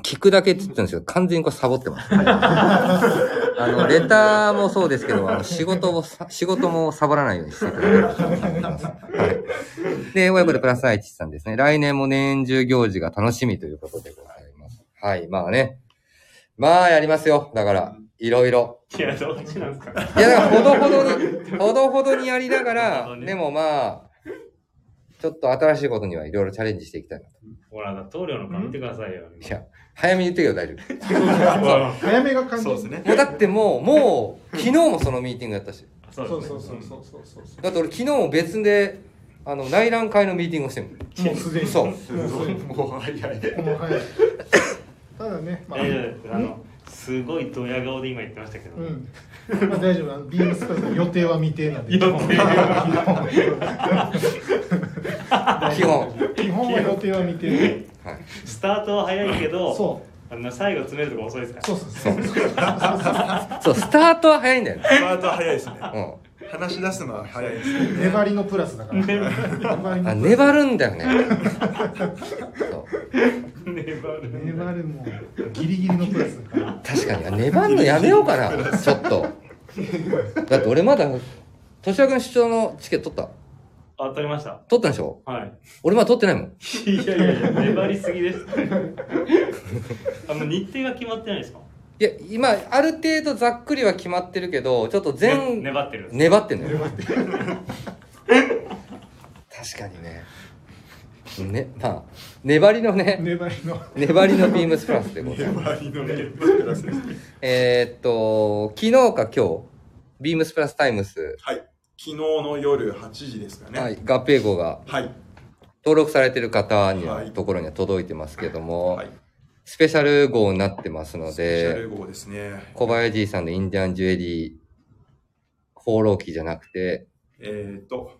Speaker 1: 聞くだけって言ってたんですけど、完全にこれサボってます、あの、レターもそうですけど、あの仕事をさ、仕事もサボらないようにしていただければと思います。はい。で、親子でプラス愛知さんですね。来年も年中行事が楽しみということでございます。はい、まあね。まあ、やりますよ。だから、いろいろ。
Speaker 2: いや、どっちなんですか
Speaker 1: いや、だからほどほどに、ほどほどにやりなが
Speaker 2: ほど
Speaker 1: ら、
Speaker 2: ほどに
Speaker 1: でもまあ、ちょっと新しいことにはいろいろチャレンジしていきたいなと。
Speaker 2: ほら、棟梁の顔見てくださいよ。
Speaker 1: いや、早めに言ってけど大丈
Speaker 3: 早めが感じ
Speaker 4: そう
Speaker 3: る
Speaker 4: ですね
Speaker 1: 夫。。もうだってもう、もう、昨日もそのミーティングやったし。
Speaker 2: そう
Speaker 3: そう
Speaker 2: です
Speaker 3: そう
Speaker 2: ね。
Speaker 3: そうそうそうそう
Speaker 1: だって俺昨日も別で、あの、内覧会のミーティングをしてる
Speaker 3: もうすでに
Speaker 1: そう
Speaker 3: もうすでに
Speaker 5: もう早い。
Speaker 3: もう早いただねまあ
Speaker 2: いやいやあの、すごいドヤ顔で今言ってましたけど。
Speaker 3: うんまあ大丈夫あのビームスプラスの予定は未定なんで
Speaker 2: 予定
Speaker 3: は
Speaker 1: 基本。
Speaker 3: 基本は予定は未定
Speaker 1: はい。
Speaker 2: スタートは早いけど、
Speaker 3: そう
Speaker 2: あの最後詰めるとこ遅いですから。
Speaker 3: そうそうそう
Speaker 1: そう、スタートは早いんだよね。
Speaker 4: スタートは早いですね。
Speaker 1: う
Speaker 4: 話し出すのは早いですね。
Speaker 3: 粘りのプラスだから粘り
Speaker 1: ん。あ、
Speaker 3: のプラ
Speaker 1: 粘るんだよね。そう。
Speaker 2: 粘る
Speaker 3: ス粘るもうギリギリのプラスだから
Speaker 1: 確かにあ粘るのやめようかなちょっとだって俺まだ年明けの出張のチケット取った
Speaker 2: あ、取りました。
Speaker 1: 取ったんでしょ
Speaker 2: はい。
Speaker 1: 俺まだ取ってないもん
Speaker 2: いやいやいや、粘りすぎです。あの日程が決まってないですか。
Speaker 1: いや今ある程度ざっくりは決まってるけどちょっと
Speaker 2: ね
Speaker 1: 全、
Speaker 2: 粘ってるんです。
Speaker 1: 粘ってんのよ確かにねねまあ粘りのね
Speaker 3: 粘りの
Speaker 1: 粘りのビームスプラスでございます
Speaker 4: 周りのねプラスですね
Speaker 1: えーっと昨日か今日ビームスプラスタイムス、
Speaker 4: はい。昨日の夜8時ですかね。
Speaker 1: はい、合併号が
Speaker 4: はい。
Speaker 1: 登録されてる方に
Speaker 4: は
Speaker 1: はいところには届いてますけども、
Speaker 4: はい。
Speaker 1: スペシャル号になってますの
Speaker 4: スペシャ
Speaker 1: で
Speaker 4: ル、号ですね。
Speaker 1: 小林さんのインディアンジュエリー、放浪記じゃなくて、
Speaker 4: えっ、と、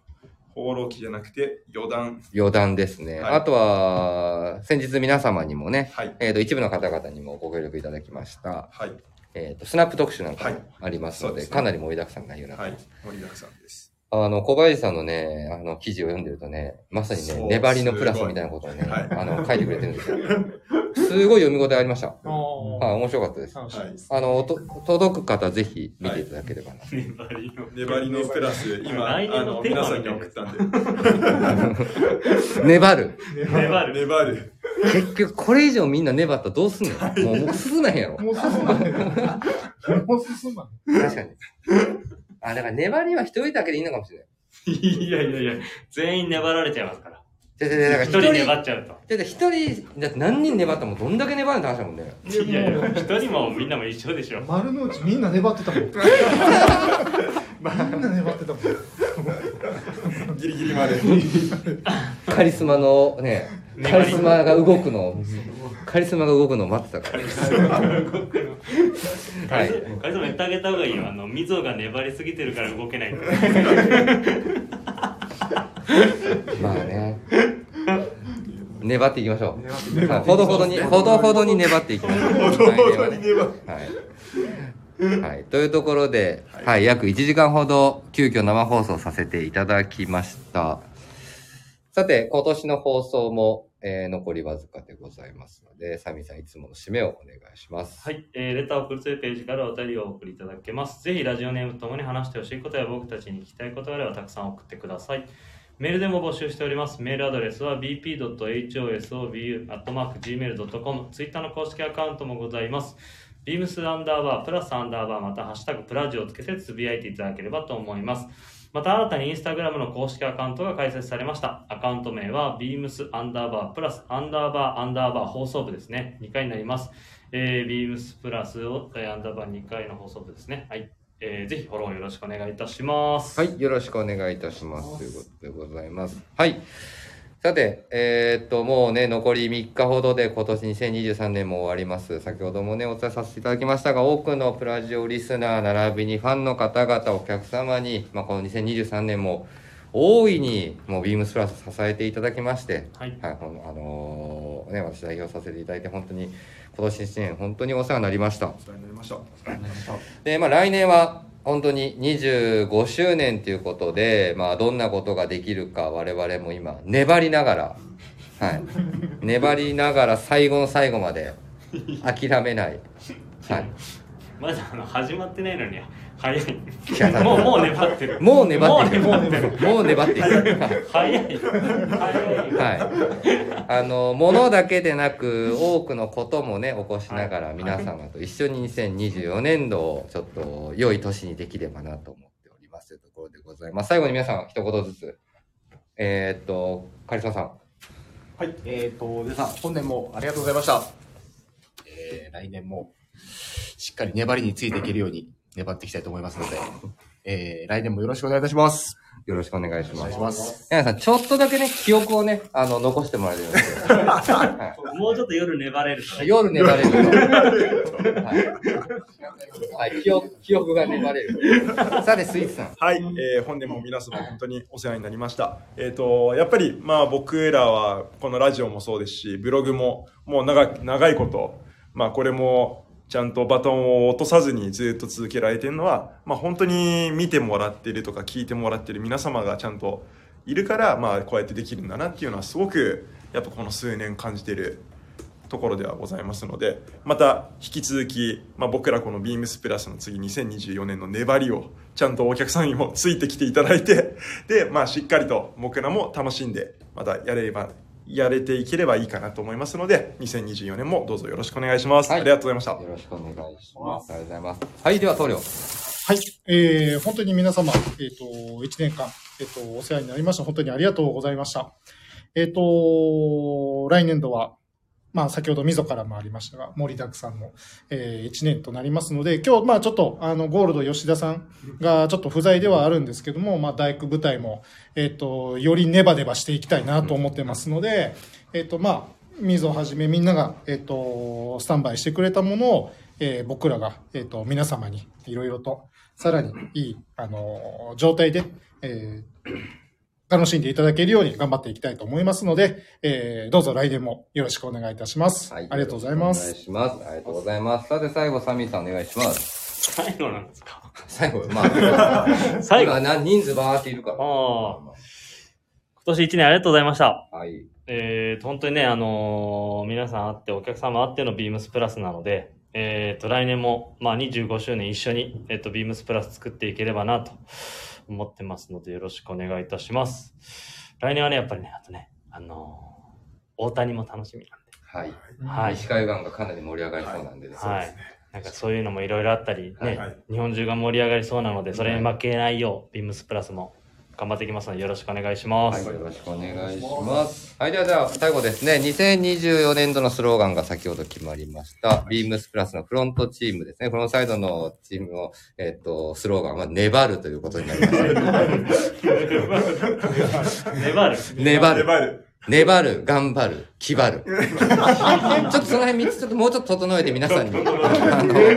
Speaker 4: 放浪記じゃなくて、余談。
Speaker 1: 余談ですね。
Speaker 4: はい
Speaker 1: あとは、先日皆様にもね、
Speaker 4: はい。
Speaker 1: えっ、と、一部の方々にもご協力いただきました、
Speaker 4: はい。
Speaker 1: えっ、と、スナップ特集なんか
Speaker 4: はい
Speaker 1: もありますの
Speaker 4: そう
Speaker 1: で、
Speaker 4: ですね
Speaker 1: かなり盛りだくさんな内容になって
Speaker 4: は
Speaker 1: ます。
Speaker 4: い。盛りだくさんです。
Speaker 1: あの、小林さんのね、あの、記事を読んでるとね、まさに
Speaker 4: そ
Speaker 1: ね、
Speaker 4: う
Speaker 1: 粘りのプラスみたいなことをね、
Speaker 4: すごいはい
Speaker 1: あの、書いてくれてるんですよ。すごい読み応えありました。
Speaker 3: あ
Speaker 1: はい、面白かったです
Speaker 3: あ。楽しみです
Speaker 1: あの、と届く方ぜひ見ていただければな。
Speaker 2: 粘りの
Speaker 4: 粘りのプラス、今、あ
Speaker 2: 来年の
Speaker 4: の、
Speaker 2: テー
Speaker 4: 皆
Speaker 2: マ
Speaker 4: さん
Speaker 2: みたい
Speaker 4: に送ったんで。
Speaker 1: 粘る。
Speaker 2: 粘る
Speaker 4: 粘る。
Speaker 1: 結局、これ以上みんな粘ったらどうすんのもう、もう進めへんやろ。
Speaker 3: もう進まない。もう進ま
Speaker 1: 確かに。あ、だから粘りは一人だけでいいのかもしれない。
Speaker 2: いやいやいや全員粘られちゃいますから
Speaker 1: じゃじゃじゃ、だから
Speaker 2: 一
Speaker 1: 一
Speaker 2: 人
Speaker 1: 人。
Speaker 2: 粘っちゃうと
Speaker 1: だって一人、だって何人粘ったもどんだけ粘るって話だもんね。
Speaker 3: ない。
Speaker 2: いやいや
Speaker 3: もう
Speaker 2: 一人もみんなも一緒でしょ
Speaker 3: 丸の内みんな粘ってたもん。みんな粘ってたもん。
Speaker 4: ギリギリま で。
Speaker 1: カリスマの ね、
Speaker 2: 粘り
Speaker 1: カリスマが動くの を、カリスマが動くのを待ってたから。は
Speaker 2: カ
Speaker 1: い
Speaker 2: リスマカリスマ言ってあげた方がいいよあの溝が粘りすぎてるから動けないって
Speaker 1: まあ ね。粘っていきましょう。はいほどほどに、ほどほどに粘っていきましょう。はい
Speaker 4: 粘る。
Speaker 1: はい。はい。というところで、はい、約1時間ほど急遽生放送させていただきました。さて、今年の放送も、えー残りわずかでございますので、サミさんいつもの締めをお願いします。
Speaker 2: はい、えーレターを送るというページからお便りをお送りいただけますぜひラジオネームともに話してほしいことや僕たちに聞きたいことがあればたくさん送ってくださいメールでも募集しておりますメールアドレスは bp.hosobu.gmail.com ツイッターの公式アカウントもございますビームスアンダーバープラスアンダーバーまたハッシュタグプラジオをつけてつぶやいていただければと思いますまた新たにインスタグラムの公式アカウントが開設されましたアカウント名は beams アンダーバープラスアンダーバーアンダーバー放送部ですね2回になります、えー、beams プラスを、えーアンダーバー2回の放送部ですねはい、えーぜひフォローよろしくお願いいたします
Speaker 1: はい、よろしくお願いいたします。ということでございます。はい。さて、えーっと、もうね、残り3日ほどで今年2023年も終わります。先ほどもね、お伝えさせていただきましたが、多くのプラジオリスナー、並びにファンの方々、お客様に、まあ、この2023年も、大いに、もう、ビームスプラス支えていただきまして、
Speaker 2: はい
Speaker 1: はい、このあのーね、私代表させていただいて、本当に、今年1年、本当にお世話になりました。
Speaker 4: お世話になりました。
Speaker 1: で、まあ、来年は本当に25周年ということで、まあ、どんなことができるか我々も今粘りながら、はい、粘りながら最後の最後まで諦めない。はい
Speaker 2: まだあの始まってないのに早いもうもう粘ってる
Speaker 1: もう粘っていく。
Speaker 2: もう粘
Speaker 1: もう粘っていく。
Speaker 2: 早い早い
Speaker 1: はい、あの物だけでなく多くのこともね起こしながら皆様と一緒に2024年度をちょっと良い年にできればなと思っておりますというところでございます最後に皆さん一言ずつえーっとカリスマさん
Speaker 5: はい、えっ、ー、と、皆さん、本年もありがとうございました。えー、来年も、しっかり粘りについていけるように、粘っていきたいと思いますので、えー、来年もよろしくお願いいたします。
Speaker 1: よろしくお願いし
Speaker 5: お願
Speaker 1: ま
Speaker 5: いし
Speaker 1: す
Speaker 5: ます。
Speaker 1: 皆さんちょっとだけね記憶をねあの残してもらえるように
Speaker 2: もうちょっと夜粘れると
Speaker 1: 夜粘れる。はい、はい、記憶記憶が粘れるさてスイーツさん
Speaker 4: はい、えー本年も皆様本当にお世話になりました。えっ、と、やっぱり、まあ僕らは、このラジオもそうですし、ブログも、もう長く、長いこと、まあこれも、ちゃんとバトンを落とさずにずっと続けられてるのは、まあ本当に見てもらってるとか聞いてもらってる皆様がちゃんといるから、まあこうやってできるんだなっていうのはすごく、やっぱこの数年感じてるところではございますのでまた引き続き、まあ、僕らこのビームスプラスの次2024年の粘りをちゃんとお客さんにもついてきていただいて で、まあ、しっかりと僕らも楽しんでまたやれればやれていければいいかなと思いますので2024年もどうぞよろしくお願いします、
Speaker 1: はい
Speaker 4: ありがとうございました
Speaker 1: よろしくお願いします。ありがとうございます。はい、では棟梁。
Speaker 3: はい、えー、本当に皆様、えっ、と、1年間、えっ、と、お世話になりました。本当にありがとうございました。えっ、と、来年度は、まあ、先ほど溝からもありましたが、盛りだくさんの、えー、1年となりますので、今日、まあ、ちょっと、あの、ゴールド吉田さんが、ちょっと不在ではあるんですけども、まあ、大工部隊も、えっ、と、よりネバネバしていきたいなと思ってますので、えっ、と、まあ、みぞはじめみんなが、えっと、スタンバイしてくれたものを、えー僕らが、えっと、皆様にいろいろと、さらにいい、あのー状態で、えー楽しんでいただけるように頑張っていきたいと思いますので、えーどうぞ来年もよろしくお願いいたします。ありがとうございま
Speaker 1: お
Speaker 3: す
Speaker 1: 願。いします。ありがとうございます。さて、最後、サミーさんお願いします。
Speaker 2: 最後なんですか
Speaker 1: 最後、まあ、
Speaker 2: 最後。あ
Speaker 1: 今な人数バーっているから。
Speaker 2: あ。今年一年ありがとうございました。
Speaker 1: はい。
Speaker 2: えー、と本当にね、あのー皆さんあって、お客様あってのビームスプラスなので、えー、と来年も、まあ、25周年一緒に、えー、とビームスプラス作っていければなと思ってますので、よろしくお願いいたします。来年はね、やっぱりね、あとね、あのー大谷も楽しみなんで、
Speaker 1: はい。
Speaker 2: はい
Speaker 1: 西海岸がかなり盛り上がりそうなんでね。
Speaker 2: はい。なんかそういうのもいろいろあったり、ね、
Speaker 1: はい
Speaker 4: はい
Speaker 2: 日本中が盛り上がりそうなので、それに負けないよう、ビームスプラスも頑張っていきますので、よろしくお願いしま
Speaker 1: は
Speaker 2: す。
Speaker 1: い、よろしくお願いします。はい、ではでは最後ですね、2024年度のスローガンが先ほど決まりました、ビームスプラスのフロントチームですね、フロントサイドのチームの、えっと、スローガンは粘るということになりました。
Speaker 2: 粘る。
Speaker 1: 粘
Speaker 4: レ
Speaker 1: る、
Speaker 4: バル。
Speaker 1: 粘る、頑張る、気張 る。ちょっとその辺3つ、ちょっともうちょっと整えて皆さんに、あの、お伝え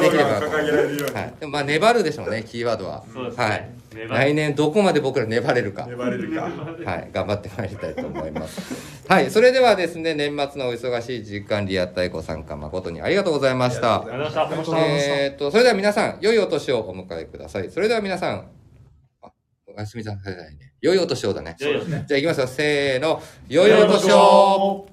Speaker 1: できればなと
Speaker 4: 掲げられるように。
Speaker 1: はい。でもまあ、粘るでしょうね、キーワードは。
Speaker 2: そうですね
Speaker 1: はい。
Speaker 2: 粘る
Speaker 1: 来年どこまで僕ら粘れるか。
Speaker 4: 粘れるか。
Speaker 1: はい、頑張ってまいりたいと思います。はい、それではですね、年末のお忙しい時間、リアタイご参加誠にありがとうございました
Speaker 2: あり。がとうございました。
Speaker 1: えーっと、それでは皆さん、良いお年をお迎えください。それでは皆さん、あ、おやすみなさいね。良いお年をだね。
Speaker 2: 良いお年を
Speaker 1: じゃあ行きますよ、せーの。良いお年を